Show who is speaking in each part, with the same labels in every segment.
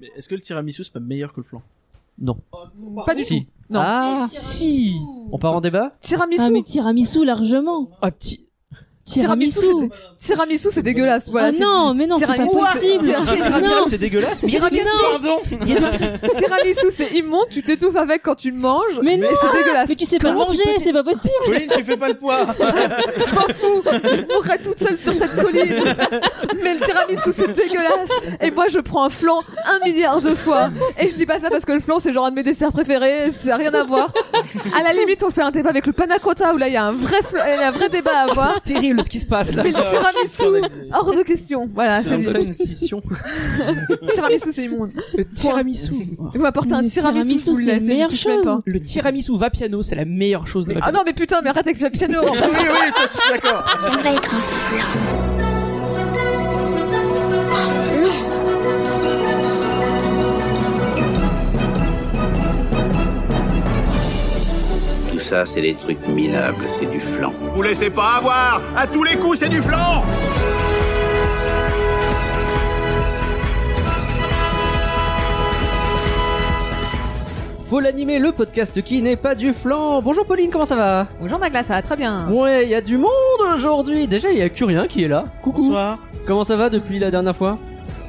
Speaker 1: Mais est-ce que le tiramisu c'est pas meilleur que le flan
Speaker 2: Non.
Speaker 3: Pas du
Speaker 2: si.
Speaker 3: tout. Non.
Speaker 2: Ah,
Speaker 3: Si.
Speaker 2: on part en débat
Speaker 3: Tiramisu.
Speaker 4: Ah, mais tiramisu largement.
Speaker 5: Oh,
Speaker 3: Ah, ti- Tiramisu,
Speaker 4: Tiramisu.
Speaker 3: c'est- Tiramisu, c'est dégueulasse. Voilà,
Speaker 4: ah
Speaker 3: c'est
Speaker 4: non, mais non, c'est pas
Speaker 3: Tiramisu,
Speaker 4: possible.
Speaker 3: c'est-
Speaker 1: Ah,
Speaker 3: c'est-
Speaker 4: Non,
Speaker 2: C'est dégueulasse.
Speaker 3: dit. Tiramisu,
Speaker 1: Pardon
Speaker 3: tiramisu, c'est immonde. Tu t'étouffes avec quand tu le manges.
Speaker 4: Mais non.
Speaker 3: et c'est dégueulasse.
Speaker 4: mais tu sais pas
Speaker 3: Comment tu
Speaker 4: manger, Eh, c'est pas possible.
Speaker 1: Pauline, tu fais pas le poids
Speaker 3: Je mourrais toute seule sur cette colline. Mais le tiramisu, c'est dégueulasse. Et moi, je prends un flan un milliard de fois. Et je dis pas ça parce que le flan, c'est genre un de mes desserts préférés. Ça n'a rien à voir. À la limite, on fait un débat avec le panna cotta où là, il y a un vrai, flan- il y a un vrai débat à avoir.
Speaker 2: Terrible ce qui se passe là.
Speaker 3: Mais le tiramisu,
Speaker 1: C'est
Speaker 3: hors de question. Voilà, c'est
Speaker 1: un
Speaker 3: dit.
Speaker 1: peu une scission.
Speaker 3: Tiramisu, c'est immonde.
Speaker 5: Le tiramisu.
Speaker 3: Vous m'apportez un
Speaker 4: Mais
Speaker 3: tiramisu,
Speaker 4: tiramisu,
Speaker 3: je vous le
Speaker 4: c'est la
Speaker 3: laisse, et j'y
Speaker 4: meilleure
Speaker 3: touche même
Speaker 4: chose.
Speaker 3: pas.
Speaker 5: Le tiramisu va piano, c'est la meilleure chose de
Speaker 3: Ah
Speaker 5: Vapiano.
Speaker 3: non, mais putain, mais arrête avec le piano.
Speaker 1: oui, oui, ça, je suis d'accord.
Speaker 6: J'aimerais être un flan.
Speaker 7: Tout ça, c'est des trucs minables, c'est du flan.
Speaker 8: Vous laissez pas avoir À tous les coups, c'est du flanc
Speaker 2: Faut l'animer, le podcast qui n'est pas du flan. Bonjour Pauline, comment ça va
Speaker 3: Bonjour Magla, ça va très bien.
Speaker 2: Ouais, il y a du monde aujourd'hui. Déjà, il y a Curien qui est là. Coucou.
Speaker 1: Bonsoir.
Speaker 2: Comment ça va depuis la dernière fois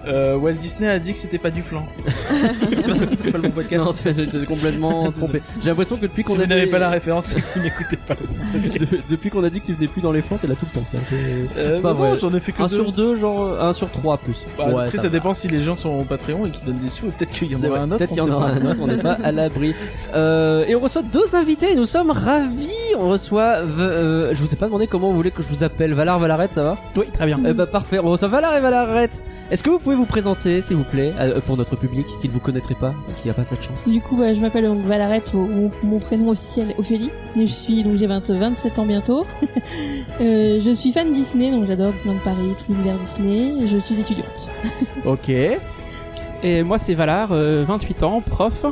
Speaker 1: Euh, Walt Disney a dit que c'était pas du flan. c'est pas ça, c'est pas le bon podcast.
Speaker 2: Non, c'est- j'étais complètement trompé. J'ai l'impression que depuis
Speaker 1: si
Speaker 2: qu'on
Speaker 1: vous
Speaker 2: a
Speaker 1: n'avez
Speaker 2: dit-
Speaker 1: pas la référence, c'est que vous n'écoutez pas le bon podcast.
Speaker 2: De- depuis qu'on a dit que tu venais plus dans les flancs, t'es là tout le temps. C'est un peu-
Speaker 1: Euh,
Speaker 2: c'est pas
Speaker 1: non,
Speaker 2: vrai.
Speaker 1: j'en ai fait que
Speaker 2: Un
Speaker 1: deux.
Speaker 2: sur deux, genre un sur trois plus.
Speaker 1: Bah,
Speaker 2: Ouais,
Speaker 1: après, ça,
Speaker 2: va.
Speaker 1: dépend si les gens sont au Patreon et qu'ils donnent des sous. ou Peut-être qu'il y en
Speaker 2: C'est
Speaker 1: aura
Speaker 2: vrai,
Speaker 1: un autre.
Speaker 2: Peut-être qu'il y
Speaker 1: on
Speaker 2: en
Speaker 1: sait
Speaker 2: aura
Speaker 1: pas.
Speaker 2: un autre, on n'est pas à l'abri. Euh, et on reçoit deux invités et nous sommes ravis. On reçoit. V- euh, je vous ai pas demandé comment vous voulez que je vous appelle. Valar, Valarette, ça va
Speaker 5: Oui, très bien.
Speaker 2: Eh bah parfait, on reçoit Valar et Valarette. Est-ce que vous pouvez vous présenter, s'il vous plaît, euh, pour notre public qui ne vous connaîtrait pas, qui n'a pas cette chance
Speaker 4: Du coup, bah, je m'appelle donc Valarette, mon, mon- mon prénom officiel Ophélie. Et je suis donc j'ai 20 27 ans bientôt. Euh, je suis fan Disney, donc j'adore Disneyland Paris, tout l'univers Disney. Et Je suis étudiante.
Speaker 2: Ok.
Speaker 5: Et moi, c'est Valar, euh, 28 ans, prof,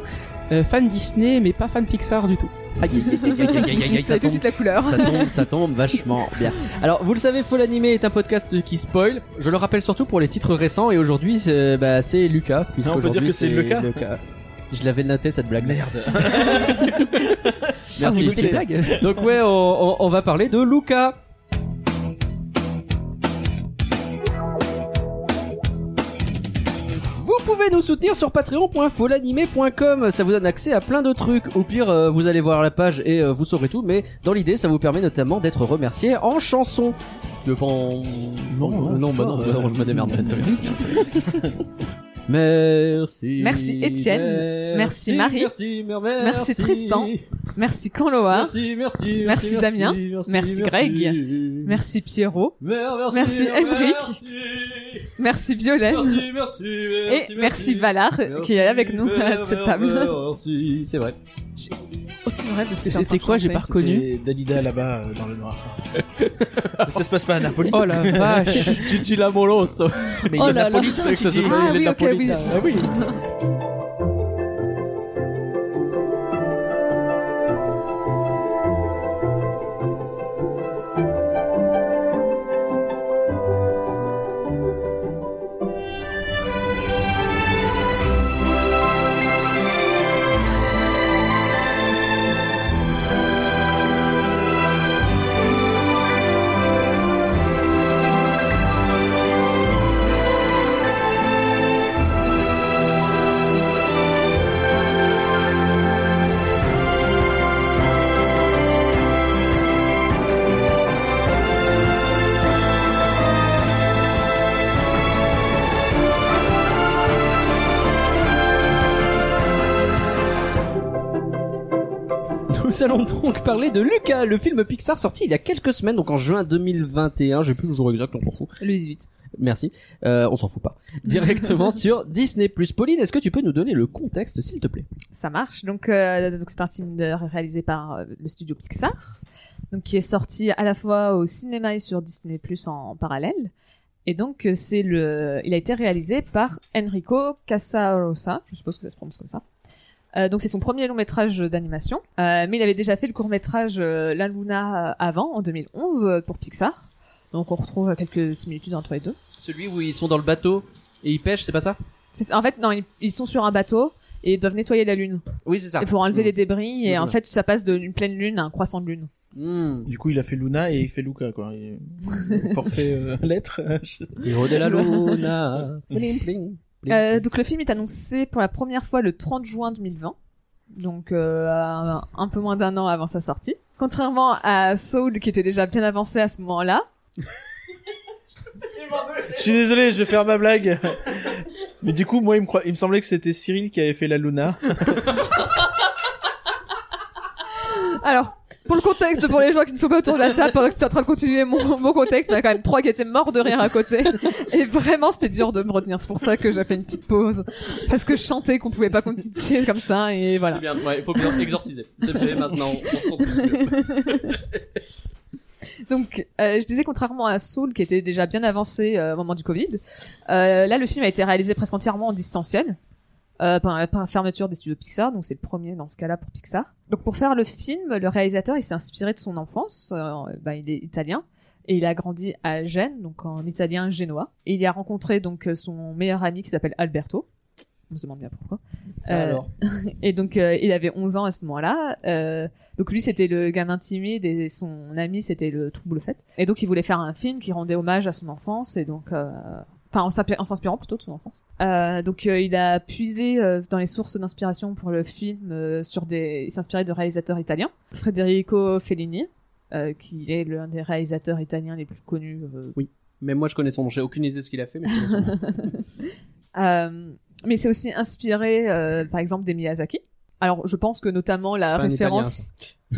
Speaker 5: euh, fan Disney, mais pas fan Pixar du tout.
Speaker 3: Ça a tout de suite la couleur.
Speaker 2: Ça tombe, ça tombe vachement bien. Alors, vous le savez, Faut l'animer est un podcast qui spoil. Je le rappelle surtout pour les titres récents. Et aujourd'hui, c'est bah, c'est Lucas.
Speaker 1: Ah, on peut dire
Speaker 2: puisqu'aujourd'hui,
Speaker 1: que c'est Lucas.
Speaker 2: Je l'avais noté cette blague.
Speaker 1: Merde. Ah,
Speaker 2: Merci.
Speaker 5: vous écoutez les
Speaker 2: super.
Speaker 5: blagues
Speaker 2: Donc ouais, on, on- on va parler de Luca. Vous pouvez nous soutenir sur patreon.folanimé.com, ça vous donne accès à plein de trucs. Au pire, euh, vous allez voir la page et euh, vous saurez tout, mais dans l'idée, ça vous permet notamment d'être remercié en chanson. Je prends...
Speaker 1: Non,
Speaker 2: non,
Speaker 1: non,
Speaker 2: non,
Speaker 1: c'est
Speaker 2: bah
Speaker 1: pas,
Speaker 2: non, bah
Speaker 1: euh,
Speaker 2: non, je me démerde. très bien. merci.
Speaker 3: Merci, Étienne. Merci, Marie.
Speaker 2: Merci, mer- merci.
Speaker 3: Merci, Tristan. Merci Canloa.
Speaker 2: Merci, merci,
Speaker 3: Merci, Damien. Merci, Greg. Merci Pierrot.
Speaker 2: Mer- Merci,
Speaker 3: Merci,
Speaker 2: mer-
Speaker 3: Emeric.
Speaker 2: merci.
Speaker 3: Merci Violaine.
Speaker 2: Merci, merci, merci,
Speaker 3: Et merci Valar
Speaker 2: Merci,
Speaker 3: qui est avec nous à
Speaker 2: mer-
Speaker 3: cette
Speaker 2: mer-
Speaker 3: table.
Speaker 2: Merci, c'est vrai.
Speaker 3: Aucune rêve de ce que
Speaker 5: C'était quoi, j'ai pas reconnu
Speaker 1: C'était Dalida là-bas euh, dans le noir. Mais ça se passe pas à Napoli.
Speaker 5: Oh la vache
Speaker 2: Gigi Lamolos.
Speaker 1: mais
Speaker 4: Oh là là.
Speaker 3: Ah oui, ok, oui.
Speaker 2: Ah oui. Nous allons donc parler de Lucas, le film Pixar sorti il y a quelques semaines, donc en juin 2021. J'ai plus le jour exact, on s'en fout.
Speaker 3: Le 18.
Speaker 2: Merci. Euh, on s'en fout pas. Directement sur Disney+. Pauline, est-ce que tu peux nous donner le contexte, s'il te plaît
Speaker 3: Ça marche. Donc, euh, donc c'est un film de- réalisé par euh, le studio Pixar, donc qui est sorti à la fois au cinéma et sur Disney Plus en, en parallèle. Et donc euh, c'est le, il a été réalisé par Enrico Casarosa. Je suppose que ça se prononce comme ça. Euh, donc c'est son premier long métrage d'animation, Euh, mais il avait déjà fait le court métrage euh, La Luna avant en 2011 euh, pour Pixar. Donc on retrouve euh, quelques similitudes entre les deux.
Speaker 2: Celui où ils sont dans le bateau et ils pêchent, c'est pas ça
Speaker 3: C'est ça. En fait, non, ils, ils sont sur un bateau et ils doivent nettoyer la lune.
Speaker 2: Oui, c'est ça.
Speaker 3: Et pour enlever
Speaker 2: Mmh.
Speaker 3: les débris,
Speaker 2: Oui,
Speaker 3: et
Speaker 2: c'est
Speaker 3: en
Speaker 2: ça.
Speaker 3: fait, ça passe d'une pleine lune à un croissant de lune.
Speaker 2: Mmh.
Speaker 1: Du coup, il a fait Luna et il fait Luca, quoi. Il- Forfait euh, lettre.
Speaker 2: Zero de la luna. Bling, bling, bling.
Speaker 3: Euh, donc le film est annoncé pour la première fois le 30 juin 2020, donc euh, un un peu moins d'un an avant sa sortie. Contrairement à Soul qui était déjà bien avancé à ce moment-là,
Speaker 1: Je suis désolé, je vais faire ma blague. Mais du coup, moi, il me, croit... il me semblait que c'était Cyril qui avait fait la Luna.
Speaker 3: Alors, pour le contexte, pour les gens qui ne sont pas autour de la table, pendant que je suis en train de continuer mon, mon contexte, il y en a quand même trois qui étaient morts de rire à côté. Et vraiment, c'était dur de me retenir. C'est pour ça que j'ai fait une petite pause. Parce que je chantais qu'on pouvait pas continuer comme ça, et voilà.
Speaker 6: C'est bien, ouais, il faut bien exorciser. C'est fait maintenant, on s'en fout.
Speaker 3: Donc, euh, je disais, contrairement à Soul, qui était déjà bien avancé euh, au moment du Covid, euh, là, le film a été réalisé presque entièrement en distanciel. Euh, par, par la fermeture des studios Pixar, donc c'est le premier dans ce cas-là pour Pixar. Donc pour faire le film, le réalisateur il s'est inspiré de son enfance. Euh, bah, il est italien et il a grandi à Gênes, donc en italien génois. Et il y a rencontré donc euh, son meilleur ami qui s'appelle Alberto. On se demande bien pourquoi.
Speaker 2: Ça
Speaker 3: euh,
Speaker 2: alors.
Speaker 3: Et donc, euh, il avait 11 ans à ce moment-là. Euh, donc, lui, c'était le gamin timide et son ami, c'était le trouble fête. Et donc, il voulait faire un film qui rendait hommage à son enfance et donc... euh, Enfin, en s'inspir- en s'inspirant plutôt de son enfance. Euh, donc, euh, il a puisé euh, dans les sources d'inspiration pour le film euh, sur des. Il s'inspirait de réalisateurs italiens, Federico Fellini, euh, qui est l'un des réalisateurs italiens les plus connus euh,
Speaker 2: Mais moi, je connais son nom. J'ai aucune idée de ce qu'il a fait, mais je connais son nom.
Speaker 3: Euh, mais c'est aussi inspiré, euh, par exemple, des Miyazaki. Alors, je pense que notamment la
Speaker 2: C'est pas un
Speaker 3: référence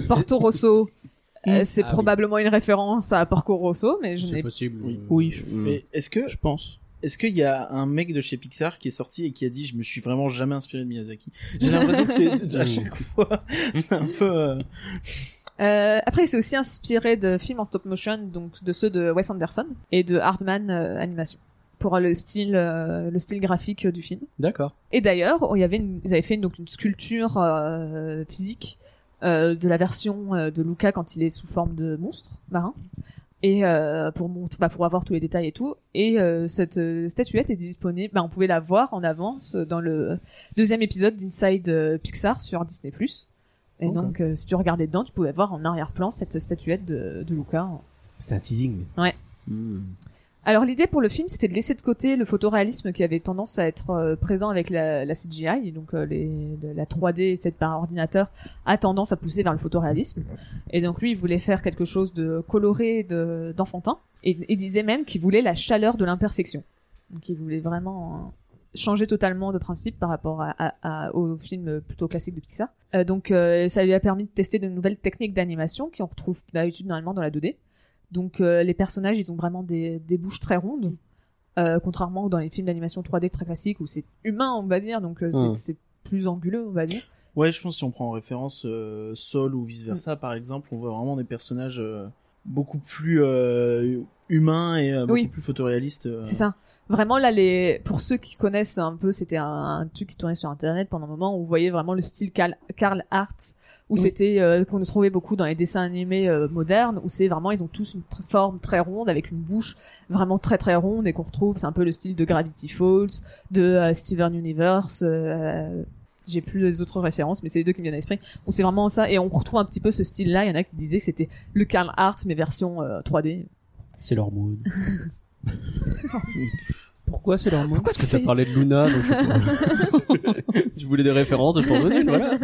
Speaker 3: Porto Rosso, euh, c'est
Speaker 2: Ah oui.
Speaker 3: probablement une référence à Porco Rosso, mais je
Speaker 2: C'est
Speaker 3: n'ai
Speaker 2: possible.
Speaker 1: Oui.
Speaker 2: euh,
Speaker 5: Oui, je-
Speaker 2: mm.
Speaker 1: Mais est-ce que
Speaker 5: je pense.
Speaker 1: Est-ce qu'il y a un mec de chez Pixar qui est sorti et qui a dit je me suis vraiment jamais inspiré de Miyazaki J'ai l'impression que c'est à chaque fois c'est un peu. euh,
Speaker 3: Euh, après, c'est aussi inspiré de films en stop motion, donc de ceux de Wes Anderson et de Hardman euh, Animation pour le style, euh, le style graphique du film.
Speaker 2: D'accord.
Speaker 3: Et d'ailleurs, il y avait une- ils avaient fait donc une sculpture euh, physique euh, de la version euh, de Luca quand il est sous forme de monstre marin. Et euh, pour montrer, bah, pour avoir tous les détails et tout. Et euh, cette euh, statuette est disponible. Bah, on pouvait la voir en avance dans le deuxième épisode d'Inside euh, Pixar sur Disney+. Et
Speaker 2: Ok.
Speaker 3: donc, euh, si tu regardais dedans, tu pouvais voir en arrière-plan cette statuette de, de Luca.
Speaker 2: C'était un teasing. mais-
Speaker 3: Ouais.
Speaker 2: Mm.
Speaker 3: Alors l'idée pour le film, c'était de laisser de côté le photoréalisme qui avait tendance à être euh, présent avec la, la CGI, donc euh, les, de- la 3D faite par ordinateur a tendance à pousser vers le photoréalisme. Et donc lui, il voulait faire quelque chose de coloré, de- d'enfantin, et il disait même qu'il voulait la chaleur de l'imperfection. Donc il voulait vraiment euh, changer totalement de principe par rapport à, à- à- au film plutôt classique de Pixar. Euh, donc euh, ça lui a permis de tester de nouvelles techniques d'animation qu'on retrouve d'habitude normalement dans la 2D. Donc euh, les personnages, ils ont vraiment des, des bouches très rondes, euh, contrairement dans les films d'animation 3D très classiques où c'est humain, on va dire, donc euh, c'est-
Speaker 2: Mm.
Speaker 3: c'est plus anguleux, on va dire.
Speaker 1: Ouais, je pense que si on prend en référence euh, Sol ou vice
Speaker 3: Mm.
Speaker 1: versa par exemple, on voit vraiment des personnages euh, beaucoup plus euh, humains et euh, beaucoup
Speaker 3: Oui.
Speaker 1: plus photoréalistes. euh.
Speaker 3: C'est ça. Vraiment, là, les... pour ceux qui connaissent un peu, c'était un, un truc qui tournait sur Internet pendant un moment où vous voyez vraiment le style Karl, Karl Hart, où c'était euh, qu'on trouvait beaucoup dans les dessins animés euh, modernes, où c'est vraiment, ils ont tous une tr- forme très ronde, avec une bouche vraiment très très ronde, et qu'on retrouve, c'est un peu le style de Gravity Falls, de euh, Steven Universe, euh, j'ai plus les autres références, mais c'est les deux qui me viennent à l'esprit, où c'est vraiment ça, et on retrouve un petit peu ce style-là, il y en a qui disaient que c'était le Karl Hart, mais version euh, 3D.
Speaker 2: C'est leur mood. Pourquoi c'est leur mood
Speaker 3: Pourquoi
Speaker 2: Parce que
Speaker 3: tu
Speaker 2: t'as
Speaker 3: sais
Speaker 2: parlé de Luna, donc je, je voulais des références, je t'en donnais, voilà.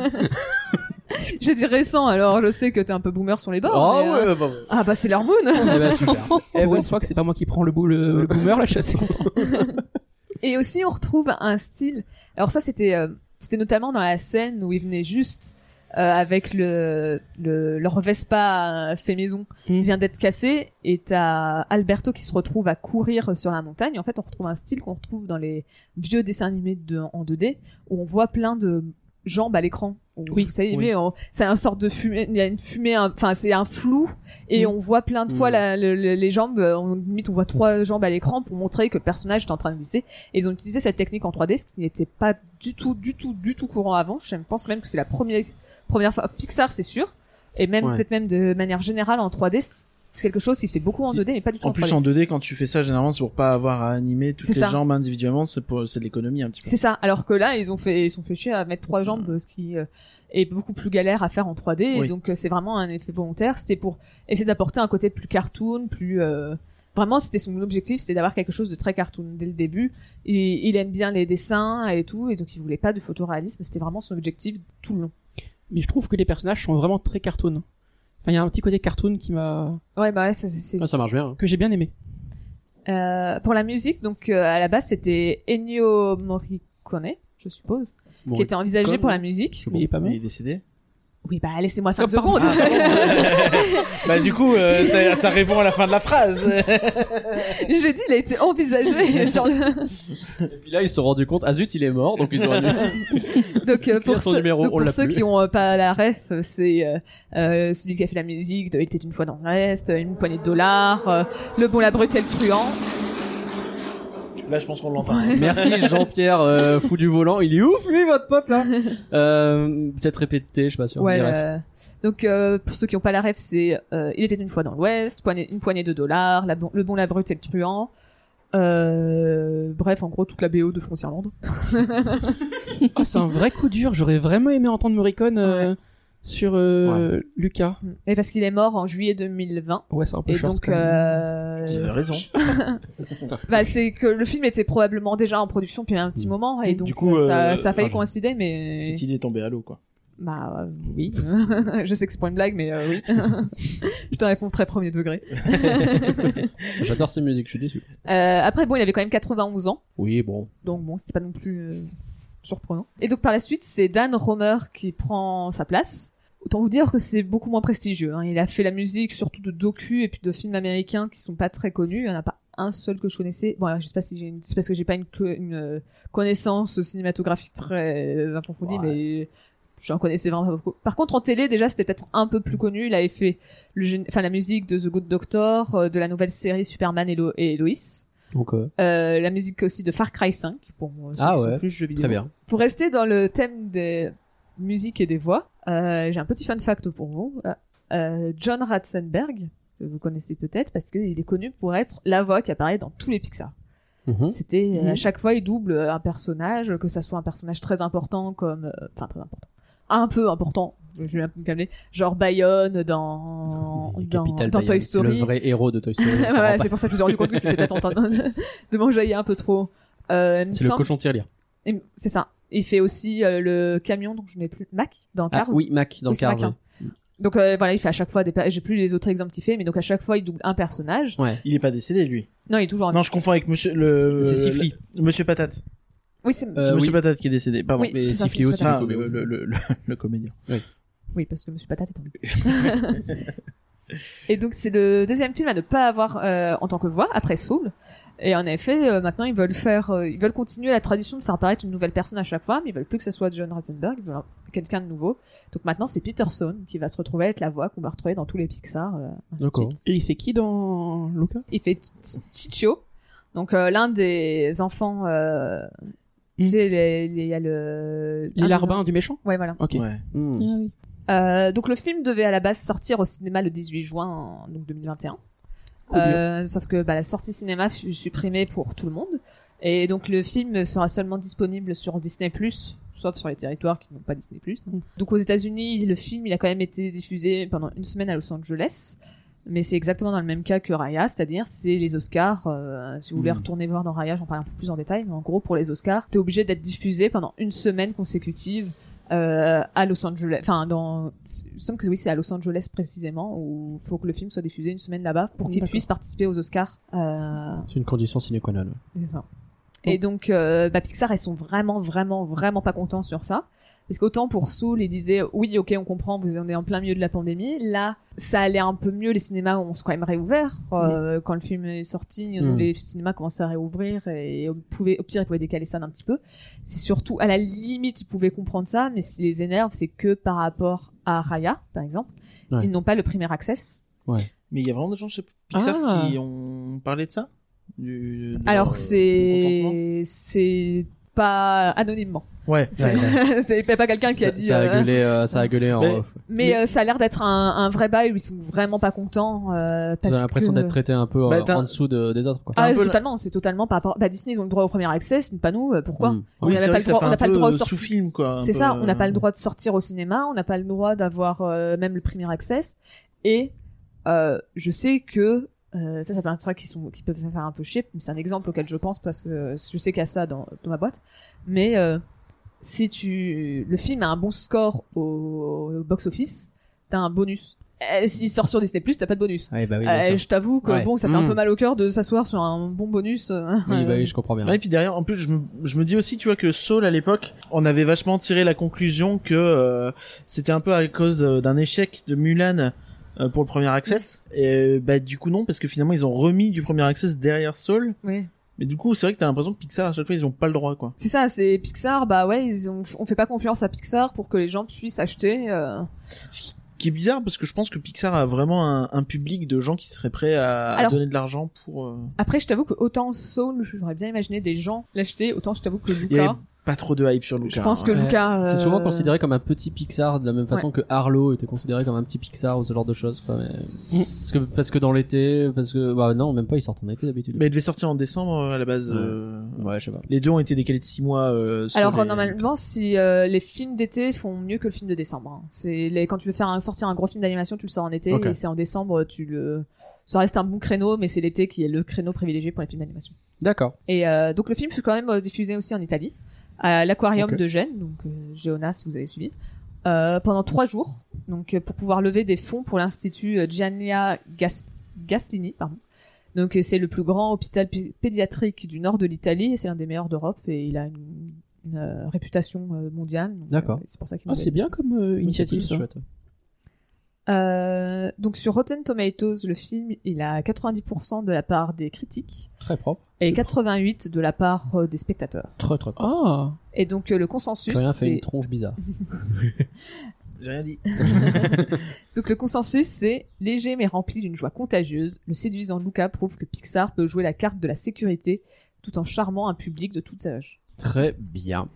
Speaker 3: J'ai dit récent, alors je sais que t'es un peu boomer sur les bords.
Speaker 2: Ah
Speaker 3: mais, euh,
Speaker 2: ouais, bah,
Speaker 3: Ah bah c'est leur moon
Speaker 2: eh ben, super.
Speaker 5: Eh, bonne fois que c'est pas moi qui prends le, bou- le, le boomer, là, je suis assez content.
Speaker 3: Et aussi on retrouve un style. Alors ça c'était euh, c'était notamment dans la scène où ils venaient juste euh, avec le, le leur Vespa euh, fait maison
Speaker 5: Mm.
Speaker 3: vient d'être cassé et t'as Alberto qui se retrouve à courir sur la montagne. En fait on retrouve un style qu'on retrouve dans les vieux dessins animés de, en 2D où on voit plein de jambes à l'écran. On-
Speaker 5: Oui.
Speaker 3: vous savez,
Speaker 1: Oui.
Speaker 3: mais on- c'est un sorte de fumée, il y a une fumée, un- enfin c'est un flou et
Speaker 5: Mm.
Speaker 3: on voit plein de fois
Speaker 2: Mm.
Speaker 3: la- le- le- les jambes, euh, on, limite on voit trois jambes à l'écran pour montrer que le personnage est en train de glisser. Et ils ont utilisé cette technique en 3D, ce qui n'était pas du tout, du tout, du tout courant avant. Je pense même que c'est la première, première fois. Pixar, c'est sûr. Et même,
Speaker 1: Ouais.
Speaker 3: peut-être même de manière générale en 3D, c'est c'est quelque chose qui se fait beaucoup en
Speaker 1: Qui-
Speaker 3: 2D, mais pas du tout en,
Speaker 1: En plus
Speaker 3: 3D.
Speaker 1: en 2D quand tu fais ça généralement c'est pour pas avoir à animer toutes
Speaker 3: C'est
Speaker 1: les
Speaker 3: ça.
Speaker 1: jambes individuellement c'est pour c'est de l'économie un petit peu.
Speaker 3: C'est ça. Alors que là, ils ont fait, ils sont fait chier à mettre trois jambes, ce qui euh, est beaucoup plus galère à faire en 3D. et
Speaker 1: Oui.
Speaker 3: donc euh, c'est vraiment un effet volontaire. C'était pour essayer d'apporter un côté plus cartoon, plus euh, vraiment. C'était son objectif, c'était d'avoir quelque chose de très cartoon dès le début. Et, il aime bien les dessins et tout, et donc il voulait pas de photoréalisme. C'était vraiment son objectif tout le long.
Speaker 5: Mais je trouve que les personnages sont vraiment très cartoon. Enfin, il y a un petit côté cartoon qui m'a
Speaker 3: Ouais, bah ouais, ça, c'est- c'est-
Speaker 2: Ah, ça marche bien. hein.
Speaker 5: que j'ai bien aimé.
Speaker 3: Euh, pour la musique, donc euh, à la base c'était Ennio Morricone, je suppose, qui était envisagé pour la musique.
Speaker 5: Il est pas
Speaker 1: Mais
Speaker 5: mal.
Speaker 1: il est décédé.
Speaker 3: Oui, bah laissez-moi 5
Speaker 5: Ah, pardon.
Speaker 3: secondes.
Speaker 1: bah du coup euh, ça, ça répond à la fin de la phrase.
Speaker 3: J'ai dit, il a été envisagé. genre-
Speaker 6: Et puis là, ils se sont rendus compte, ah zut, il est mort, donc ils ont annulé.
Speaker 3: Donc euh,
Speaker 6: Écrire
Speaker 3: pour,
Speaker 6: son
Speaker 3: ceux-
Speaker 6: numéro,
Speaker 3: donc,
Speaker 6: on
Speaker 3: pour
Speaker 6: l'a
Speaker 3: ceux
Speaker 6: plus.
Speaker 3: qui ont euh, pas la ref, euh, c'est euh, euh, celui qui a fait la musique de Il était une fois dans l'Est, euh, Une poignée de dollars, euh, Le bon, la brute et le truand.
Speaker 1: Là je pense qu'on l'entend.
Speaker 2: Merci Jean-Pierre, euh, fou du volant. Il est ouf lui, votre pote là. Euh, Peut-être répété, je suis pas sûr.
Speaker 3: Ouais,
Speaker 2: Mais bref.
Speaker 3: euh, donc euh, pour ceux qui ont pas la ref, c'est euh, Il était une fois dans l'Ouest, poignée- Une poignée de dollars, la bon- Le bon, la brute et le truand. Euh, bref, en gros toute la BO de Frontierland.
Speaker 5: Ah, c'est un vrai coup dur. J'aurais vraiment aimé entendre Morricone euh, sur euh, Lucas.
Speaker 3: Et parce qu'il est mort en juillet 2020.
Speaker 5: Ouais, c'est un peu
Speaker 3: Et
Speaker 5: short,
Speaker 3: donc,
Speaker 5: quand même.
Speaker 3: euh,
Speaker 1: Vous avez raison.
Speaker 3: bah, c'est que le film était probablement déjà en production depuis un petit moment, et donc
Speaker 1: Mm. Du coup,
Speaker 3: euh, ça,
Speaker 1: euh,
Speaker 3: ça a failli
Speaker 1: enfin, je-
Speaker 3: coïncider, mais
Speaker 1: Cette idée est tombée à l'eau quoi.
Speaker 3: Bah euh, oui. je sais que c'est pour une blague, mais euh, oui. je te réponds très premier degré.
Speaker 2: J'adore ces musiques, je suis déçu.
Speaker 3: Euh, après, bon, il avait quand même 91 ans,
Speaker 2: Oui, bon.
Speaker 3: donc bon, c'était pas non plus euh, surprenant. Et donc par la suite, c'est Dan Romer qui prend sa place. Autant vous dire que c'est beaucoup moins prestigieux. hein. Il a fait la musique surtout de docu et puis de films américains qui sont pas très connus. Il y en a pas un seul que je connaissais. Bon, alors, je sais pas si j'ai une... c'est parce que j'ai pas une, co- une euh, connaissance cinématographique très euh, approfondie, mais j'en connaissais vraiment pas beaucoup. Par contre, en télé, déjà, c'était peut-être un peu plus connu. Il avait fait le gén- enfin, la musique de The Good Doctor, euh, de la nouvelle série Superman et, Lo- et Lois.
Speaker 2: Donc, euh,
Speaker 3: Euh, la musique aussi de Far Cry 5 pour euh, ceux
Speaker 2: Ah
Speaker 3: qui
Speaker 2: ouais.
Speaker 3: sont plus jeux vidéo.
Speaker 2: très bien.
Speaker 3: Pour rester dans le thème des musiques et des voix, euh, j'ai un petit fun fact pour vous. Euh, euh, John Ratzenberg, que vous connaissez peut-être parce qu'il est connu pour être la voix qui apparaît dans tous les Pixar.
Speaker 2: Mhm.
Speaker 3: C'était euh,
Speaker 5: Mhm.
Speaker 3: à chaque fois il double euh, un personnage, que ça soit un personnage très important comme euh, enfin très important, un peu important, je vais un peu me calmer, genre Bayonne dans
Speaker 2: Et
Speaker 3: dans,
Speaker 2: Capital
Speaker 3: dans
Speaker 2: Bayonne,
Speaker 3: Toy
Speaker 2: c'est
Speaker 3: Story,
Speaker 2: Le vrai héros de Toy Story. on s'en rend
Speaker 3: voilà,
Speaker 2: pas-
Speaker 3: c'est pour ça que je me suis rendu compte que j'étais peut-être en train de, de m'enjailler un peu trop. Euh, il me
Speaker 2: c'est le
Speaker 3: semble-
Speaker 2: cochon tirelire.
Speaker 3: il me- C'est ça. Il fait aussi euh, le camion, donc je n'ai plus Mac dans
Speaker 2: Ah
Speaker 3: Cars.
Speaker 2: oui, Mac dans
Speaker 3: Oui, c'est
Speaker 2: Cars.
Speaker 3: Mac, hein. Donc euh, voilà, il fait à chaque fois des. pa- J'ai plus les autres exemples qu'il fait, mais donc à chaque fois il double un personnage.
Speaker 2: Ouais.
Speaker 1: Il est pas décédé lui.
Speaker 3: Non, il est toujours. un-
Speaker 1: Non je confonds avec monsieur le.
Speaker 2: C'est Sifli.
Speaker 1: le- Monsieur Patate.
Speaker 3: Oui, c'est.
Speaker 1: C'est
Speaker 2: Euh,
Speaker 1: Monsieur
Speaker 2: oui.
Speaker 1: Patate qui est décédé. Pardon.
Speaker 3: Oui,
Speaker 2: mais
Speaker 3: c'est ça,
Speaker 2: Sifli
Speaker 3: c'est
Speaker 2: aussi.
Speaker 1: Enfin,
Speaker 2: du coup, mais-
Speaker 1: le, le, le, le- le comédien.
Speaker 3: Oui, parce que Monsieur Patate est en lui. Et donc c'est le deuxième film à ne pas avoir euh, en tant que voix après Soul. Et en effet, euh, maintenant ils veulent faire, euh, ils veulent continuer la tradition de faire apparaître une nouvelle personne à chaque fois, mais ils veulent plus que ce soit John Ratzenberg, ils veulent un- quelqu'un de nouveau. Donc maintenant c'est Peterson qui va se retrouver à être la voix qu'on va retrouver dans tous les Pixar. euh, ainsi de
Speaker 2: D'accord.
Speaker 3: suite.
Speaker 5: Et il fait qui dans Lucas
Speaker 3: Il fait Chicho, donc euh, l'un des enfants. euh, Tu
Speaker 5: Mm.
Speaker 3: sais, les- les- il y a le.
Speaker 5: Il est
Speaker 3: un des
Speaker 5: l'arbin du méchant
Speaker 3: en- Ouais, voilà.
Speaker 5: Ok.
Speaker 1: Ouais.
Speaker 4: Ah
Speaker 2: Hmm.
Speaker 4: oui.
Speaker 3: Euh, donc le film devait à la base sortir au cinéma le 18 juin donc 2021.
Speaker 5: Cool.
Speaker 3: Euh, sauf que bah, la sortie cinéma fut supprimée pour tout le monde. Et donc le film sera seulement disponible sur Disney+, sauf sur les territoires qui n'ont pas Disney+. Donc aux États-Unis, le film il a quand même été diffusé pendant une semaine à Los Angeles. Mais c'est exactement dans le même cas que Raya, c'est-à-dire c'est les Oscars. euh, si vous voulez
Speaker 2: Mm.
Speaker 3: retourner voir dans Raya, j'en parle un peu plus en détail, mais en gros pour les Oscars, t'es obligé d'être diffusé pendant une semaine consécutive euh, à Los Angeles. Enfin, dans, il me semble que oui, c'est à Los Angeles précisément où faut que le film soit diffusé une semaine là-bas pour qu'il
Speaker 5: D'accord.
Speaker 3: puisse participer aux Oscars. Euh,
Speaker 2: C'est une condition sine qua non.
Speaker 3: c'est ça. Et donc, euh, bah, Pixar, ils sont vraiment, vraiment, vraiment pas contents sur ça. Parce qu'autant pour Soul, ils disaient, oui, ok, on comprend, vous en êtes en plein milieu de la pandémie. Là, ça allait un peu mieux, les cinémas ont quand même réouvert. Euh, Quand le film est sorti,
Speaker 2: Mm.
Speaker 3: les cinémas commençaient à réouvrir et on pouvait, au pire, ils pouvaient décaler ça d'un petit peu. C'est surtout, à la limite, ils pouvaient comprendre ça, mais ce qui les énerve, c'est que par rapport à Raya, par exemple,
Speaker 2: Ouais.
Speaker 3: ils n'ont pas le primaire access.
Speaker 1: Mais il y a vraiment des gens chez Pixar
Speaker 5: Ah.
Speaker 1: qui ont parlé de ça. Du- de
Speaker 3: Alors
Speaker 1: Bah, euh, leur, euh, contentement
Speaker 3: c'est c'est pas anonymement.
Speaker 1: Ouais.
Speaker 3: C'est c'est pas quelqu'un qui a
Speaker 2: Ça-
Speaker 3: dit.
Speaker 2: Ça a
Speaker 3: euh,
Speaker 2: gueulé, euh, ça a gueulé en
Speaker 1: Mais-
Speaker 2: off.
Speaker 3: Mais euh, ça a l'air d'être un, un vrai bail où ils sont vraiment pas contents. Euh,
Speaker 2: J'ai
Speaker 3: parce
Speaker 2: l'impression
Speaker 3: que-
Speaker 2: d'être traité un peu euh,
Speaker 1: Bah, t'as-
Speaker 2: en dessous de- des autres. Quoi.
Speaker 1: un
Speaker 3: Ah,
Speaker 1: peu
Speaker 3: c'est
Speaker 1: la-
Speaker 3: totalement, c'est totalement par rapport. Bah, Disney, ils ont le droit au premier accès, c'est pas nous, euh, pourquoi
Speaker 2: Mm.
Speaker 3: On n'avait pas le droit- on n'a pas le droit au
Speaker 1: sous
Speaker 3: sorti-
Speaker 1: film euh, quoi. un
Speaker 3: C'est
Speaker 1: peu,
Speaker 3: ça, on n'a
Speaker 1: euh,
Speaker 3: pas le droit de sortir au cinéma, on n'a pas le droit d'avoir euh, même le premier access. Et euh, je sais que euh, ça, ça peut être un truc qui, sont, qui peuvent faire un peu chier, mais c'est un exemple auquel je pense parce que euh, je sais qu'il y a ça dans, dans ma boîte. Mais euh, si tu le film a un bon score au, au box-office, t'as un bonus. Euh, S'il sort sur Disney+, t'as pas de bonus.
Speaker 2: Ouais, bah oui, bien
Speaker 3: Euh,
Speaker 2: sûr.
Speaker 3: je t'avoue que
Speaker 2: Ouais.
Speaker 3: bon, ça fait un
Speaker 2: Mm.
Speaker 3: peu mal au cœur de s'asseoir sur un bon bonus. euh,
Speaker 2: Oui, bah oui, je comprends bien.
Speaker 1: Ouais, et puis derrière, en plus, je me, je me dis aussi, tu vois, que Saul, à l'époque, on avait vachement tiré la conclusion que euh, c'était un peu à cause de- d'un échec de Mulan euh, pour le premier access. Et bah, du coup, non, parce que finalement, ils ont remis du premier access derrière Saul.
Speaker 3: oui.
Speaker 1: Mais du coup, c'est vrai que t'as l'impression que Pixar, à chaque fois, ils ont pas le droit, quoi.
Speaker 3: C'est ça, c'est Pixar. Bah ouais, ils ont, on fait pas confiance à Pixar pour que les gens puissent acheter. euh.
Speaker 1: Qui est bizarre, parce que je pense que Pixar a vraiment un, un public de gens qui seraient prêts à, à
Speaker 3: Alors-
Speaker 1: donner de l'argent pour... euh,
Speaker 3: Après, je t'avoue que autant Soul, j'aurais bien imaginé des gens l'acheter, autant je t'avoue que
Speaker 1: Il y avait
Speaker 3: Luca.
Speaker 1: pas trop de hype sur hein. Luca.
Speaker 3: Je pense que
Speaker 5: Ouais.
Speaker 3: Luca.
Speaker 2: C'est
Speaker 3: euh,
Speaker 2: souvent considéré comme un petit Pixar de la même façon que Harlow était considéré comme un petit Pixar ou ce genre de choses. Quoi,
Speaker 3: Hmm.
Speaker 2: mais- parce que parce que dans l'été, parce que bah non, même pas ils sortent en été d'habitude.
Speaker 1: Mais il devait sortir en décembre, euh, à la base.
Speaker 2: Ouais.
Speaker 1: euh,
Speaker 2: Ouais, je sais pas.
Speaker 1: Les deux ont été décalés de six mois. euh, Saul
Speaker 3: Alors
Speaker 1: et-
Speaker 3: normalement, si euh, les films d'été font mieux que le film de décembre. hein. C'est les quand tu veux faire un, sortir un gros film d'animation, tu le sors en été
Speaker 2: Ok.
Speaker 3: et c'est en décembre, tu le. Ça reste un bon créneau, mais c'est l'été qui est le créneau privilégié pour les films d'animation.
Speaker 2: D'accord.
Speaker 3: Et euh, donc le film fut quand même euh, diffusé aussi en Italie, à l'aquarium
Speaker 2: Ok.
Speaker 3: de Gênes, donc euh, Geona si vous avez suivi, euh, pendant trois jours, donc euh, pour pouvoir lever des fonds pour l'institut euh, Giannia Gas- Gaslini, pardon. Donc euh, c'est le plus grand hôpital pi- pédiatrique du nord de l'Italie, et c'est un des meilleurs d'Europe et il a une, une, euh, réputation euh, mondiale. Donc,
Speaker 2: D'accord.
Speaker 3: euh, c'est pour ça qu'il
Speaker 5: Ah,
Speaker 3: nous
Speaker 5: c'est
Speaker 3: a-
Speaker 5: bien comme euh, initiative ça.
Speaker 2: Chouette.
Speaker 3: Euh, donc sur Rotten Tomatoes, le film il a 90% de la part des critiques
Speaker 2: Très propre.
Speaker 3: et
Speaker 2: C'est
Speaker 3: 88 de la part euh, des spectateurs.
Speaker 2: Très très propre.
Speaker 5: Ah,
Speaker 3: Et donc euh, le consensus,
Speaker 2: Rien fait
Speaker 3: c'est
Speaker 2: une tronche bizarre.
Speaker 1: J'ai rien dit.
Speaker 3: donc le consensus c'est léger mais rempli d'une joie contagieuse. Le séduisant Luca prouve que Pixar peut jouer la carte de la sécurité tout en charmant un public de tout âge.
Speaker 2: Très bien.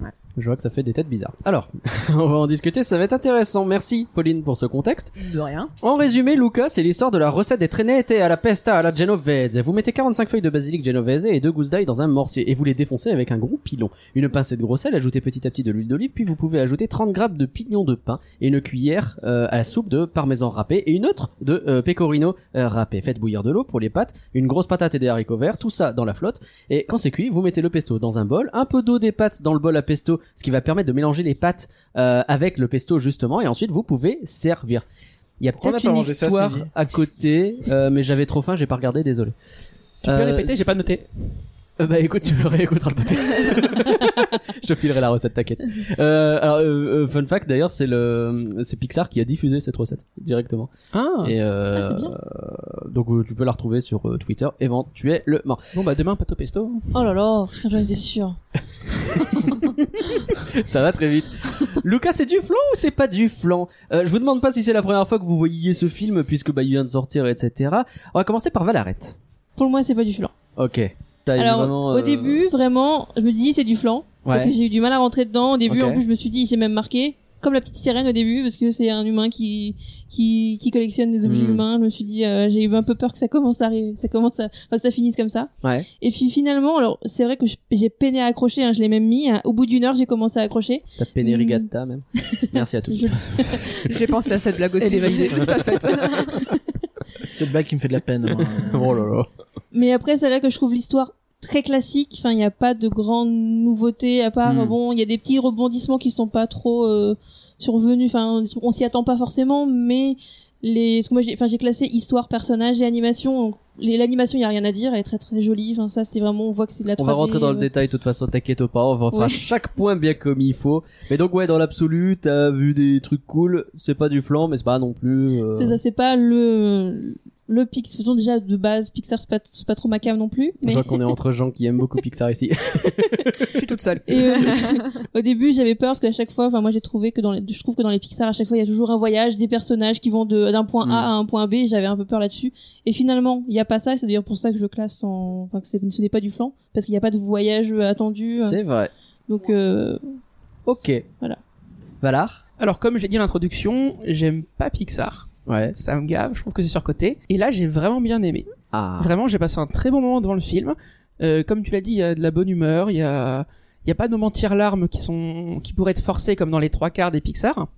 Speaker 3: Ouais.
Speaker 2: Je vois que ça fait des têtes bizarres. Alors, on va en discuter, ça va être intéressant. Merci Pauline pour ce contexte.
Speaker 3: De rien.
Speaker 2: En résumé, Lucas, c'est l'histoire de la recette des traînettes à la pesta à la genovese. Vous mettez 45 feuilles de basilic genovese et deux gousses d'ail dans un mortier et vous les défoncez avec un gros pilon. Une pincée de gros sel, ajoutez petit à petit de l'huile d'olive, puis vous pouvez ajouter 30 grammes de pignon de pain et une cuillère euh, à la soupe de parmesan râpé et une autre de euh, pecorino euh, râpé. Faites bouillir de l'eau pour les pâtes, une grosse patate et des haricots verts, tout ça dans la flotte. Et quand c'est cuit, vous mettez le pesto dans un bol, un peu d'eau des pâtes dans le bol à pesto, ce qui va permettre de mélanger les pâtes euh, avec le pesto justement, et ensuite vous pouvez servir. Il y a
Speaker 1: Pourquoi on
Speaker 2: peut-être
Speaker 1: n'a pas
Speaker 2: une
Speaker 1: mangé ça ce
Speaker 2: histoire
Speaker 1: midi
Speaker 2: à côté, euh, mais j'avais trop faim, j'ai pas regardé, désolé.
Speaker 5: tu peux
Speaker 2: Euh,
Speaker 5: répéter, j'ai pas noté.
Speaker 2: euh, bah écoute, tu me réécouteras le podcast. je te filerai la recette, t'inquiète. Euh, alors, euh, euh, fun fact d'ailleurs, c'est le, c'est Pixar qui a diffusé cette recette directement.
Speaker 5: Ah,
Speaker 2: Et euh,
Speaker 4: Ah, c'est bien.
Speaker 2: euh, donc euh, tu peux la retrouver sur euh, Twitter éventuellement.
Speaker 5: bon bah demain pâte au pesto.
Speaker 4: Oh là là, putain, j'en étais sûre.
Speaker 2: Ça va très vite. Lucas, c'est du flan ou c'est pas du flan Euh, Je vous demande pas si c'est la première fois que vous voyez ce film puisque bah il vient de sortir, etc. On va commencer par Valarette.
Speaker 4: Pour moi, c'est pas du flan.
Speaker 2: Ok. T'as eu
Speaker 4: Alors,
Speaker 2: vraiment,
Speaker 4: au
Speaker 2: euh,
Speaker 4: début, vraiment, je me dis c'est du flan. Parce
Speaker 2: ouais.
Speaker 4: que j'ai eu du mal à rentrer dedans. Au début,
Speaker 2: Ok.
Speaker 4: en plus, je me suis dit, j'ai même marqué, comme la petite sirène au début, parce que c'est un humain qui, qui, qui collectionne des objets
Speaker 2: Hmm.
Speaker 4: humains. Je me suis dit, euh, j'ai eu un peu peur que ça commence à arriver, que ça commence à, enfin, que ça finisse comme ça.
Speaker 2: Ouais.
Speaker 4: Et puis finalement, alors, c'est vrai que je- j'ai peiné à accrocher, hein, je l'ai même mis. hein. Au bout d'une heure, j'ai commencé à accrocher.
Speaker 2: T'as Pénérigata même. Merci à tous.
Speaker 4: Je-
Speaker 3: J'ai pensé à cette blague aussi.
Speaker 4: Elle est validée.
Speaker 3: Juste pas faite.
Speaker 1: Cette blague qui me fait de la peine. hein. moi.
Speaker 2: Oh là là.
Speaker 4: Mais après, c'est là que je trouve l'histoire très classique. Enfin, il n'y a pas de grandes nouveautés à part
Speaker 2: Hmm.
Speaker 4: euh, bon, il y a des petits rebondissements qui sont pas trop euh, survenus. Enfin, on- on s'y attend pas forcément, mais les. parce que moi, j'ai, enfin, j'ai classé histoire, personnage et animation. Donc, les- L'animation, il y a rien à dire. Elle est très très jolie. Enfin, ça, c'est vraiment, on voit que c'est de la.
Speaker 2: On va
Speaker 4: 3D,
Speaker 2: rentrer dans le
Speaker 4: euh,
Speaker 2: détail, de toute façon, t'inquiète pas, on va faire
Speaker 4: Ouais.
Speaker 2: chaque point bien comme il faut. Mais donc, ouais, dans l'absolu, t'as vu des trucs cool, c'est pas du flan, mais c'est pas non plus... euh,
Speaker 4: C'est ça, c'est pas le le Pixar. Faisons déjà de base, Pixar, c'est pas, c'est pas trop ma cam non plus.
Speaker 2: Je
Speaker 4: Mais...
Speaker 2: vois qu'on est entre gens qui aiment beaucoup Pixar ici.
Speaker 3: Je suis toute seule.
Speaker 4: Et euh, au début, j'avais peur parce qu'à chaque fois, enfin moi j'ai trouvé que dans les, je trouve que dans les Pixar, à chaque fois il y a toujours un voyage des personnages qui vont de- d'un point
Speaker 2: Mm.
Speaker 4: A à un point B. et J'avais un peu peur là-dessus. Et finalement, il n'y a pas ça. et C'est d'ailleurs pour ça que je le classe en, enfin que c'est- ce n'est pas du flan parce qu'il n'y a pas de voyage euh, attendu. euh,
Speaker 2: C'est vrai.
Speaker 4: Donc euh,
Speaker 2: Ok.
Speaker 4: Voilà.
Speaker 2: Valar
Speaker 5: Alors, comme je l'ai dit à l'introduction, j'aime pas Pixar.
Speaker 2: Ouais.
Speaker 5: Ça me gave, je trouve que c'est surcoté. Et là, j'ai vraiment bien aimé.
Speaker 2: Ah.
Speaker 5: Vraiment, j'ai passé un très bon moment devant le film. Euh, comme tu l'as dit, il y a de la bonne humeur, il y a, il y a pas de mentir larmes qui sont, qui pourraient être forcées comme dans les trois quarts des Pixar.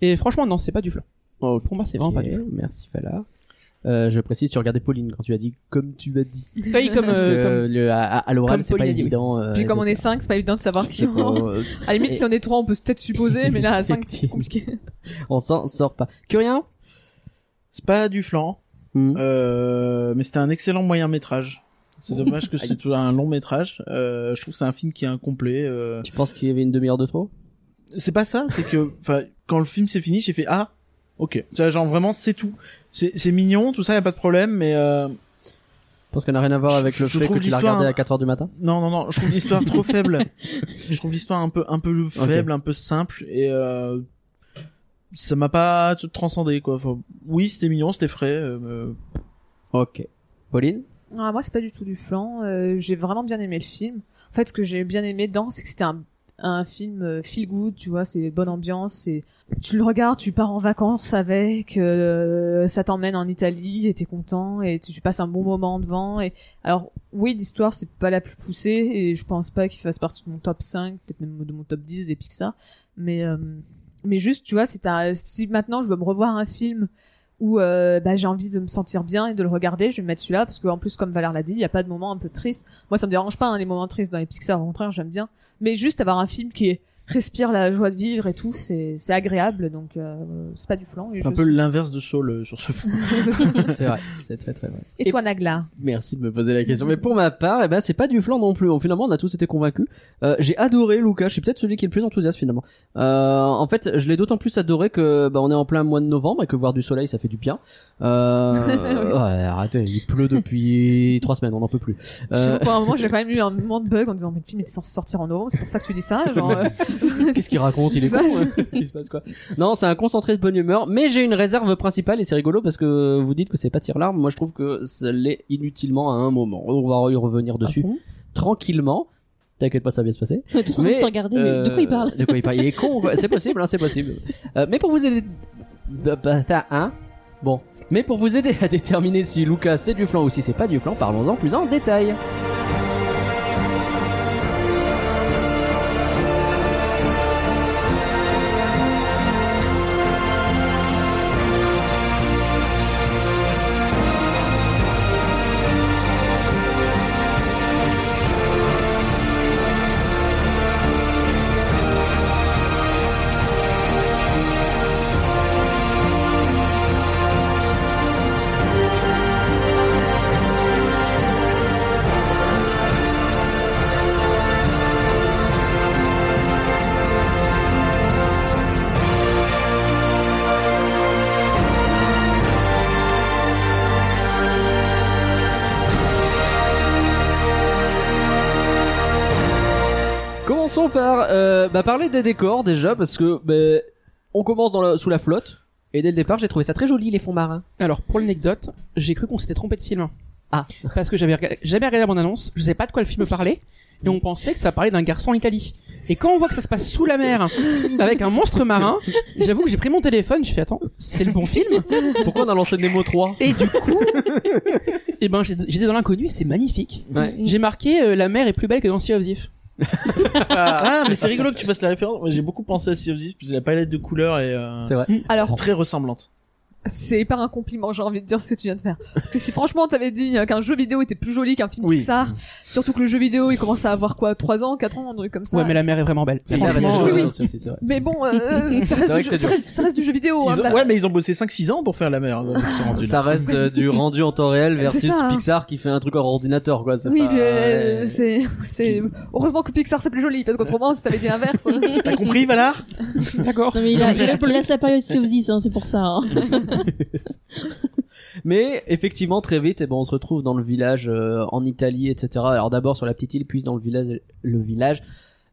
Speaker 5: Et franchement, non, c'est pas du flan.
Speaker 2: Ok.
Speaker 5: Pour moi, c'est vraiment pas du flan.
Speaker 2: Merci Valar. Euh, je précise, tu regardais Pauline quand tu as dit comme tu as dit.
Speaker 5: Oui, comme,
Speaker 2: Parce
Speaker 5: euh,
Speaker 2: que le, à, à l'oral,
Speaker 5: comme
Speaker 2: c'est pas
Speaker 5: Pauline a dit, oui.
Speaker 2: évident. euh,
Speaker 3: Puis comme on est
Speaker 2: etc.
Speaker 3: 5, c'est pas évident de savoir qui
Speaker 2: C'est pas-
Speaker 3: on...
Speaker 2: euh,
Speaker 3: À la limite,
Speaker 2: Et-
Speaker 3: si on est 3, on peut peut-être supposer, mais là, à 5, c'est
Speaker 2: Effectivement.
Speaker 3: compliqué.
Speaker 2: on s'en sort pas. Curien
Speaker 1: C'est pas du flan, euh, mais c'était un excellent moyen métrage. C'est dommage que c'est un long métrage. Euh, je trouve que c'est un film qui est incomplet. euh.
Speaker 2: Tu penses qu'il y avait une demi-heure de trop
Speaker 1: C'est pas ça, c'est que, enfin, quand le film s'est fini, j'ai fait ah, ok. Tu vois, genre vraiment c'est tout. C'est c'est mignon, tout ça, y a pas de problème, mais euh,
Speaker 2: Je pense qu'on n'a rien à voir
Speaker 1: Je-
Speaker 2: avec le
Speaker 1: je
Speaker 2: fait que
Speaker 1: trouve
Speaker 2: tu l'as
Speaker 1: l'histoire-
Speaker 2: regardé à 4h du matin.
Speaker 1: non, non, non. Je trouve l'histoire trop faible. Je trouve l'histoire un peu, un peu faible, un peu simple et euh, ça m'a pas transcendé quoi. Enfin, oui, c'était mignon, c'était frais. euh,
Speaker 2: Ok. Pauline
Speaker 3: Ah, moi, c'est pas du tout du flan. Euh, j'ai vraiment bien aimé le film. En fait, ce que j'ai bien aimé dedans, c'est que c'était un, un film euh, feel good, tu vois, c'est bonne ambiance. C'est... Tu le regardes, tu pars en vacances avec, euh, ça t'emmène en Italie et t'es content et tu, tu passes un bon moment devant. Et... Alors, oui, l'histoire, c'est pas la plus poussée et je pense pas qu'il fasse partie de mon top 5, peut-être même de mon top 10 des Pixar. Mais, euh, mais juste, tu vois, c'est un... si maintenant je veux me revoir un film où euh, bah, j'ai envie de me sentir bien et de le regarder, je vais me mettre celui-là parce qu'en plus, comme Valère l'a dit, il n'y a pas de moment un peu triste. Moi, ça me dérange pas hein, les moments tristes dans les Pixar, au contraire, j'aime bien. Mais juste avoir un film qui est- respire la joie de vivre et tout, c'est c'est agréable, donc euh, c'est pas du flan. Et,
Speaker 1: un
Speaker 3: je
Speaker 1: peu
Speaker 3: suis-
Speaker 1: l'inverse de Saul euh, sur ce point.
Speaker 2: C'est vrai, c'est très très vrai.
Speaker 3: et toi, Nagla
Speaker 2: Merci de me poser la question. Mais pour ma part, eh ben, c'est pas du flan non plus. Bon, Finalement, on a tous été convaincus. Euh, j'ai adoré Lucas. Je suis peut-être celui qui est le plus enthousiaste finalement. Euh, en fait, je l'ai d'autant plus adoré que bah, on est en plein mois de novembre et que voir du soleil, ça fait du bien. Euh, ouais, arrêtez, il pleut depuis trois semaines, on n'en peut plus.
Speaker 3: Je sais
Speaker 2: Euh,
Speaker 3: pas, Pour un moment, j'ai quand même eu un moment de bug en disant mais le film était censé sortir en novembre, c'est pour ça que tu dis ça, genre. euh,
Speaker 2: Qu'est-ce qu'il raconte Il est
Speaker 3: C'est
Speaker 2: con. hein Qu'est-ce qui se passe, quoi Non, c'est un concentré de bonne humeur, mais j'ai une réserve principale et c'est rigolo parce que vous dites que c'est pas tire larme. Moi, je trouve que ça l'est inutilement à un moment. On va y revenir
Speaker 4: Ah
Speaker 2: dessus tranquillement. T'inquiète pas, ça va bien se passer.
Speaker 4: on est tous en train de se regarder. Mais de quoi il
Speaker 2: euh,
Speaker 4: parle
Speaker 2: De quoi il parle Il est con. quoi. C'est possible, hein, c'est possible. Euh, mais pour vous aider, de, bah, t'as un. Bon, mais pour vous aider à déterminer si Lucas c'est du flan ou si c'est pas du flan, parlons-en plus en détail. Commençons par euh, bah, parler des décors déjà parce que bah, on commence dans la- sous la flotte et dès le départ j'ai trouvé ça très joli les fonds marins.
Speaker 5: Alors, pour l'anecdote, j'ai cru qu'on s'était trompé de film.
Speaker 2: Ah.
Speaker 5: Parce que j'avais rega- jamais regardé mon annonce, je savais pas de quoi le film parlait, et on pensait que ça parlait d'un garçon en Italie. Et quand on voit que ça se passe sous la mer, avec un monstre marin, j'avoue que j'ai pris mon téléphone, je fais attends, c'est le bon film
Speaker 2: Pourquoi on a lancé Nemo 3
Speaker 5: Et du coup, et ben j'ai- j'étais dans l'inconnu et c'est magnifique.
Speaker 2: Ouais.
Speaker 5: J'ai marqué euh, la mer est plus belle que dans Sea of Thief.
Speaker 1: Ah, mais c'est rigolo que tu fasses la référence. Moi, J'ai beaucoup pensé à Sea of Thieves, parce que la palette de couleurs est euh,
Speaker 2: C'est vrai.
Speaker 3: Alors,
Speaker 1: très ressemblante.
Speaker 3: c'est pas un compliment, j'ai envie de dire ce que tu viens de faire. Parce que si franchement t'avais dit euh, qu'un jeu vidéo était plus joli qu'un film
Speaker 1: Oui.
Speaker 3: Pixar, surtout que le jeu vidéo il commence à avoir quoi, 3 ans, 4 ans, un truc comme ça.
Speaker 5: Ouais, mais la mer est vraiment belle.
Speaker 2: Il a raison,
Speaker 5: Franchement,
Speaker 3: oui,
Speaker 5: euh,
Speaker 3: oui.
Speaker 2: c'est aussi, c'est vrai.
Speaker 3: Mais bon, euh, ça, reste
Speaker 2: vrai
Speaker 3: du
Speaker 2: que c'est
Speaker 3: jeu, ça
Speaker 2: dur.
Speaker 3: reste- ça reste du jeu vidéo. hein,
Speaker 1: Ils ont-
Speaker 3: là.
Speaker 1: Ouais, mais ils ont bossé 5-6 ans pour faire la mer. donc, ils sont rendus là.
Speaker 2: Ça reste euh, du rendu en temps réel versus
Speaker 3: ça. hein.
Speaker 2: Pixar qui fait un truc en ordinateur quoi. c'est
Speaker 3: Oui,
Speaker 2: pas-
Speaker 3: mais, euh,
Speaker 2: ouais.
Speaker 3: c'est, c'est, heureusement que Pixar c'est plus joli, parce qu'autrement, si t'avais dit l'inverse.
Speaker 1: T'as compris, Valar
Speaker 5: D'accord.
Speaker 4: Non mais il, a, il, a- il laisse la période Sea of Thieves, hein, c'est pour ça. hein.
Speaker 2: Mais effectivement, très vite, eh ben, on se retrouve dans le village euh, en Italie, etc. Alors d'abord sur la petite île, puis dans le village. Le village.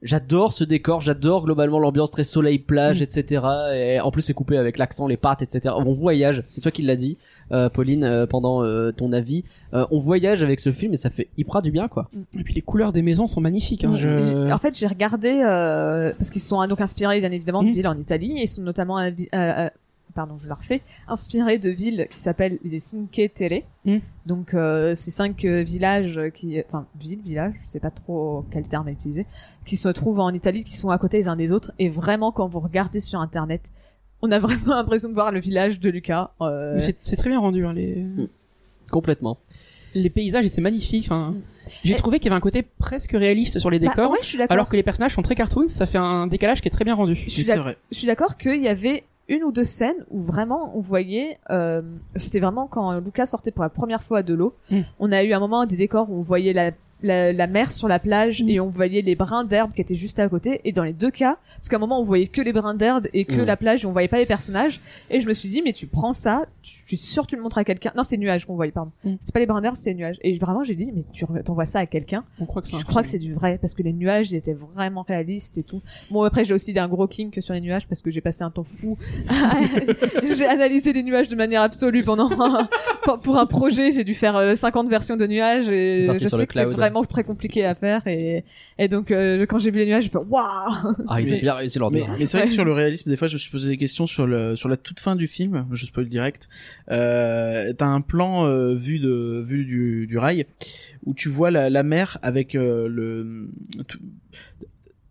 Speaker 2: J'adore ce décor, j'adore globalement l'ambiance très soleil plage, etc. Et en plus c'est coupé avec l'accent, les pattes, etc. On voyage, c'est toi qui l'as dit, euh, Pauline, euh, pendant euh, ton avis. Euh, on voyage avec ce film et ça fait hyper du bien, quoi.
Speaker 5: Et puis les couleurs des maisons sont magnifiques. Hein,
Speaker 3: J'ai-
Speaker 5: je...
Speaker 3: En fait, j'ai regardé euh, parce qu'ils sont euh, donc inspirés bien évidemment de
Speaker 5: Mm.
Speaker 3: villes en Italie et sont notamment invi- euh, euh, pardon, je la refais, inspirés de villes qui s'appellent les Cinque Terre.
Speaker 5: Mm.
Speaker 3: Donc euh, ces cinq euh, villages qui enfin villes, villages, je sais pas trop quel terme à utiliser, qui se trouvent en Italie qui sont à côté les uns des autres et vraiment quand vous regardez sur internet, on a vraiment l'impression de voir le village de Lucas. euh,
Speaker 5: Mais c'est- C'est très bien rendu. hein, les...
Speaker 2: Complètement.
Speaker 5: les paysages étaient magnifiques. Enfin, j'ai
Speaker 3: Et-
Speaker 5: trouvé qu'il y avait un côté presque réaliste sur les
Speaker 3: Eh. bah,
Speaker 5: décors,
Speaker 3: ouais, je suis d'accord.
Speaker 5: alors que les personnages sont très cartoons. Ça fait un décalage qui est très bien rendu.
Speaker 3: Je suis
Speaker 1: c'est
Speaker 3: d'ac-
Speaker 1: vrai.
Speaker 3: je suis d'accord qu'il y avait une ou deux scènes où vraiment on voyait, euh, c'était vraiment quand Lucas sortait pour la première fois de l'eau,
Speaker 5: Mm.
Speaker 3: on a eu un moment des décors où on voyait la, la, la mer sur la plage
Speaker 4: Mm.
Speaker 3: et on voyait les brins d'herbe qui étaient juste à côté. Et dans les deux cas, parce qu'à un moment on voyait que les brins d'herbe et que
Speaker 2: Mm.
Speaker 3: la plage, et on voyait pas les personnages. Et je me suis dit, mais tu prends ça, tu, je suis sûr que tu le montres à quelqu'un. Non, c'était les nuages qu'on voyait, pardon.
Speaker 5: Mm.
Speaker 3: C'était pas les brins d'herbe, c'était les nuages. Et vraiment j'ai dit, mais tu re- t'envoies ça à quelqu'un.
Speaker 5: On croit que c'est un
Speaker 3: Je crois que
Speaker 5: film.
Speaker 3: c'est du vrai parce que les nuages ils étaient vraiment réalistes et tout. Bon après j'ai aussi d'un gros kink sur les nuages parce que j'ai passé un temps fou. j'ai analysé les nuages de manière absolue pendant un- pour- pour un projet, j'ai dû faire euh, 50 versions de nuages
Speaker 2: T'es
Speaker 3: et
Speaker 2: parti
Speaker 3: je
Speaker 2: sur le
Speaker 3: sais que c'est
Speaker 2: cloud.
Speaker 3: vraiment très compliqué à faire et et donc euh, quand j'ai vu les nuages, j'ai fait waouh.
Speaker 2: Ah, ils
Speaker 1: Mais-
Speaker 2: ont bien réussi leur
Speaker 1: Mais,
Speaker 2: décor.
Speaker 1: mais c'est vrai que sur le réalisme, des fois, je me suis posé des questions sur le sur la toute fin du film. Je spoil direct. Euh, T'as un plan euh, vu de vu du, du rail où tu vois la, la mer avec euh, le tout,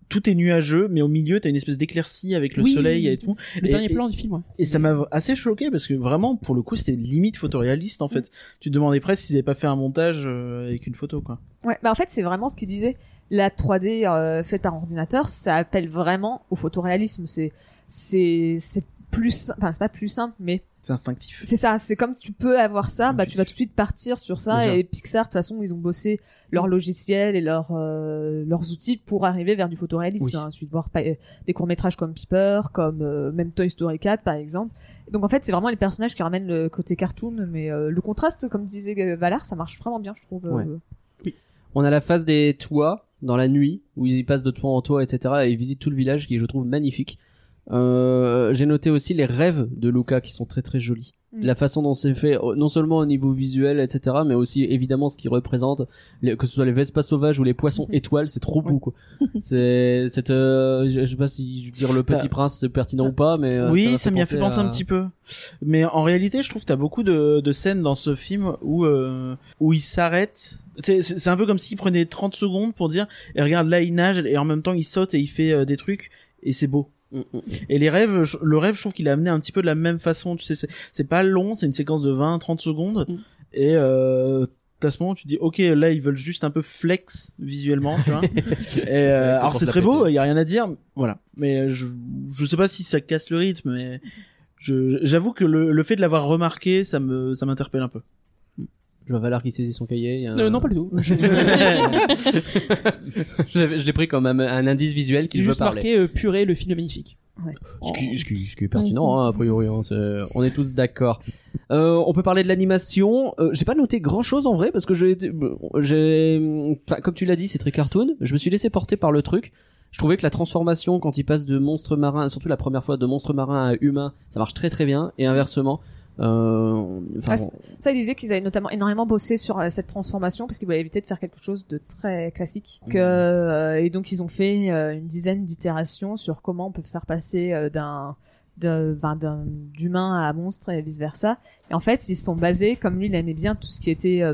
Speaker 1: tout est nuageux, mais au milieu t'as une espèce d'éclaircie avec le
Speaker 5: Oui.
Speaker 1: soleil et tout.
Speaker 5: le
Speaker 1: et-
Speaker 5: dernier
Speaker 1: et-
Speaker 5: plan du film. ouais.
Speaker 1: Et ça m'a assez choqué parce que vraiment, pour le coup, c'était limite photoréaliste en fait. Tu te demandais presque s'ils avaient pas fait un montage euh, avec une photo quoi.
Speaker 3: Ouais, bah en fait c'est vraiment ce qu'il disait. La 3D euh, faite par ordinateur, ça appelle vraiment au photoréalisme. C'est c'est c'est plus, sim- enfin c'est pas plus simple, mais
Speaker 1: C'est instinctif.
Speaker 3: C'est ça, c'est comme tu peux avoir ça, bah tu vas tout de suite partir sur ça
Speaker 1: Déjà.
Speaker 3: et Pixar de toute façon ils ont bossé leur logiciel et leurs euh, leurs outils pour arriver vers du photoréalisme.
Speaker 1: Oui.
Speaker 3: hein. Ensuite voir pa- euh, des courts métrages comme Piper, comme euh, même Toy Story 4 par exemple. Donc en fait c'est vraiment les personnages qui ramènent le côté cartoon, mais euh, le contraste comme disait euh, Valar ça marche vraiment bien je trouve. euh,
Speaker 2: Ouais. On a la phase des toits dans la nuit où ils passent de toit en toit, etc. Et ils visitent tout le village qui est, je trouve, magnifique. Euh, J'ai noté aussi les rêves de Luca qui sont très très jolis.
Speaker 3: Mm.
Speaker 2: La façon dont c'est fait, euh, non seulement au niveau visuel, etc., mais aussi évidemment ce qu'ils représentent, les- que ce soit les Vespas sauvages ou les poissons étoiles, c'est trop beau quoi. c'est, c'est, euh, je, je sais pas si je veux dire le
Speaker 1: T'as-
Speaker 2: Petit Prince c'est pertinent ou pas, mais euh,
Speaker 1: Oui,
Speaker 2: m'a
Speaker 1: ça m'y a fait penser
Speaker 2: à-
Speaker 1: un petit peu. Mais en réalité, je trouve que t'as beaucoup de, de scènes dans ce film où euh, où il s'arrête. C'est c'est un peu comme s'il prenait 30 secondes pour dire et regarde là il nage et en même temps il saute et il fait euh, des trucs et c'est beau.
Speaker 2: Mm, mm.
Speaker 1: Et les rêves, je- le rêve, je trouve qu'il a amené un petit peu de la même façon. Tu sais, c'est- c'est pas long, c'est une séquence de 20-30 secondes.
Speaker 5: Mm.
Speaker 1: Et euh, à ce moment, tu te dis, ok, là, ils veulent juste un peu flex visuellement, tu vois. et, euh,
Speaker 2: vrai que c'est
Speaker 1: alors
Speaker 2: pour
Speaker 1: c'est
Speaker 2: se la
Speaker 1: très beau,
Speaker 2: péter.
Speaker 1: il y a rien à dire. Voilà. Mais euh, je, je sais pas si ça casse le rythme, mais je- j'avoue que le, le fait de l'avoir remarqué, ça me, ça m'interpelle un peu.
Speaker 2: Je vois Valar qui saisit son cahier. il y a un-
Speaker 5: Euh, non, pas du tout. J'ai
Speaker 2: je, je l'ai pris comme un, un indice visuel qui veut
Speaker 5: juste
Speaker 2: parler.
Speaker 5: marqué euh, purée, le film est magnifique.
Speaker 2: Ce qui, ce qui- ce qui est pertinent, hein, a priori, hein, c'est- on est tous d'accord. Euh, on peut parler de l'animation. Euh, j'ai pas noté grand chose en vrai parce que j'ai, été- bon, j'ai, enfin, comme tu l'as dit, c'est très cartoon. Je me suis laissé porter par le truc. Je trouvais que la transformation quand il passe de monstre marin, surtout la première fois de monstre marin à humain, ça marche très très bien et inversement. Euh, enfin,
Speaker 3: Ah,
Speaker 2: bon,
Speaker 3: Ça ils disaient qu'ils avaient notamment énormément bossé sur euh, cette transformation parce qu'ils voulaient éviter de faire quelque chose de très classique. Que, euh, et donc ils ont fait euh, une dizaine d'itérations sur comment on peut faire passer euh, d'un de- ben, d'un- d'humain à monstre et vice versa. Et en fait, ils se sont basés, comme lui, il aimait bien tout ce qui était euh,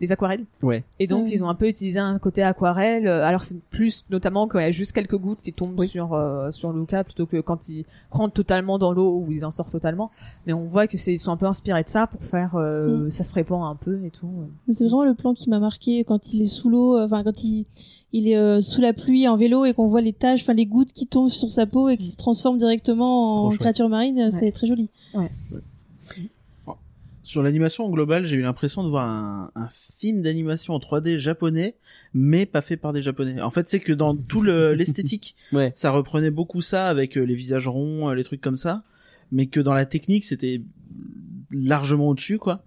Speaker 3: les aquarelles.
Speaker 2: Ouais.
Speaker 3: Et donc,
Speaker 4: Oui.
Speaker 3: ils ont un peu utilisé un côté aquarelle. euh, Alors, c'est plus notamment quand il y a juste quelques gouttes qui tombent sur euh, sur Luca, plutôt que quand il rentre totalement dans l'eau ou ils en sortent totalement. Mais on voit que c'est ils sont un peu inspirés de ça pour faire euh, ça se répand un peu et tout.
Speaker 4: Mais C'est vraiment le plan qui m'a marqué quand il est sous l'eau, euh, enfin quand il, il est euh, sous la pluie en vélo et qu'on voit les taches, enfin les gouttes qui tombent sur sa peau et qui se transforment
Speaker 2: C'est trop
Speaker 4: directement en
Speaker 2: chouette.
Speaker 4: créature marine, euh,
Speaker 3: Ouais.
Speaker 4: c'est très joli.
Speaker 1: Sur l'animation en global, j'ai eu l'impression de voir un, un film d'animation en 3D japonais, mais pas fait par des japonais. En fait, c'est que dans tout le- l'esthétique,
Speaker 2: Ouais.
Speaker 1: ça reprenait beaucoup ça avec euh, les visages ronds, euh, les trucs comme ça, mais que dans la technique, c'était largement au-dessus, quoi.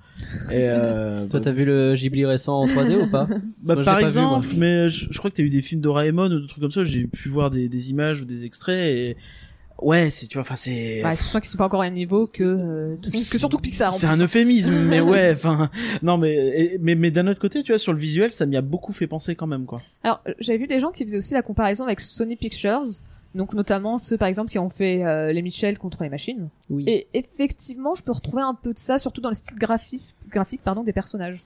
Speaker 1: Et, euh,
Speaker 2: Toi, t'as vu le Ghibli récent en 3D ou pas
Speaker 1: bah,
Speaker 2: Parce que moi, je l'ai
Speaker 1: par
Speaker 2: pas vu, moi.
Speaker 1: exemple, mais je, je crois que t'as eu des films d'Oraemon ou des trucs comme ça, j'ai pu voir des, des images ou des extraits et ouais, c'est tu vois, enfin c'est
Speaker 3: Bah, je crois qu'ils sont pas encore à un niveau que, euh, tout- que surtout que Pixar. en
Speaker 1: c'est
Speaker 3: plus.
Speaker 1: un euphémisme, mais ouais, enfin non mais et- mais mais d'un autre côté, tu vois, sur le visuel, ça m'y a beaucoup fait penser quand même quoi.
Speaker 3: Alors, euh, j'avais vu des gens qui faisaient aussi la comparaison avec Sony Pictures, donc notamment ceux par exemple qui ont fait euh, les Mitchell contre les machines.
Speaker 2: Oui.
Speaker 3: Et effectivement, je peux retrouver un peu de ça, surtout dans le style graphisme, graphique pardon, des personnages.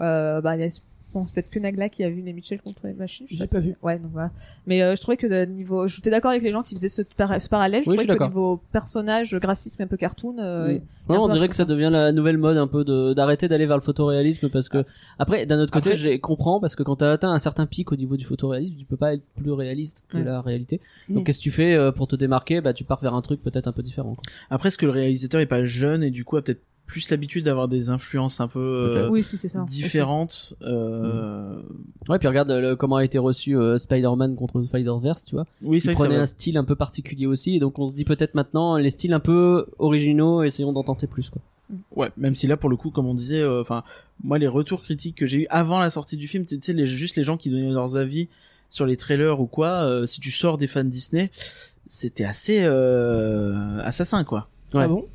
Speaker 3: Euh, bah, il y a- je pense peut-être que Nagla qui a vu les Mitchell contre les machines. Je sais
Speaker 5: J'ai pas
Speaker 3: si-
Speaker 5: vu.
Speaker 3: Ouais, donc voilà. Mais euh, je trouvais que euh, niveau, j'étais d'accord avec les gens qui faisaient ce, para- ce parallèle. Je
Speaker 2: Oui, je
Speaker 3: trouvais
Speaker 2: suis
Speaker 3: que
Speaker 2: d'accord.
Speaker 3: niveau personnage, graphisme un peu cartoon, euh,
Speaker 2: Mm. Ouais,
Speaker 3: un
Speaker 2: on
Speaker 3: peu un
Speaker 2: dirait
Speaker 3: truc
Speaker 2: que ça devient la nouvelle mode un peu de d'arrêter d'aller vers le photoréalisme parce que après d'un autre côté
Speaker 5: Après-
Speaker 2: je les comprends parce que quand t'as atteint un certain pic au niveau du photoréalisme tu peux pas être plus réaliste que
Speaker 3: Ouais.
Speaker 2: la réalité donc
Speaker 5: Mm.
Speaker 2: qu'est-ce que tu fais euh, pour te démarquer bah tu pars vers un truc peut-être un peu différent quoi.
Speaker 1: Après est-ce que le réalisateur est pas jeune et du coup a peut-être plus l'habitude d'avoir des influences un peu euh,
Speaker 3: oui, si c'est ça.
Speaker 1: différentes euh...
Speaker 2: ouais puis regarde euh, le- comment a été reçu euh, Spider-Man contre Spider-Verse tu vois
Speaker 1: Oui,
Speaker 2: il
Speaker 1: c'est vrai que
Speaker 2: prenait
Speaker 1: ça va.
Speaker 2: un style un peu particulier aussi et donc on se dit peut-être maintenant les styles un peu originaux essayons d'en tenter plus quoi
Speaker 1: Ouais, même si là pour le coup, comme on disait, euh, enfin, moi les retours critiques que j'ai eu avant la sortie du film, tu sais, les, juste les gens qui donnaient leurs avis sur les trailers ou quoi. euh, si tu sors des fans Disney, c'était assez euh, assassin quoi.
Speaker 2: Ouais.
Speaker 5: Ah bon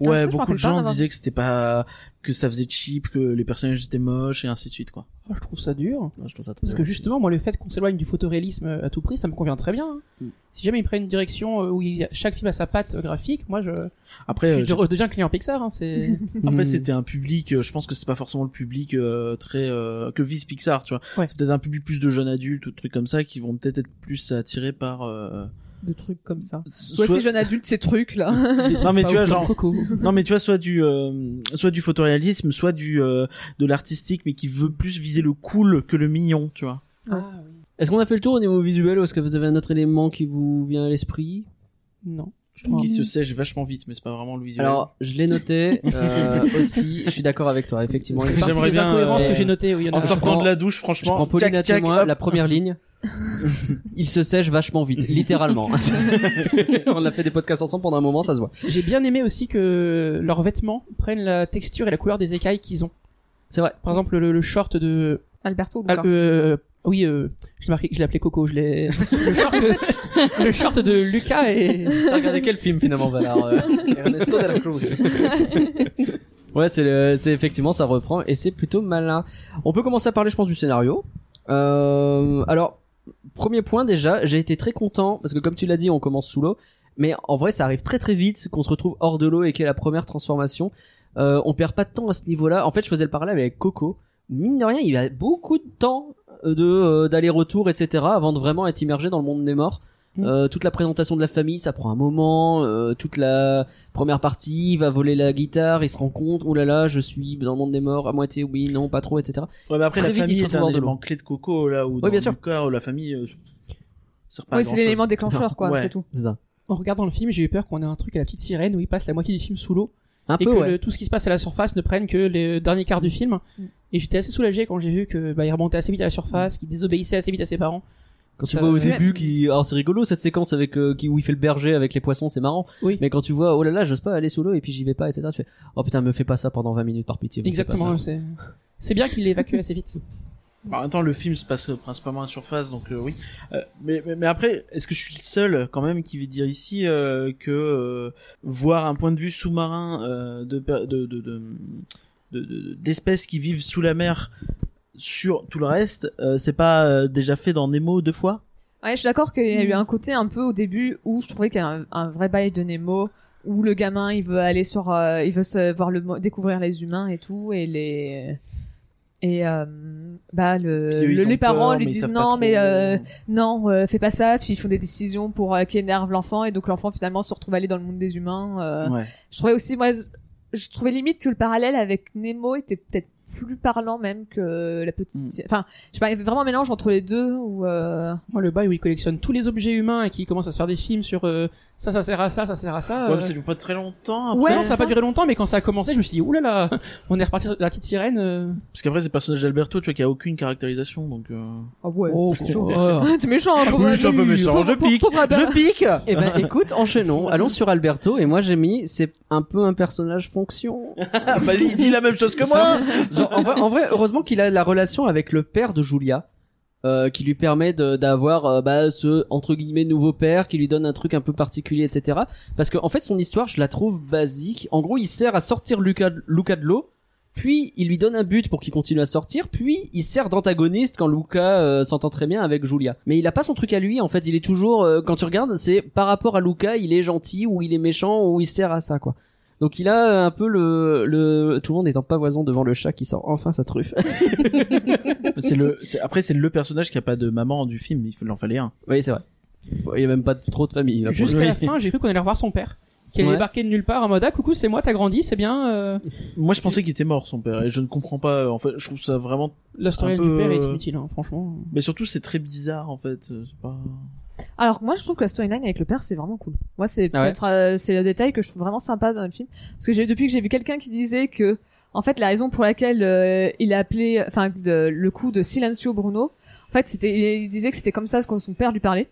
Speaker 1: Ouais,
Speaker 3: ça, je me
Speaker 1: beaucoup
Speaker 3: rappelle
Speaker 1: de
Speaker 3: pas en
Speaker 1: gens
Speaker 3: avoir.
Speaker 1: disaient que c'était pas que ça faisait cheap, que les personnages étaient moches et ainsi de suite quoi.
Speaker 5: Ah, Je trouve ça dur.
Speaker 2: Ouais, je trouve ça trop
Speaker 5: Parce que justement, moi, le fait qu'on s'éloigne du photoréalisme euh, à tout prix, ça me convient très bien. hein.
Speaker 2: Mm.
Speaker 5: Si jamais ils prennent une direction euh, où il y a- chaque film a sa patte euh, graphique, moi, je,
Speaker 1: Après,
Speaker 5: je
Speaker 1: euh,
Speaker 5: redeviens client Pixar. Hein, c'est...
Speaker 1: j'ai- après c'était un public, euh, je pense que c'est pas forcément le public euh, très euh, que vise Pixar, tu vois.
Speaker 5: Ouais.
Speaker 1: C'est peut-être un public plus de jeunes adultes ou de trucs comme ça qui vont peut-être être plus attirés par. euh,
Speaker 3: De trucs comme ça.
Speaker 1: soit-
Speaker 3: Voici jeune adulte, ces trucs là.
Speaker 1: Non mais tu vois genre
Speaker 5: Coco.
Speaker 1: Non mais tu vois soit du euh, soit du photoréalisme, soit du euh, de l'artistique mais qui veut plus viser le cool que le mignon, tu vois.
Speaker 5: Ah oui.
Speaker 2: est-ce qu'on a fait le tour au niveau visuel ou est-ce que vous avez un autre élément qui vous vient à l'esprit
Speaker 5: Non.
Speaker 1: Je trouve
Speaker 5: Ouais.
Speaker 1: qu'il se sèche vachement vite mais c'est pas vraiment le visuel.
Speaker 2: Alors, je l'ai noté euh, aussi. Je suis d'accord avec toi, effectivement. Il y a
Speaker 1: J'aimerais
Speaker 5: J'aimerais
Speaker 1: bien,
Speaker 5: bien. incohérences
Speaker 2: euh,
Speaker 5: que j'ai notées, oui, il y en a.
Speaker 1: en
Speaker 2: je
Speaker 1: sortant
Speaker 2: prends-
Speaker 1: de la douche
Speaker 2: Je
Speaker 1: franchement,
Speaker 2: prends Pauline
Speaker 1: tac,
Speaker 2: à
Speaker 1: tac,
Speaker 2: témoin,
Speaker 1: hop.
Speaker 2: la première ligne. Il se sèche vachement vite, littéralement. On a fait des podcasts ensemble pendant un moment, ça se voit.
Speaker 5: J'ai bien aimé aussi que leurs vêtements prennent la texture et la couleur des écailles qu'ils ont.
Speaker 2: C'est vrai.
Speaker 5: Par exemple, le, le short de.
Speaker 3: Alberto.
Speaker 5: Ah, euh, oui, euh, je l'ai marqué, je l'ai appelé Coco. Je l'ai. le, short de... le short de Lucas et.
Speaker 2: T'as regardé quel film finalement, Valard euh,
Speaker 6: Ernesto de la Cruz.
Speaker 2: Ouais, c'est le- c'est effectivement ça reprend et c'est plutôt malin. On peut commencer à parler, je pense, du scénario. Euh, alors, premier point déjà, j'ai été très content parce que comme tu l'as dit, on commence sous l'eau, mais en vrai, ça arrive très très vite qu'on se retrouve hors de l'eau et qu'il y ait la première transformation. Euh, on perd pas de temps à ce niveau-là. En fait, je faisais le parallèle avec Coco. Mine de rien, il y a beaucoup de temps euh, de euh, d'aller-retour, etc., avant de vraiment être immergé dans le monde des morts.
Speaker 5: Mm.
Speaker 2: Euh, toute la présentation de la famille, ça prend un moment. euh, toute la Première partie, il va voler la guitare, il se rend compte, oh là là, je suis dans le monde des morts, à moitié, oui, non, pas trop, etc.
Speaker 1: Ouais, mais après
Speaker 2: Très
Speaker 1: la
Speaker 2: vite, il
Speaker 1: famille
Speaker 2: se
Speaker 1: est
Speaker 2: retrouve
Speaker 1: un
Speaker 2: hors de
Speaker 1: élément
Speaker 2: l'eau.
Speaker 1: clé de coco là ou
Speaker 2: Oui, bien
Speaker 1: dans
Speaker 2: sûr.
Speaker 1: le corps la famille euh, sert
Speaker 2: ah
Speaker 1: pas à
Speaker 3: oui, c'est
Speaker 1: grand-chose.
Speaker 3: l'élément déclencheur quoi,
Speaker 1: Ouais.
Speaker 3: c'est tout.
Speaker 2: C'est ça.
Speaker 5: En regardant le film, j'ai eu peur qu'on ait un truc à la petite sirène où il passe la moitié du film sous l'eau
Speaker 2: Un
Speaker 5: et
Speaker 2: peu,
Speaker 5: que
Speaker 2: ouais.
Speaker 5: le- tout ce qui se passe à la surface ne prenne que les euh, derniers quarts du film.
Speaker 3: Mm.
Speaker 5: Et j'étais assez soulagé quand j'ai vu que bah, il remontait assez vite à la surface, qu'il désobéissait assez vite à ses parents.
Speaker 2: Quand tu
Speaker 5: ça-
Speaker 2: vois au
Speaker 5: Ouais.
Speaker 2: début, qui... alors c'est rigolo cette séquence avec euh, qui... où il fait le berger avec les poissons, c'est marrant.
Speaker 5: Oui.
Speaker 2: Mais quand tu vois, oh là là, j'ose pas aller sous l'eau et puis j'y vais pas, etc., tu fais, oh putain, me fais pas ça pendant 20 minutes par pitié. me fais pas
Speaker 5: Exactement.
Speaker 2: ça.
Speaker 5: C'est c'est bien qu'il l'évacue assez vite.
Speaker 1: Bah, En même temps, le film se passe euh, principalement à la surface, donc euh, oui. Euh, mais, mais, mais après, est-ce que je suis le seul quand même qui veut dire ici euh, que euh, voir un point de vue sous-marin euh, de per- de de- de- de- de- d'espèces qui vivent sous la mer sur tout le reste, euh, c'est pas euh, déjà fait dans Nemo deux fois
Speaker 3: Ouais, je suis d'accord qu'il y a eu un côté un peu au début où je trouvais qu'il y a un, un vrai bail de Nemo où le gamin il veut aller sur, euh, il veut se- voir le mo- découvrir les humains et tout et les et euh, bah le,
Speaker 1: Puis eux,
Speaker 3: le-
Speaker 1: ils ont
Speaker 3: les parents
Speaker 1: peur,
Speaker 3: lui
Speaker 1: mais ils
Speaker 3: disent
Speaker 1: savent
Speaker 3: non
Speaker 1: pas
Speaker 3: mais
Speaker 1: trop.
Speaker 3: euh, non euh, fais pas ça puis ils font des décisions pour euh, qui énervent l'enfant et donc l'enfant finalement se retrouve aller dans le monde des humains. euh,
Speaker 1: ouais.
Speaker 3: Je trouvais aussi moi je, je trouvais limite que le parallèle avec Nemo était peut-être plus parlant même que la
Speaker 1: Mm.
Speaker 3: petite. Enfin, je sais pas, il y avait vraiment un mélange entre les deux où. euh,
Speaker 5: Moi, le bail où il collectionne tous les objets humains et qui commence à se faire des films sur euh, ça, ça sert à ça, ça sert à ça.
Speaker 1: Ouais,
Speaker 5: euh,
Speaker 1: mais ça dure pas très longtemps.
Speaker 5: non,
Speaker 1: Après.
Speaker 3: Ouais,
Speaker 5: ça a pas
Speaker 3: ça.
Speaker 5: duré longtemps, mais quand ça a commencé, je me suis dit, oulala, on est reparti sur la petite sirène. euh,
Speaker 1: Parce qu'après, c'est le personnage d'Alberto, tu vois, qui a aucune caractérisation, donc. Euh...
Speaker 3: Ah ouais,
Speaker 5: oh,
Speaker 3: c'est chaud.
Speaker 5: horreur.
Speaker 3: T'es méchant, hein, pauvre
Speaker 1: Oui, Ah, je suis un peu
Speaker 3: Abu.
Speaker 1: méchant,
Speaker 3: Pauvre-
Speaker 1: je
Speaker 3: pauvre-
Speaker 1: pique.
Speaker 3: pauvre Abu.
Speaker 1: pique.
Speaker 2: Eh ben écoute, enchaînons. Allons sur Alberto et moi j'ai mis c'est un peu un personnage fonction.
Speaker 1: Ah, Vas-y, il dit la même chose que moi.
Speaker 2: Genre, en, vrai, en vrai, heureusement qu'il a la relation avec le père de Julia. euh, qui lui permet de- d'avoir euh, bah, ce entre guillemets nouveau père qui lui donne un truc un peu particulier etc parce que en fait son histoire je la trouve basique en gros il sert à sortir Luca, Luca de l'eau puis il lui donne un but pour qu'il continue à sortir puis il sert d'antagoniste quand Luca euh, s'entend très bien avec Julia mais il a pas son truc à lui en fait il est toujours euh, quand tu regardes c'est par rapport à Luca il est gentil ou il est méchant ou il sert à ça quoi donc il a euh, un peu le, le tout le monde est en pavoison devant le chat qui sort enfin sa truffe.
Speaker 1: C'est le. c'est- Après, c'est le personnage qui a pas de maman du film. Il en fallait un.
Speaker 2: oui c'est vrai. Bon, il y a même pas de- trop de famille. Là, pour
Speaker 5: euh, Jusqu'à
Speaker 2: le
Speaker 5: la
Speaker 2: coup.
Speaker 5: fin, j'ai cru qu'on allait revoir son père. Qui allait
Speaker 2: Ouais.
Speaker 5: débarquer de nulle part en mode, ah, coucou, c'est moi, t'as grandi, c'est bien, euh,
Speaker 1: Moi, je pensais qu'il était mort, son père, et je ne comprends pas. En fait, je trouve ça vraiment.
Speaker 5: la story
Speaker 1: Un peu,
Speaker 5: du père est
Speaker 1: euh,
Speaker 5: inutile, hein, franchement.
Speaker 1: Mais surtout, c'est très bizarre, en fait. euh, C'est pas.
Speaker 3: Alors que moi, je trouve que la storyline avec le père, c'est vraiment cool. Moi, c'est
Speaker 2: Ah ouais
Speaker 3: peut-être euh, c'est le détail que je trouve vraiment sympa dans le film, parce que j'ai depuis que j'ai vu quelqu'un qui disait que en fait la raison pour laquelle euh, il a appelé, enfin de- le coup de Silencio Bruno, en fait, c'était il disait que c'était comme ça ce qu'on son père lui parlait.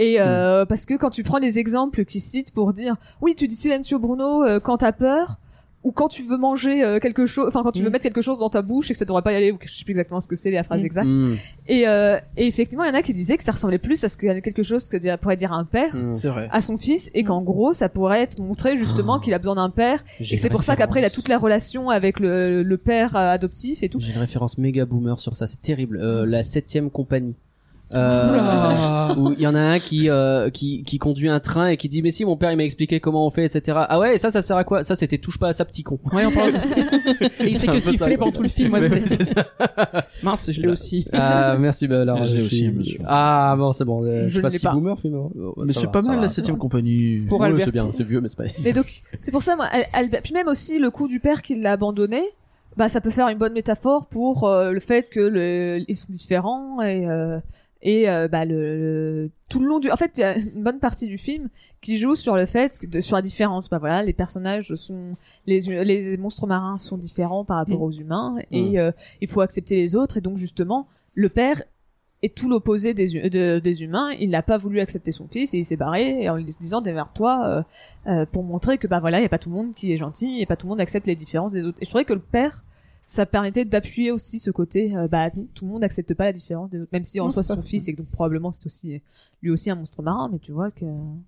Speaker 3: Et euh, parce que quand tu prends les exemples qu'il cite pour dire oui, tu dis Silencio Bruno euh, quand t'as peur ou quand tu veux manger euh, quelque chose, enfin quand tu veux
Speaker 5: Mm.
Speaker 3: mettre quelque chose dans ta bouche et que ça devrait pas y aller, ou que- je sais plus exactement ce que c'est la phrase
Speaker 5: Mm.
Speaker 3: exacte.
Speaker 2: Mm.
Speaker 3: Et, euh, et effectivement, il y en a qui disaient que ça ressemblait plus à ce que quelque chose que dirait- pourrait dire un père
Speaker 2: Mm.
Speaker 1: C'est vrai.
Speaker 3: à son fils, et qu'en gros, ça pourrait être montré justement qu'il a besoin d'un père,
Speaker 2: Ah. J'ai
Speaker 3: et que c'est
Speaker 2: une
Speaker 3: pour ça qu'après il a
Speaker 2: référence.
Speaker 3: toute la relation avec le, le père euh, adoptif et tout.
Speaker 2: J'ai une référence méga boomer sur ça, c'est terrible. Euh, la septième compagnie. Euh,
Speaker 5: Hmm. Oula.
Speaker 2: où il y en a un qui, euh, qui qui conduit un train et qui dit mais si mon père il m'a expliqué comment on fait etc ah ouais ça ça sert à quoi ça c'était touche pas à ça petit con
Speaker 5: Ouais, on parle. Et il
Speaker 2: C'est
Speaker 5: s'est
Speaker 2: un peu
Speaker 5: que
Speaker 2: ça,
Speaker 5: sifflé
Speaker 2: ouais.
Speaker 5: pendant tout le film, ouais,
Speaker 2: Ouais,
Speaker 5: c'est-
Speaker 2: c'est ça.
Speaker 5: Mince, je l'ai aussi.
Speaker 2: ah merci bah, alors
Speaker 1: Je l'ai
Speaker 2: je suis-
Speaker 1: aussi, monsieur.
Speaker 2: ah bon c'est bon euh,
Speaker 3: Je
Speaker 2: je sais pas
Speaker 3: l'ai
Speaker 2: si
Speaker 3: pas.
Speaker 2: boomer film hein. Oh,
Speaker 1: mais
Speaker 2: ça
Speaker 1: c'est
Speaker 2: va,
Speaker 1: pas
Speaker 2: ça
Speaker 1: mal
Speaker 2: va.
Speaker 1: la septième compagnie.
Speaker 5: Pour
Speaker 2: Ouais,
Speaker 5: Albert.
Speaker 2: c'est bien c'est vieux mais c'est pas
Speaker 3: Et donc, c'est pour ça, moi, elle, elle- puis même aussi le coup du père qui l'a abandonné, bah ça peut faire une bonne métaphore pour euh, le fait que le, ils sont différents et euh, et euh, bah le, le- tout le long du, en fait, il y a une bonne partie du film qui joue sur le fait que de, sur la différence. Bah voilà, les personnages sont les hu- les monstres marins sont différents par
Speaker 5: Mm.
Speaker 3: rapport aux humains et euh, il faut accepter les autres et donc justement le père est tout l'opposé des, hu- de- des humains. Il n'a pas voulu accepter son fils et il s'est barré et en lui se disant démerde-toi euh, euh, pour montrer que bah voilà, il y a pas tout le monde qui est gentil et pas tout le monde accepte les différences des autres. Et je trouvais que le père ça permettait d'appuyer aussi ce côté euh, bah tout le monde n'accepte pas la différence des autres même si en
Speaker 5: Non,
Speaker 3: soi
Speaker 5: c'est
Speaker 3: c'est
Speaker 5: pas
Speaker 3: son
Speaker 5: faux.
Speaker 3: fils et que donc probablement que c'est aussi lui aussi un monstre marin mais tu vois que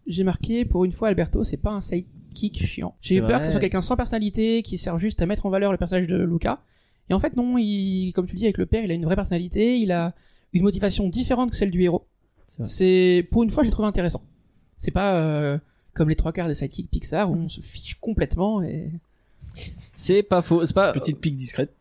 Speaker 5: J'ai marqué, pour une fois, Alberto, c'est pas un sidekick chiant. J'ai
Speaker 2: C'est
Speaker 5: eu peur
Speaker 2: vrai.
Speaker 5: que ce soit quelqu'un sans personnalité, qui sert juste à mettre en valeur le personnage de Luca. Et en fait, non, il, comme tu le dis, avec le père, il a une vraie personnalité, il a une motivation différente que celle du héros.
Speaker 2: C'est vrai.
Speaker 5: C'est, pour une fois, j'ai trouvé intéressant. C'est pas, euh, comme les trois quarts des sidekicks Pixar où on se fiche complètement et.
Speaker 2: c'est pas faux c'est pas
Speaker 1: Petite pique discrète.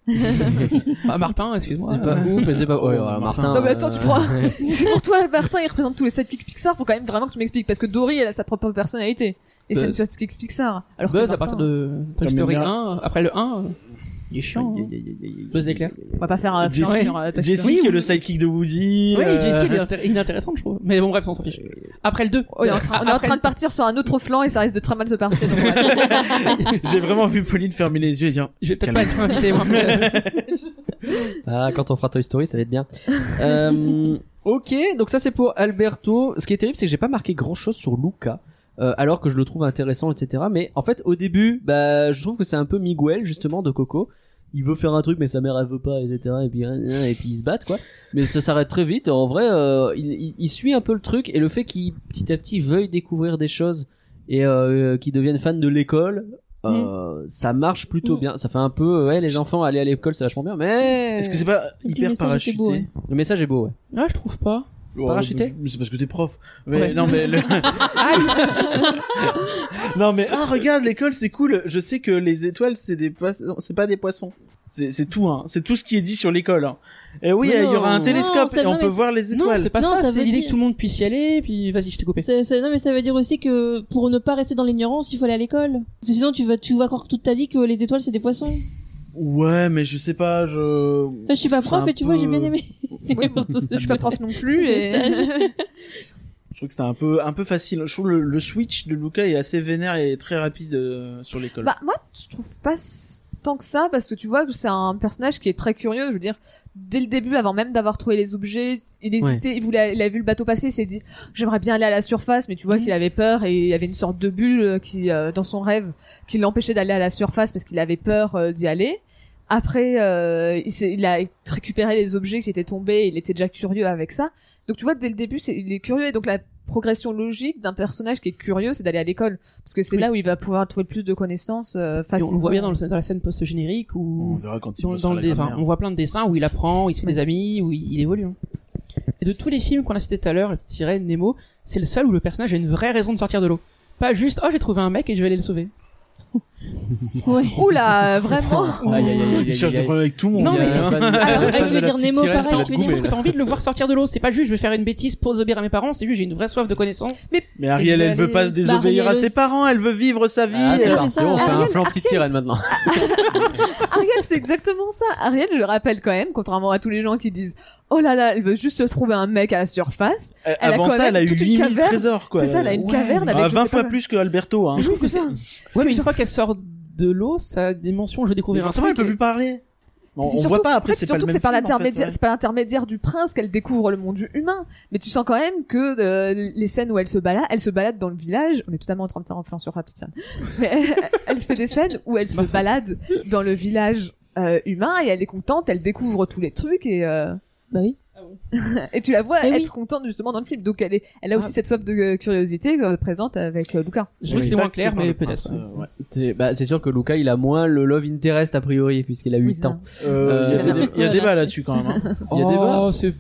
Speaker 5: Bah, Martin,
Speaker 2: c'est
Speaker 5: excuse-moi.
Speaker 2: pas ouf mais c'est pas Oh, ouais, voilà, Martin
Speaker 3: Non, mais attends, tu prends-
Speaker 2: euh,
Speaker 3: si pour toi Martin il représente tous les sidekicks Pixar faut quand même vraiment que tu m'expliques parce que Dory elle a sa propre personnalité et c'est
Speaker 2: Buzz.
Speaker 3: une sidekick Pixar alors que
Speaker 5: Buzz, à partir
Speaker 3: Martin,
Speaker 5: de Toy
Speaker 1: Comme
Speaker 5: Story
Speaker 1: une
Speaker 5: 1, après le 1, euh, il est chiant. hein. Buzz l'éclair.
Speaker 3: on va pas faire
Speaker 4: Ah,
Speaker 3: un film
Speaker 1: Jessie,
Speaker 3: sur euh, Toy
Speaker 1: Jessie
Speaker 3: Story.
Speaker 1: qui est le sidekick de Woody.
Speaker 5: Oui,
Speaker 1: euh,
Speaker 5: Jessie, il est intér- inintéressant, je trouve. Mais bon, bref, on s'en fiche. Après le 2.
Speaker 3: Oh, on est en train, on est en train de partir sur un autre flanc et ça risque de très mal se passer. donc voilà.
Speaker 1: J'ai vraiment vu Pauline fermer les yeux et dire.
Speaker 5: Je vais peut-être pas être invité, moi.
Speaker 2: Ah, quand on fera Toy Story, ça va être bien. Euh, ok, donc ça c'est pour Alberto. Ce qui est terrible, c'est que j'ai pas marqué grand chose sur Luca. euh, alors que je le trouve intéressant, etc. Mais en fait, au début, bah, je trouve que c'est un peu Miguel justement de Coco. Il veut faire un truc, mais sa mère elle veut pas, etc. Et puis, euh, euh, et puis ils se battent quoi. Mais ça s'arrête très vite. En vrai, euh, il, il- il suit un peu le truc et le fait qu'il petit à petit veuille découvrir des choses et euh, qu'il devienne fan de l'école. euh, ça marche plutôt
Speaker 4: Mm.
Speaker 2: bien ça fait un peu euh, ouais les enfants aller à l'école c'est vachement bien mais
Speaker 1: Est-ce que c'est pas
Speaker 4: le
Speaker 1: hyper
Speaker 4: message Euh, était
Speaker 1: parachuté
Speaker 4: beau, ouais.
Speaker 2: le message est beau, ouais.
Speaker 5: Ah, je trouve pas.
Speaker 1: Oh,
Speaker 2: Parachuté
Speaker 1: mais C'est parce que t'es prof. Mais
Speaker 5: Ouais.
Speaker 1: non mais le... non mais ah regarde l'école c'est cool. Je sais que les étoiles c'est des poissons, c'est pas des poissons. C'est c'est tout hein. C'est tout ce qui est dit sur l'école. hein. Et oui,
Speaker 2: Mais
Speaker 1: il y aura un
Speaker 2: non.
Speaker 1: télescope
Speaker 4: Non, ça-
Speaker 1: et on
Speaker 4: non,
Speaker 1: peut
Speaker 4: mais-
Speaker 1: voir les étoiles.
Speaker 5: Non, c'est pas
Speaker 4: Non,
Speaker 5: ça.
Speaker 4: ça
Speaker 5: c'est
Speaker 4: veut
Speaker 5: l'idée
Speaker 4: dire-
Speaker 5: que tout le monde puisse y aller, puis vas-y, je t'ai coupé.
Speaker 4: Ça- ça- non, mais ça veut dire aussi que pour ne pas rester dans l'ignorance, il faut aller à l'école. Parce que sinon, tu vas, tu vas croire toute ta vie que les étoiles, c'est des poissons.
Speaker 1: Ouais, mais je sais pas, je.
Speaker 4: Enfin, Bah, je suis pas
Speaker 1: C'est
Speaker 4: prof
Speaker 1: un
Speaker 4: et tu vois, j'ai
Speaker 1: peu-
Speaker 4: bien aimé.
Speaker 3: Je suis pas prof non plus
Speaker 4: C'est
Speaker 3: et
Speaker 4: le message.
Speaker 1: Je trouve que c'était un peu, un peu facile. Je trouve le, le switch de Luca est assez vénère et très rapide euh, sur l'école.
Speaker 3: Bah moi, je trouve pas s- tant que ça parce que tu vois que c'est un personnage qui est très curieux. Je veux dire, dès le début, avant même d'avoir trouvé les objets, il hésitait. Il voulait, il a vu le bateau passer, il s'est dit j'aimerais bien aller à la surface, mais tu
Speaker 4: Mm.
Speaker 3: vois qu'il avait peur et il y avait une sorte de bulle euh, qui, euh, dans son rêve, qui l'empêchait d'aller à la surface parce qu'il avait peur euh, d'y aller. Après, euh, il, s'est- il a récupéré les objets qui étaient tombés. Il était déjà curieux avec ça. Donc tu vois, dès le début, c'est, il est curieux et donc la progression logique d'un personnage qui est curieux, c'est d'aller à l'école parce que c'est
Speaker 5: Oui.
Speaker 3: là où il va pouvoir trouver le plus de connaissances euh,
Speaker 5: Et
Speaker 3: facilement.
Speaker 5: on le voit bien dans, le- dans la scène post-générique
Speaker 1: on
Speaker 5: où
Speaker 1: verra quand il
Speaker 5: dans,
Speaker 1: bossera
Speaker 5: dans le
Speaker 1: la
Speaker 5: dé- enfin,
Speaker 1: grammaire.
Speaker 5: on voit plein de dessins où il apprend, où il se fait des amis, où il, il évolue. hein. Et de tous les films qu'on a cités tout à l'heure, La Petite Sirène, Nemo, c'est le seul où le personnage a une vraie raison de sortir de l'eau. Pas juste, oh j'ai trouvé un mec et je vais aller le sauver.
Speaker 4: Ouais.
Speaker 3: Oula, vraiment
Speaker 2: Aïe, aïe, aïe, aïe, aïe,
Speaker 1: Il cherche des
Speaker 2: aïe. Ah,
Speaker 1: problèmes avec tout le monde.
Speaker 5: Non, mais-
Speaker 2: Il y a pas de-
Speaker 4: Alors,
Speaker 2: pas
Speaker 4: tu
Speaker 2: de
Speaker 4: veux
Speaker 2: la
Speaker 4: Ah, dire
Speaker 2: petite
Speaker 4: Nemo
Speaker 2: sirène qui va te
Speaker 4: pareil, tu veux dire-
Speaker 5: Je
Speaker 2: couper,
Speaker 5: trouve que
Speaker 2: là.
Speaker 5: t'as envie de le voir sortir de l'eau. C'est pas juste je vais faire une bêtise pour obéir à mes parents, c'est juste j'ai une vraie soif de connaissance.
Speaker 1: Mais Ariel,
Speaker 4: Je vais
Speaker 1: elle veut
Speaker 4: aller-
Speaker 1: pas désobéir
Speaker 4: Bah,
Speaker 1: à
Speaker 4: Ariel
Speaker 1: ses
Speaker 4: aussi.
Speaker 1: parents, elle veut vivre sa vie.
Speaker 2: Ah,
Speaker 1: elle-
Speaker 2: c'est
Speaker 4: alors-
Speaker 2: parti, on fait un plan petite sirène maintenant.
Speaker 3: Ariel, c'est exactement ça. Ariel, je le rappelle quand même, contrairement à tous les gens qui disent Oh là là, elle veut juste se trouver un mec à la surface.
Speaker 1: elle-
Speaker 3: elle a
Speaker 1: Avant
Speaker 3: quand
Speaker 1: ça, elle
Speaker 3: même
Speaker 1: a eu
Speaker 3: toute une
Speaker 1: 8000
Speaker 3: caverne.
Speaker 1: trésors, quoi.
Speaker 3: c'est ça, elle a une
Speaker 5: ouais.
Speaker 3: caverne avec
Speaker 1: Ah,
Speaker 3: je sais
Speaker 1: 20
Speaker 3: pas
Speaker 1: fois
Speaker 3: quoi.
Speaker 1: plus que Alberto, hein.
Speaker 3: Oui, c'est ça.
Speaker 5: Ouais, mais une fois qu'elle sort de l'eau, ça a des mentions, je vais
Speaker 1: Mais
Speaker 5: découvrir un
Speaker 1: forcément, elle
Speaker 5: truc.
Speaker 1: peut plus parler. Bon,
Speaker 3: Puis c'est
Speaker 1: on
Speaker 3: surtout-
Speaker 1: voit pas
Speaker 3: en
Speaker 1: après,
Speaker 3: fait,
Speaker 1: c'est pas
Speaker 3: surtout
Speaker 1: le
Speaker 3: que
Speaker 1: même
Speaker 3: c'est par
Speaker 1: film, en fait,
Speaker 3: l'intermédiaire,
Speaker 1: ouais.
Speaker 3: c'est par l'intermédiaire du prince qu'elle découvre le monde humain. Mais tu sens quand même que euh, les scènes où elle se balade, elle se balade dans le village. On est totalement en train de faire un flanc sur la petite scène. Mais elle- elle fait des scènes où elle se balade dans le village euh, humain et elle est contente, elle découvre tous les trucs et euh,
Speaker 4: Bah oui.
Speaker 3: et tu la vois
Speaker 4: Eh
Speaker 3: être
Speaker 4: oui.
Speaker 3: contente justement dans le film. Donc elle est, elle a aussi
Speaker 5: Ah.
Speaker 3: cette soif de euh, curiosité euh, présente avec euh, Luca.
Speaker 5: Je trouve que
Speaker 1: Oui.
Speaker 5: c'était moins
Speaker 1: Pas que
Speaker 5: clair,
Speaker 1: par
Speaker 5: mais
Speaker 1: le prince,
Speaker 5: peut-être.
Speaker 1: euh, ouais.
Speaker 2: C'est bah, c'est sûr que Luca, il a moins le love interest a priori, puisqu'il a 8
Speaker 3: Oui, c'est
Speaker 2: ans.
Speaker 1: Euh, Il y a
Speaker 4: Euh,
Speaker 1: des- il y a
Speaker 4: voilà.
Speaker 1: débat là-dessus quand même. hein. Il y a débat.
Speaker 5: Oh, c'est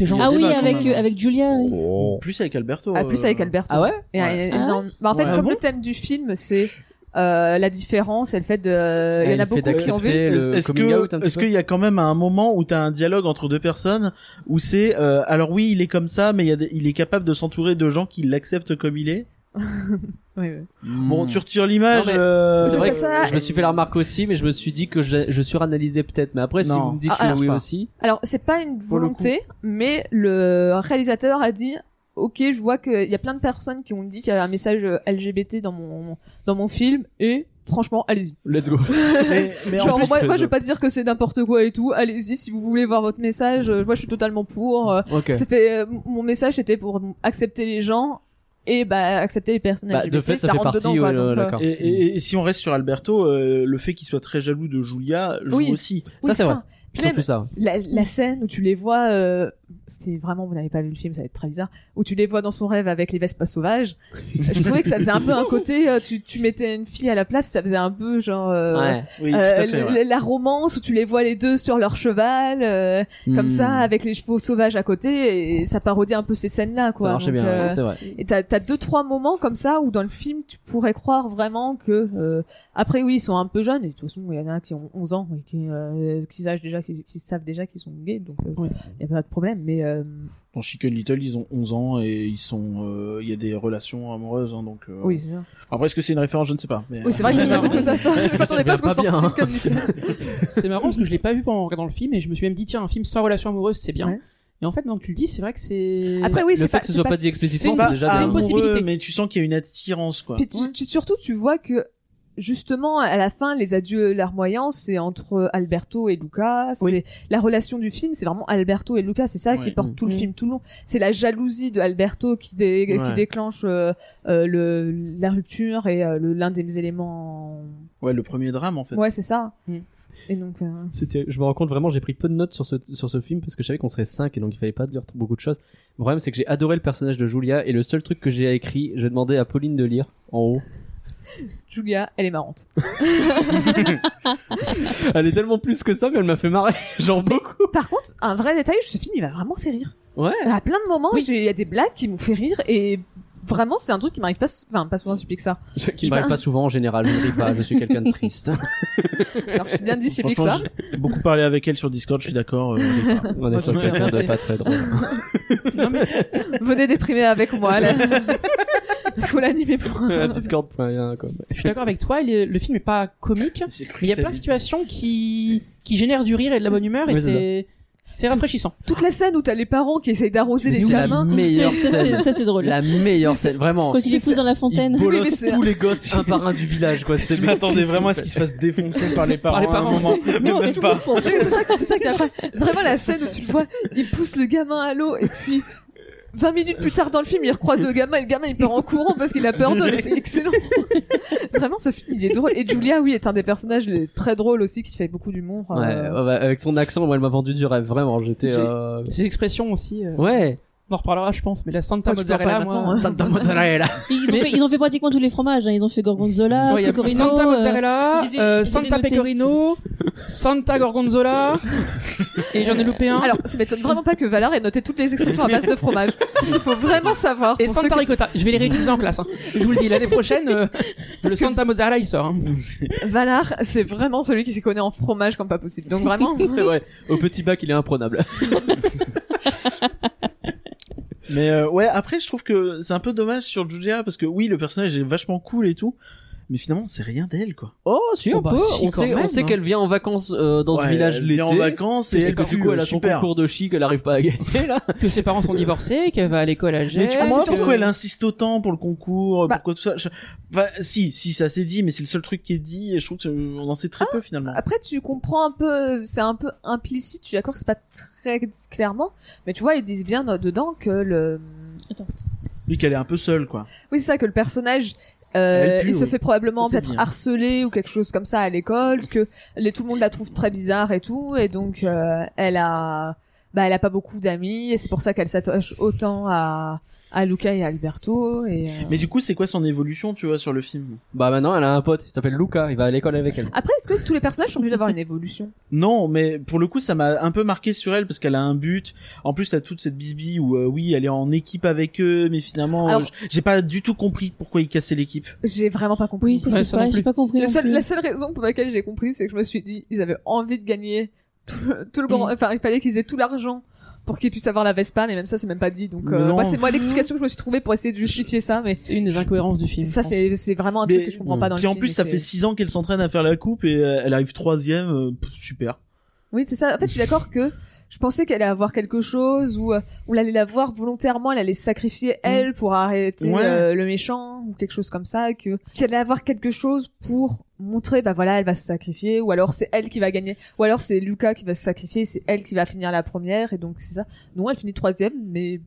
Speaker 1: Il y a
Speaker 5: gentil.
Speaker 4: Ah oui,
Speaker 1: débat, quand
Speaker 4: avec,
Speaker 1: même.
Speaker 4: euh, avec Julia. oui.
Speaker 1: Plus avec Alberto.
Speaker 3: Ah, plus
Speaker 1: euh,
Speaker 3: avec Alberto.
Speaker 2: Ah ouais
Speaker 3: Et,
Speaker 1: Ouais.
Speaker 3: et-
Speaker 4: Ah
Speaker 3: non, bah en fait,
Speaker 1: Ouais.
Speaker 3: comme
Speaker 1: Ah
Speaker 3: le thème du film, c'est euh, la différence et le fait de. il
Speaker 2: le
Speaker 3: y en a
Speaker 2: fait
Speaker 3: beaucoup qui ont
Speaker 2: d'accepter.
Speaker 3: vu.
Speaker 2: le
Speaker 1: Est-ce
Speaker 2: euh, coming out, un
Speaker 1: que
Speaker 2: petit
Speaker 1: est-ce
Speaker 2: peu.
Speaker 1: qu'il y a quand même un moment où t'as un dialogue entre deux personnes où c'est euh, alors oui il est comme ça mais il, y a des- il est capable de s'entourer de gens qui l'acceptent comme il est.
Speaker 3: Oui, oui.
Speaker 2: Hmm.
Speaker 1: Bon tu retires l'image.
Speaker 2: Non, mais
Speaker 1: euh,
Speaker 2: C'est
Speaker 3: C'est
Speaker 2: vrai
Speaker 3: pas
Speaker 2: que
Speaker 3: ça.
Speaker 2: je me suis fait la remarque aussi, mais je me suis dit que je, je suranalysais peut-être. Mais après, si
Speaker 1: Non.
Speaker 2: vous me dites
Speaker 3: Ah,
Speaker 2: que
Speaker 3: alors,
Speaker 2: oui
Speaker 1: pas.
Speaker 2: aussi,
Speaker 3: Alors, c'est pas une
Speaker 1: Pour le coup.
Speaker 3: volonté, mais le réalisateur a dit. Ok, je vois qu'il y a plein de personnes qui ont dit qu'il y avait un message euh, LGBT dans mon dans mon film et franchement, allez-y.
Speaker 2: let's go.
Speaker 1: mais, mais en
Speaker 3: Genre
Speaker 1: plus,
Speaker 3: moi, moi, je
Speaker 2: euh,
Speaker 3: vais pas dire que c'est n'importe quoi et tout. Allez-y si vous voulez voir votre message. euh, Moi, je suis totalement pour. euh,
Speaker 2: Ok.
Speaker 3: C'était euh, mon message, c'était pour accepter les gens et bah accepter les personnes
Speaker 2: Bah,
Speaker 3: LGBT.
Speaker 2: de fait, ça, fait
Speaker 3: rentre
Speaker 2: partie.
Speaker 3: dedans, quoi,
Speaker 2: ouais,
Speaker 3: donc,
Speaker 2: ouais,
Speaker 3: euh,
Speaker 2: d'accord.
Speaker 1: et, et- et si on reste sur Alberto, euh, le fait qu'il soit très jaloux de Julia joue
Speaker 3: Oui.
Speaker 1: aussi.
Speaker 2: Ça,
Speaker 3: oui,
Speaker 2: c'est vrai.
Speaker 3: Puis même,
Speaker 2: Surtout ça.
Speaker 3: la, la scène où tu les vois, euh, c'était vraiment, vous n'avez pas vu le film, ça va être très bizarre, où tu les vois dans son rêve avec les Vespas sauvages. je trouvais que ça faisait un peu un côté, euh, tu, tu mettais une fille à la place, ça faisait un peu genre euh,
Speaker 2: ouais.
Speaker 1: Oui,
Speaker 3: euh,
Speaker 1: tout à fait.
Speaker 3: le-
Speaker 1: ouais.
Speaker 3: la romance où tu les vois les deux sur leur cheval, euh, comme
Speaker 2: Hmm.
Speaker 3: ça, avec les chevaux sauvages à côté, et ça parodie un peu ces scènes-là, quoi.
Speaker 2: Ça marchait
Speaker 3: Donc,
Speaker 2: bien, ouais,
Speaker 3: euh,
Speaker 2: c'est vrai.
Speaker 3: et t'as as deux trois moments comme ça où dans le film tu pourrais croire vraiment que euh, après oui ils sont un peu jeunes et de toute façon il y en a qui ont 11 ans et qui, euh, qui savent déjà qui, qui savent déjà qu'ils sont gays donc il
Speaker 5: Oui.
Speaker 3: y a pas de problème mais euh,
Speaker 1: Dans Chicken Little, ils ont 11 ans et ils sont, euh, il y a des relations amoureuses, hein, donc. euh,
Speaker 3: oui c'est ça.
Speaker 1: Après, est-ce que c'est une référence, je ne sais pas. Mais... euh,
Speaker 3: oui c'est vrai que je m'attendais que ça sorte. je m'attendais pas à ce qu'on
Speaker 2: souviens
Speaker 3: sorte
Speaker 2: pas
Speaker 3: un
Speaker 2: bien,
Speaker 3: film comme ça
Speaker 5: C'est marrant parce que je l'ai pas vu pendant en regardant le film et je me suis même dit tiens un film sans relation amoureuse c'est bien.
Speaker 3: Ouais.
Speaker 5: Et en fait maintenant que tu le dis c'est vrai que c'est.
Speaker 3: après oui
Speaker 2: le
Speaker 3: c'est
Speaker 2: fait
Speaker 3: pas
Speaker 2: que ce
Speaker 3: c'est
Speaker 2: soit
Speaker 3: pas-
Speaker 2: pas dit explicitement,
Speaker 1: C'est
Speaker 2: c'est
Speaker 1: pas
Speaker 2: déjà
Speaker 5: c'est
Speaker 2: des-
Speaker 5: une
Speaker 1: amoureux,
Speaker 5: possibilité.
Speaker 1: mais tu sens qu'il y a une attirance, quoi.
Speaker 3: puis tu- tu- surtout tu vois que justement à la fin les adieux larmoyants c'est entre euh, Alberto et Luca c'est
Speaker 5: Oui.
Speaker 3: la relation du film c'est vraiment Alberto et Luca c'est ça qui
Speaker 1: Ouais.
Speaker 3: porte
Speaker 2: Mm.
Speaker 3: tout le
Speaker 5: Mm.
Speaker 3: film tout le long c'est la jalousie de Alberto qui, dé-
Speaker 1: Ouais.
Speaker 3: qui déclenche euh, euh, le la rupture et euh, le l'un des éléments
Speaker 1: Ouais, le premier drame, en fait.
Speaker 3: ouais c'est ça
Speaker 5: Mm.
Speaker 3: et donc euh,
Speaker 2: C'était- je me rends compte vraiment, j'ai pris peu de notes sur ce, sur ce film parce que je savais qu'on serait 5 et donc il fallait pas dire beaucoup de choses. Le problème, c'est que j'ai adoré le personnage de Julia et le seul truc que j'ai écrit, j'ai demandé à Pauline de lire en haut.
Speaker 3: Julia elle est marrante
Speaker 2: Elle est tellement plus que ça, mais elle m'a fait marrer, genre beaucoup.
Speaker 3: par contre un vrai détail ce film il va vraiment fait rire
Speaker 2: Ouais.
Speaker 3: à plein de moments j'ai- il y a des blagues qui m'ont fait rire et vraiment c'est un truc qui m'arrive pas sou- enfin pas souvent sur Pixar
Speaker 2: Je- qui
Speaker 3: Je-
Speaker 2: me m'arrive pas souvent en général, je ne ris pas, je suis quelqu'un de triste.
Speaker 3: alors je suis bien dit chez
Speaker 1: Franchement,
Speaker 3: Pixar
Speaker 1: j'ai beaucoup parlé avec elle sur Discord, je suis d'accord. euh, les gars.
Speaker 2: On est sur
Speaker 3: super,
Speaker 2: quelqu'un de
Speaker 3: merci.
Speaker 2: pas très drôle.
Speaker 3: Venez déprimer avec moi. Là. Il faut l'animer pour un...
Speaker 2: Discord.com.
Speaker 5: Je suis d'accord avec toi, le, le film est pas comique, mais il y a plein de situations qui, qui génèrent du rire et de la bonne humeur et
Speaker 1: Oui, c'est
Speaker 5: c'est, c'est rafraîchissant.
Speaker 3: Toute la scène où t'as les parents qui essayent d'arroser les
Speaker 2: C'est la
Speaker 3: gamins.
Speaker 2: meilleure
Speaker 4: Ça, c'est-
Speaker 2: scène.
Speaker 4: ça, c'est drôle.
Speaker 2: La meilleure scène, vraiment.
Speaker 4: Quand il les pousse dans la fontaine.
Speaker 2: Il
Speaker 3: Oui, mais
Speaker 2: bolosse
Speaker 3: c'est-
Speaker 2: tous les gosses un par un du village, quoi. C'est
Speaker 1: Je m'attendais vraiment à ce qu'il se fasse défoncer par les parents,
Speaker 5: les
Speaker 1: à
Speaker 5: parents.
Speaker 1: un moment. mais
Speaker 3: mais
Speaker 1: même
Speaker 3: tout le
Speaker 1: pas.
Speaker 3: monde s'en fout. C'est ça, c'est ça qui est incroyable. Vraiment la scène où tu le vois, il pousse le gamin à l'eau et puis 20 minutes plus tard dans le film, il recroise le gamin et le gamin il part en courant parce qu'il a peur d'eux. mais C'est excellent. Vraiment ce film il est drôle. Et Julia, oui, est un des personnages les- très drôles aussi qui fait beaucoup d'humour.
Speaker 2: Ouais,
Speaker 3: euh,
Speaker 2: ouais, bah, avec son accent, moi, elle m'a vendu du rêve, vraiment. J'étais.
Speaker 5: J'ai-
Speaker 2: euh,
Speaker 5: Ces expressions aussi, euh,
Speaker 2: Ouais.
Speaker 5: on en reparlera, je pense, mais la Santa
Speaker 3: Oh, tu peux en parler
Speaker 5: Mozzarella,
Speaker 3: maintenant,
Speaker 5: moi.
Speaker 3: hein.
Speaker 2: Santa Mozzarella.
Speaker 4: Ils ont, fait, ils ont fait pratiquement tous les fromages. hein. Ils ont fait gorgonzola,
Speaker 5: Ouais, il y a
Speaker 4: pecorino.
Speaker 5: Santa
Speaker 4: euh,
Speaker 5: Mozzarella,
Speaker 4: j'ai des-
Speaker 5: euh,
Speaker 4: j'ai des
Speaker 5: Santa
Speaker 4: notés.
Speaker 5: Pecorino, Santa Gorgonzola, et j'en ai loupé un.
Speaker 3: Alors, ça m'étonne vraiment pas que Valar ait noté toutes les expressions à base de fromage. Il faut vraiment savoir.
Speaker 5: et
Speaker 3: pour ceux
Speaker 5: Santa
Speaker 3: qui-
Speaker 5: Ricotta. Je vais les réutiliser en classe. hein. Je vous le dis, l'année prochaine, euh, le Santa Mozzarella il sort. hein.
Speaker 3: Valar, c'est vraiment celui qui s'y connaît en fromage comme pas possible. Donc vraiment,
Speaker 2: C'est vrai. Au petit bac, il est imprenable.
Speaker 1: Mais euh, ouais, après, je trouve que c'est un peu dommage sur Julia parce que oui, le personnage est vachement cool et tout, mais finalement, c'est rien d'elle, quoi.
Speaker 2: Oh, si,
Speaker 5: Oh,
Speaker 2: un
Speaker 5: bah,
Speaker 2: peu.
Speaker 5: si,
Speaker 2: on
Speaker 5: quand
Speaker 2: sait, on
Speaker 5: même,
Speaker 2: sait
Speaker 5: hein.
Speaker 2: qu'elle vient en vacances euh, dans ce
Speaker 1: Ouais,
Speaker 2: village
Speaker 1: elle vient
Speaker 2: l'été.
Speaker 1: en vacances et
Speaker 2: C'est
Speaker 1: elle euh,
Speaker 2: que du coup, elle a son
Speaker 1: super.
Speaker 2: concours de chi qu'elle arrive pas à gagner là.
Speaker 5: Que ses parents sont divorcés, qu'elle va à l'école à Gênes.
Speaker 1: Mais tu comprends pas
Speaker 5: que-
Speaker 1: pourquoi elle insiste autant pour le concours,
Speaker 3: Bah.
Speaker 1: pourquoi tout ça. je- Enfin, si, si ça s'est dit, mais c'est le seul truc qui est dit, et je trouve que euh, on en sait très peu finalement.
Speaker 3: Après, tu comprends un peu, c'est un peu implicite, je suis d'accord que c'est pas très clairement, mais tu vois, ils disent bien dedans que le...
Speaker 1: Lui, qu'elle est un peu seule, quoi.
Speaker 3: Oui, c'est ça, que le personnage, euh,
Speaker 1: Elle pue,
Speaker 3: il se
Speaker 1: oui.
Speaker 3: fait probablement
Speaker 1: Ça, c'est
Speaker 3: peut-être
Speaker 1: bien.
Speaker 3: harceler ou quelque chose comme ça à l'école, que les, tout le monde la trouve très bizarre et tout, et donc euh, elle a... Bah, elle a pas beaucoup d'amis, et c'est pour ça qu'elle s'attache autant à, à Luca et à Alberto, et... euh,
Speaker 1: Mais du coup, c'est quoi son évolution, tu vois, sur le film
Speaker 2: Bah maintenant, elle a un pote. Il s'appelle Luca. Il va à l'école avec elle.
Speaker 3: Après, est-ce que tous les personnages sont obligés d'avoir une évolution
Speaker 1: Non, mais pour le coup, ça m'a un peu marqué sur elle parce qu'elle a un but. En plus, t'as toute cette bisbille où euh, oui, elle est en équipe avec eux, mais finalement,
Speaker 3: Alors-
Speaker 1: euh, j- j'ai pas du tout compris pourquoi ils cassaient l'équipe.
Speaker 3: J'ai vraiment pas compris.
Speaker 4: Oui, c'est
Speaker 5: Ouais,
Speaker 4: c'est
Speaker 5: ça
Speaker 4: pas,
Speaker 5: non
Speaker 4: j'ai
Speaker 5: plus.
Speaker 4: pas compris.
Speaker 3: Le
Speaker 4: non
Speaker 3: seul-
Speaker 4: plus.
Speaker 3: la seule raison pour laquelle j'ai compris, c'est que je me suis dit, ils avaient envie de gagner tout le, tout le grand,
Speaker 5: Mm.
Speaker 3: enfin, il fallait qu'ils aient tout l'argent pour qu'ils puissent avoir la Vespa, mais même ça, c'est même pas dit. Donc,
Speaker 1: Mais
Speaker 3: euh,
Speaker 1: non.
Speaker 3: moi, c'est moi l'explication que je me suis trouvée pour essayer de justifier ça, mais
Speaker 5: C'est une des incohérences du film.
Speaker 3: ça,
Speaker 5: je pense.
Speaker 3: c'est, c'est vraiment un truc
Speaker 1: Mais-
Speaker 3: que je comprends
Speaker 2: Mm.
Speaker 3: pas dans le
Speaker 1: Puis en
Speaker 3: film,
Speaker 1: plus,
Speaker 3: mais
Speaker 1: ça
Speaker 3: c'est-
Speaker 1: fait six ans qu'elle s'entraîne à faire la coupe et euh, elle arrive troisième, euh, pff, super.
Speaker 3: Oui, c'est ça. En fait, je suis d'accord que je pensais qu'elle allait avoir quelque chose ou euh, on allait la voir volontairement, elle allait se sacrifier elle pour arrêter
Speaker 1: Ouais.
Speaker 3: euh, le méchant ou quelque chose comme ça, que qu'elle allait avoir quelque chose pour montrer bah voilà elle va se sacrifier ou alors c'est elle qui va gagner ou alors c'est Lucas qui va se sacrifier c'est elle qui va finir la première et donc c'est ça non elle finit troisième mais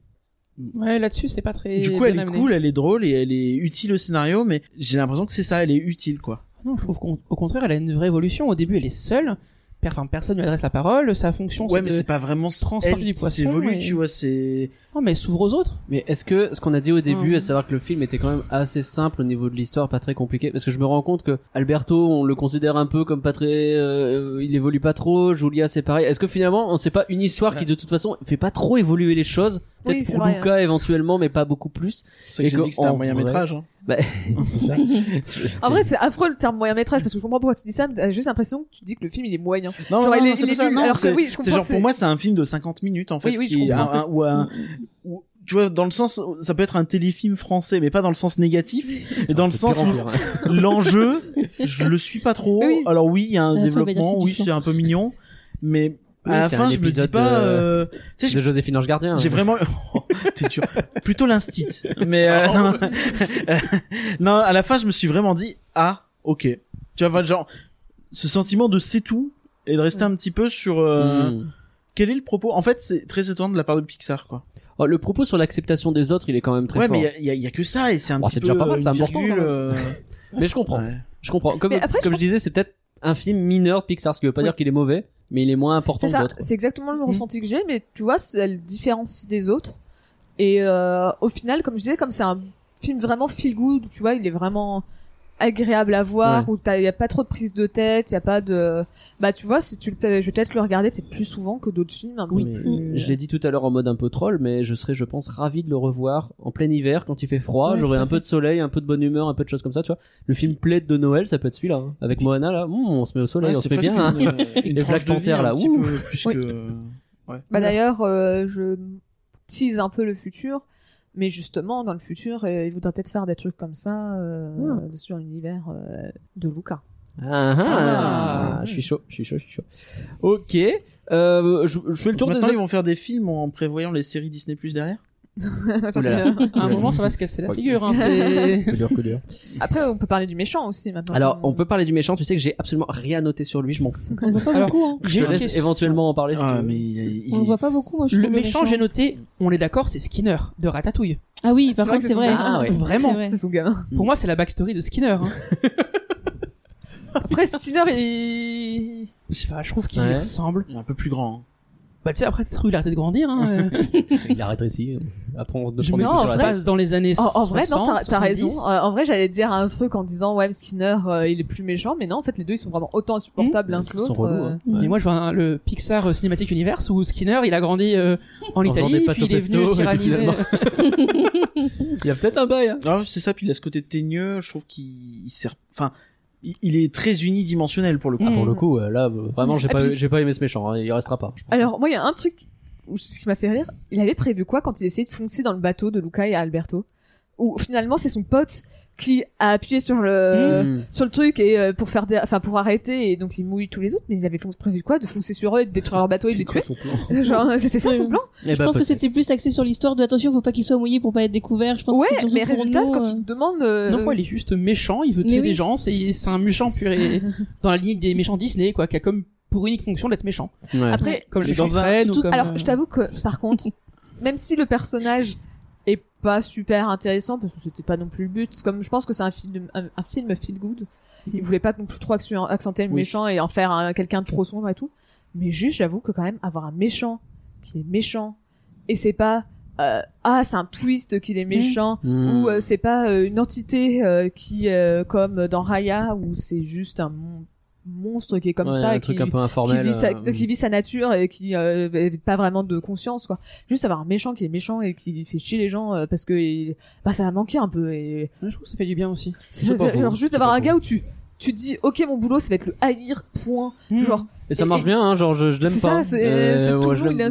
Speaker 5: Ouais, là-dessus, c'est pas très.
Speaker 1: Du coup,
Speaker 5: bien
Speaker 1: elle est
Speaker 5: amené.
Speaker 1: cool, elle est drôle et elle est utile au scénario, mais j'ai l'impression que c'est ça, elle est utile, quoi.
Speaker 5: Non, je trouve qu'au au contraire, elle a une vraie évolution. Au début, elle est seule. Per- Enfin, personne lui adresse la parole. Sa fonction,
Speaker 1: Ouais,
Speaker 5: c'est
Speaker 1: mais
Speaker 5: de-
Speaker 1: c'est pas vraiment
Speaker 5: transporter
Speaker 1: elle
Speaker 5: du
Speaker 1: qui
Speaker 5: poisson
Speaker 1: s'évolue,
Speaker 5: et-
Speaker 1: tu vois, c'est...
Speaker 5: Non, mais elle s'ouvre aux autres.
Speaker 2: Mais est-ce que ce qu'on a dit au début,
Speaker 5: Mhm.
Speaker 2: à savoir que le film était quand même assez simple au niveau de l'histoire, pas très compliqué, parce que je me rends compte que Alberto, on le considère un peu comme pas très, euh, il évolue pas trop. Julia, c'est pareil. Est-ce que finalement, on sait pas une histoire qui de toute façon fait pas trop évoluer les choses, peut-être
Speaker 3: Oui, c'est
Speaker 2: pour
Speaker 3: vrai,
Speaker 5: hein.
Speaker 2: Luca éventuellement, mais pas beaucoup plus.
Speaker 1: C'est que
Speaker 2: Et
Speaker 1: j'ai
Speaker 2: que-
Speaker 1: dit que c'était un
Speaker 2: en
Speaker 1: moyen
Speaker 2: vrai-
Speaker 1: métrage. Hein.
Speaker 2: Bah, c'est ça.
Speaker 3: en vrai c'est affreux le terme moyen métrage parce que je comprends pas pourquoi tu dis ça mais t'as juste l'impression que tu dis que le film il est moyen
Speaker 1: Non,
Speaker 3: Genre,
Speaker 1: non,
Speaker 3: il est-
Speaker 1: non, c'est
Speaker 3: il
Speaker 1: pas
Speaker 3: est
Speaker 1: ça.
Speaker 3: nul,
Speaker 1: Non,
Speaker 3: alors que
Speaker 1: c'est-
Speaker 3: oui, je
Speaker 1: C'est
Speaker 3: comprends
Speaker 1: genre
Speaker 3: que
Speaker 1: pour
Speaker 3: c'est-
Speaker 1: moi, c'est un film de 50 minutes en fait,
Speaker 3: Oui, oui, je
Speaker 1: qui est
Speaker 3: comprends
Speaker 1: un-
Speaker 3: ce que-
Speaker 1: ou un, ou- tu vois, dans le sens, ça peut être un téléfilm français, mais pas dans le sens négatif, mais dans le
Speaker 2: C'est de
Speaker 1: sens
Speaker 2: pire en
Speaker 1: où
Speaker 2: pire, hein.
Speaker 1: l'enjeu, je le suis pas trop.
Speaker 3: Oui.
Speaker 1: Alors oui, il y a un
Speaker 4: À la fin, on va dire
Speaker 1: développement,
Speaker 4: c'est
Speaker 1: oui,
Speaker 4: du chant.
Speaker 1: c'est un peu mignon, mais
Speaker 2: Oui,
Speaker 1: à la
Speaker 2: c'est
Speaker 1: fin,
Speaker 2: un
Speaker 1: je me dis
Speaker 2: épisode
Speaker 1: pas.
Speaker 2: de-
Speaker 1: euh, Tu sais,
Speaker 2: de Joséphine Ange Gardien. hein.
Speaker 1: J'ai vraiment, Oh, t'es dur. Plutôt l'instit. Mais euh,
Speaker 2: Ah,
Speaker 1: non. Non, à la fin, je me suis vraiment dit ah ok. Tu vois genre ce sentiment de c'est tout et de rester un petit peu sur euh,
Speaker 2: Mhm.
Speaker 1: quel est le propos. En fait, c'est très étonnant de la part de Pixar quoi.
Speaker 2: Oh, le propos sur l'acceptation des autres, il est quand même très
Speaker 1: ouais,
Speaker 2: fort.
Speaker 1: mais il y a, y a que ça et c'est un
Speaker 2: Bon,
Speaker 1: petit
Speaker 2: c'est
Speaker 1: peu
Speaker 2: déjà pas mal,
Speaker 1: une
Speaker 2: c'est important,
Speaker 1: virgule,
Speaker 2: quand même.
Speaker 1: euh,
Speaker 2: Mais je comprends.
Speaker 1: ouais.
Speaker 2: Je comprends. Comme,
Speaker 3: Mais après, je
Speaker 2: comme je,
Speaker 3: pense-
Speaker 2: disais, c'est peut-être un film mineur de Pixar, ce qui veut pas
Speaker 3: Oui.
Speaker 2: dire qu'il est mauvais, mais il est moins important
Speaker 3: C'est
Speaker 2: que
Speaker 3: ça,
Speaker 2: d'autres.
Speaker 3: c'est exactement le
Speaker 5: Mhm.
Speaker 3: ressenti que j'ai, mais tu vois, ça le différencie des autres. Et euh, au final, comme je disais, comme c'est un film vraiment feel good, tu vois, il est vraiment agréable à voir, où il n'y a pas trop de prise de tête, il n'y a pas de... Bah tu vois, si tu, le- je vais peut-être le regarder peut-être plus souvent que d'autres films. hein. Un peu
Speaker 2: Oui,
Speaker 3: plus...
Speaker 2: euh, Je l'ai dit tout à l'heure en mode un peu troll, mais je serais, je pense, ravi de le revoir en plein hiver quand il fait froid.
Speaker 5: Ouais,
Speaker 2: J'aurais
Speaker 5: tout à
Speaker 2: un peu de soleil, un peu de bonne humeur, un peu de choses comme ça, tu vois. Le film plaid de Noël, ça peut être celui-là. hein. Avec Moana, là, Mmh, on se met au soleil,
Speaker 1: Ouais,
Speaker 2: on
Speaker 1: c'est
Speaker 2: se fait
Speaker 1: presque
Speaker 2: bien. hein.
Speaker 1: une, euh, une
Speaker 2: Les
Speaker 1: tranche
Speaker 2: Black
Speaker 1: de vie
Speaker 2: Panther,
Speaker 1: un
Speaker 2: là,
Speaker 1: petit
Speaker 2: ouh.
Speaker 1: peu plus
Speaker 3: Oui.
Speaker 1: que-
Speaker 3: Bah d'ailleurs, euh, je tease un peu le futur. Mais justement, dans le futur, euh, il voudrait peut-être faire des trucs comme ça euh, sur l'univers euh, de Luca.
Speaker 2: Ah, ah,
Speaker 1: Ah.
Speaker 2: je suis chaud, je suis chaud, je suis chaud. Ok, euh, je, je fais le
Speaker 1: Donc
Speaker 2: tour des
Speaker 1: maintenant, ils vont faire des films en prévoyant les séries Disney Plus derrière.
Speaker 3: J'en sais
Speaker 2: Oula.
Speaker 3: rien.
Speaker 5: À un moment, ça va se casser la figure. Hein, c'est-
Speaker 2: Coup dur, coup dur.
Speaker 3: Après, on peut parler du méchant aussi maintenant.
Speaker 2: Alors, on peut parler du méchant. Tu sais que j'ai absolument rien noté sur lui. Je m'en fous.
Speaker 4: On voit pas
Speaker 5: Alors,
Speaker 4: beaucoup. Hein.
Speaker 2: Je
Speaker 5: J'ai
Speaker 2: te
Speaker 5: une
Speaker 2: laisse
Speaker 5: question.
Speaker 2: éventuellement en parler. si tu
Speaker 1: Ah,
Speaker 2: veux.
Speaker 1: mais il- il-
Speaker 4: On le
Speaker 1: il-
Speaker 4: voit pas beaucoup, moi je
Speaker 5: Le
Speaker 4: trouve,
Speaker 5: méchant, j'ai noté, on est d'accord, c'est Skinner de Ratatouille.
Speaker 4: Ah oui, par
Speaker 3: C'est vrai
Speaker 4: contre,
Speaker 3: que c'est
Speaker 4: c'est vrai.
Speaker 2: son- Ah ouais.
Speaker 5: Vraiment.
Speaker 4: C'est vrai.
Speaker 3: C'est son gamin.
Speaker 5: Pour moi, c'est la backstory de Skinner. hein.
Speaker 3: Après, Skinner, il...
Speaker 5: Je sais pas, je trouve qu'il
Speaker 2: Ouais.
Speaker 5: lui ressemble.
Speaker 1: un peu plus grand. hein.
Speaker 5: Bah, tu sais, après, Ratatouille, il a arrêté de grandir. Hein. euh.
Speaker 2: Il a rétréci. Après, on
Speaker 5: Je
Speaker 2: prend
Speaker 5: me
Speaker 2: des
Speaker 5: dis,
Speaker 3: non,
Speaker 2: coups sur
Speaker 5: ça
Speaker 2: la
Speaker 5: se
Speaker 2: tête.
Speaker 5: passe dans les années
Speaker 3: Oh, En, en vrai,
Speaker 5: 60,
Speaker 3: non, t'as- t'as
Speaker 5: 70.
Speaker 3: raison. Euh, en vrai, j'allais dire un truc en disant, ouais, Skinner, euh, il est plus méchant, mais non, en fait, les deux, ils sont vraiment autant insupportables l'un que
Speaker 2: Ils sont
Speaker 3: l'autre.
Speaker 2: relous, hein.
Speaker 3: euh.
Speaker 5: Et moi, je vois un- le Pixar euh, Cinematic Universe où Skinner, il a grandi euh, en
Speaker 2: faisant des
Speaker 5: Italie,
Speaker 2: pâtes
Speaker 5: puis
Speaker 2: au
Speaker 5: il est
Speaker 2: pesto, et
Speaker 5: venu
Speaker 2: puis
Speaker 5: tyranniser.
Speaker 2: finalement- Il y a peut-être un bail. hein.
Speaker 1: Ah, c'est ça. Puis il a ce côté teigneux. Je trouve qu'il il sert. Enfin, il, il est très unidimensionnel pour le coup.
Speaker 5: Mm.
Speaker 2: Pour le coup, euh, là, euh, vraiment, j'ai
Speaker 3: Ah,
Speaker 2: pas,
Speaker 3: puis-
Speaker 2: j'ai pas aimé ce méchant. hein. Il restera pas. je pense.
Speaker 3: Alors, moi, il y a un truc, où- ce qui m'a fait rire, il avait prévu quoi quand il essayait de foncer dans le bateau de Luca et Alberto? Où finalement, c'est son pote qui a appuyé sur le,
Speaker 2: Hmm.
Speaker 3: sur le truc et euh, pour faire des- enfin pour arrêter et donc il mouille tous les autres mais il avait fon- prévu quoi de foncer sur eux et de détruire
Speaker 2: Ah,
Speaker 3: leur bateau et de les tuer genre c'était ça son plan
Speaker 2: Eh
Speaker 4: Je
Speaker 2: ben,
Speaker 4: pense que
Speaker 2: peut-être.
Speaker 4: c'était plus axé sur l'histoire de attention, faut pas qu'il soit mouillé pour pas être découvert. Je pense
Speaker 3: ouais
Speaker 4: que c'est surtout
Speaker 3: mais
Speaker 4: pour
Speaker 3: résultat
Speaker 4: nous,
Speaker 3: quand
Speaker 4: euh,
Speaker 3: tu te demandes euh,
Speaker 5: Non, quoi, il est juste méchant, il veut
Speaker 4: Mais
Speaker 5: tuer
Speaker 4: oui.
Speaker 5: des gens, c'est c'est un méchant pur et dans la ligne des méchants Disney, quoi, qui a comme pour unique fonction d'être méchant.
Speaker 2: Ouais.
Speaker 3: après
Speaker 5: Comme
Speaker 1: Mais
Speaker 5: les gens
Speaker 1: dans
Speaker 5: qui
Speaker 1: un-
Speaker 5: traînent ou
Speaker 3: tout-
Speaker 5: comme,
Speaker 3: alors
Speaker 5: euh,
Speaker 3: je t'avoue que par contre même si le personnage est pas super intéressant parce que c'était pas non plus le but comme je pense que c'est un film un, un film feel good il voulait pas non plus trop accentuer- accentuer le
Speaker 1: Oui.
Speaker 3: méchant et en faire un- quelqu'un de trop sombre et tout mais juste j'avoue que quand même avoir un méchant qui est méchant et c'est pas euh, ah c'est un twist qu'il
Speaker 4: Mm.
Speaker 3: est méchant
Speaker 2: Hmm.
Speaker 3: ou euh, c'est pas euh, une entité euh, qui euh, comme dans Raya où c'est juste un mon- monstre qui est comme
Speaker 2: Ouais,
Speaker 3: ça
Speaker 2: un
Speaker 3: et qui,
Speaker 2: truc un peu
Speaker 3: qui
Speaker 2: informel.
Speaker 3: vit sa,
Speaker 2: euh,
Speaker 3: qui vit sa nature et qui euh, n'a pas vraiment de conscience quoi juste avoir un méchant qui est méchant et qui fait chier les gens euh, parce que il- bah ça a manqué un peu et
Speaker 5: Je trouve que ça fait du bien aussi.
Speaker 2: C'est pas faux,
Speaker 3: genre
Speaker 2: c'est
Speaker 3: juste avoir
Speaker 2: pas
Speaker 3: un
Speaker 2: faux.
Speaker 3: gars où tu tu dis ok mon boulot ça va être le haïr point genre
Speaker 2: Et ça marche bien, hein, genre Hmm. je, je l'aime
Speaker 3: c'est
Speaker 2: pas.
Speaker 3: ça c'est
Speaker 2: Euh,
Speaker 3: c'est tout
Speaker 2: moi,
Speaker 3: le
Speaker 2: je
Speaker 3: monde, il
Speaker 2: l'aime-
Speaker 3: est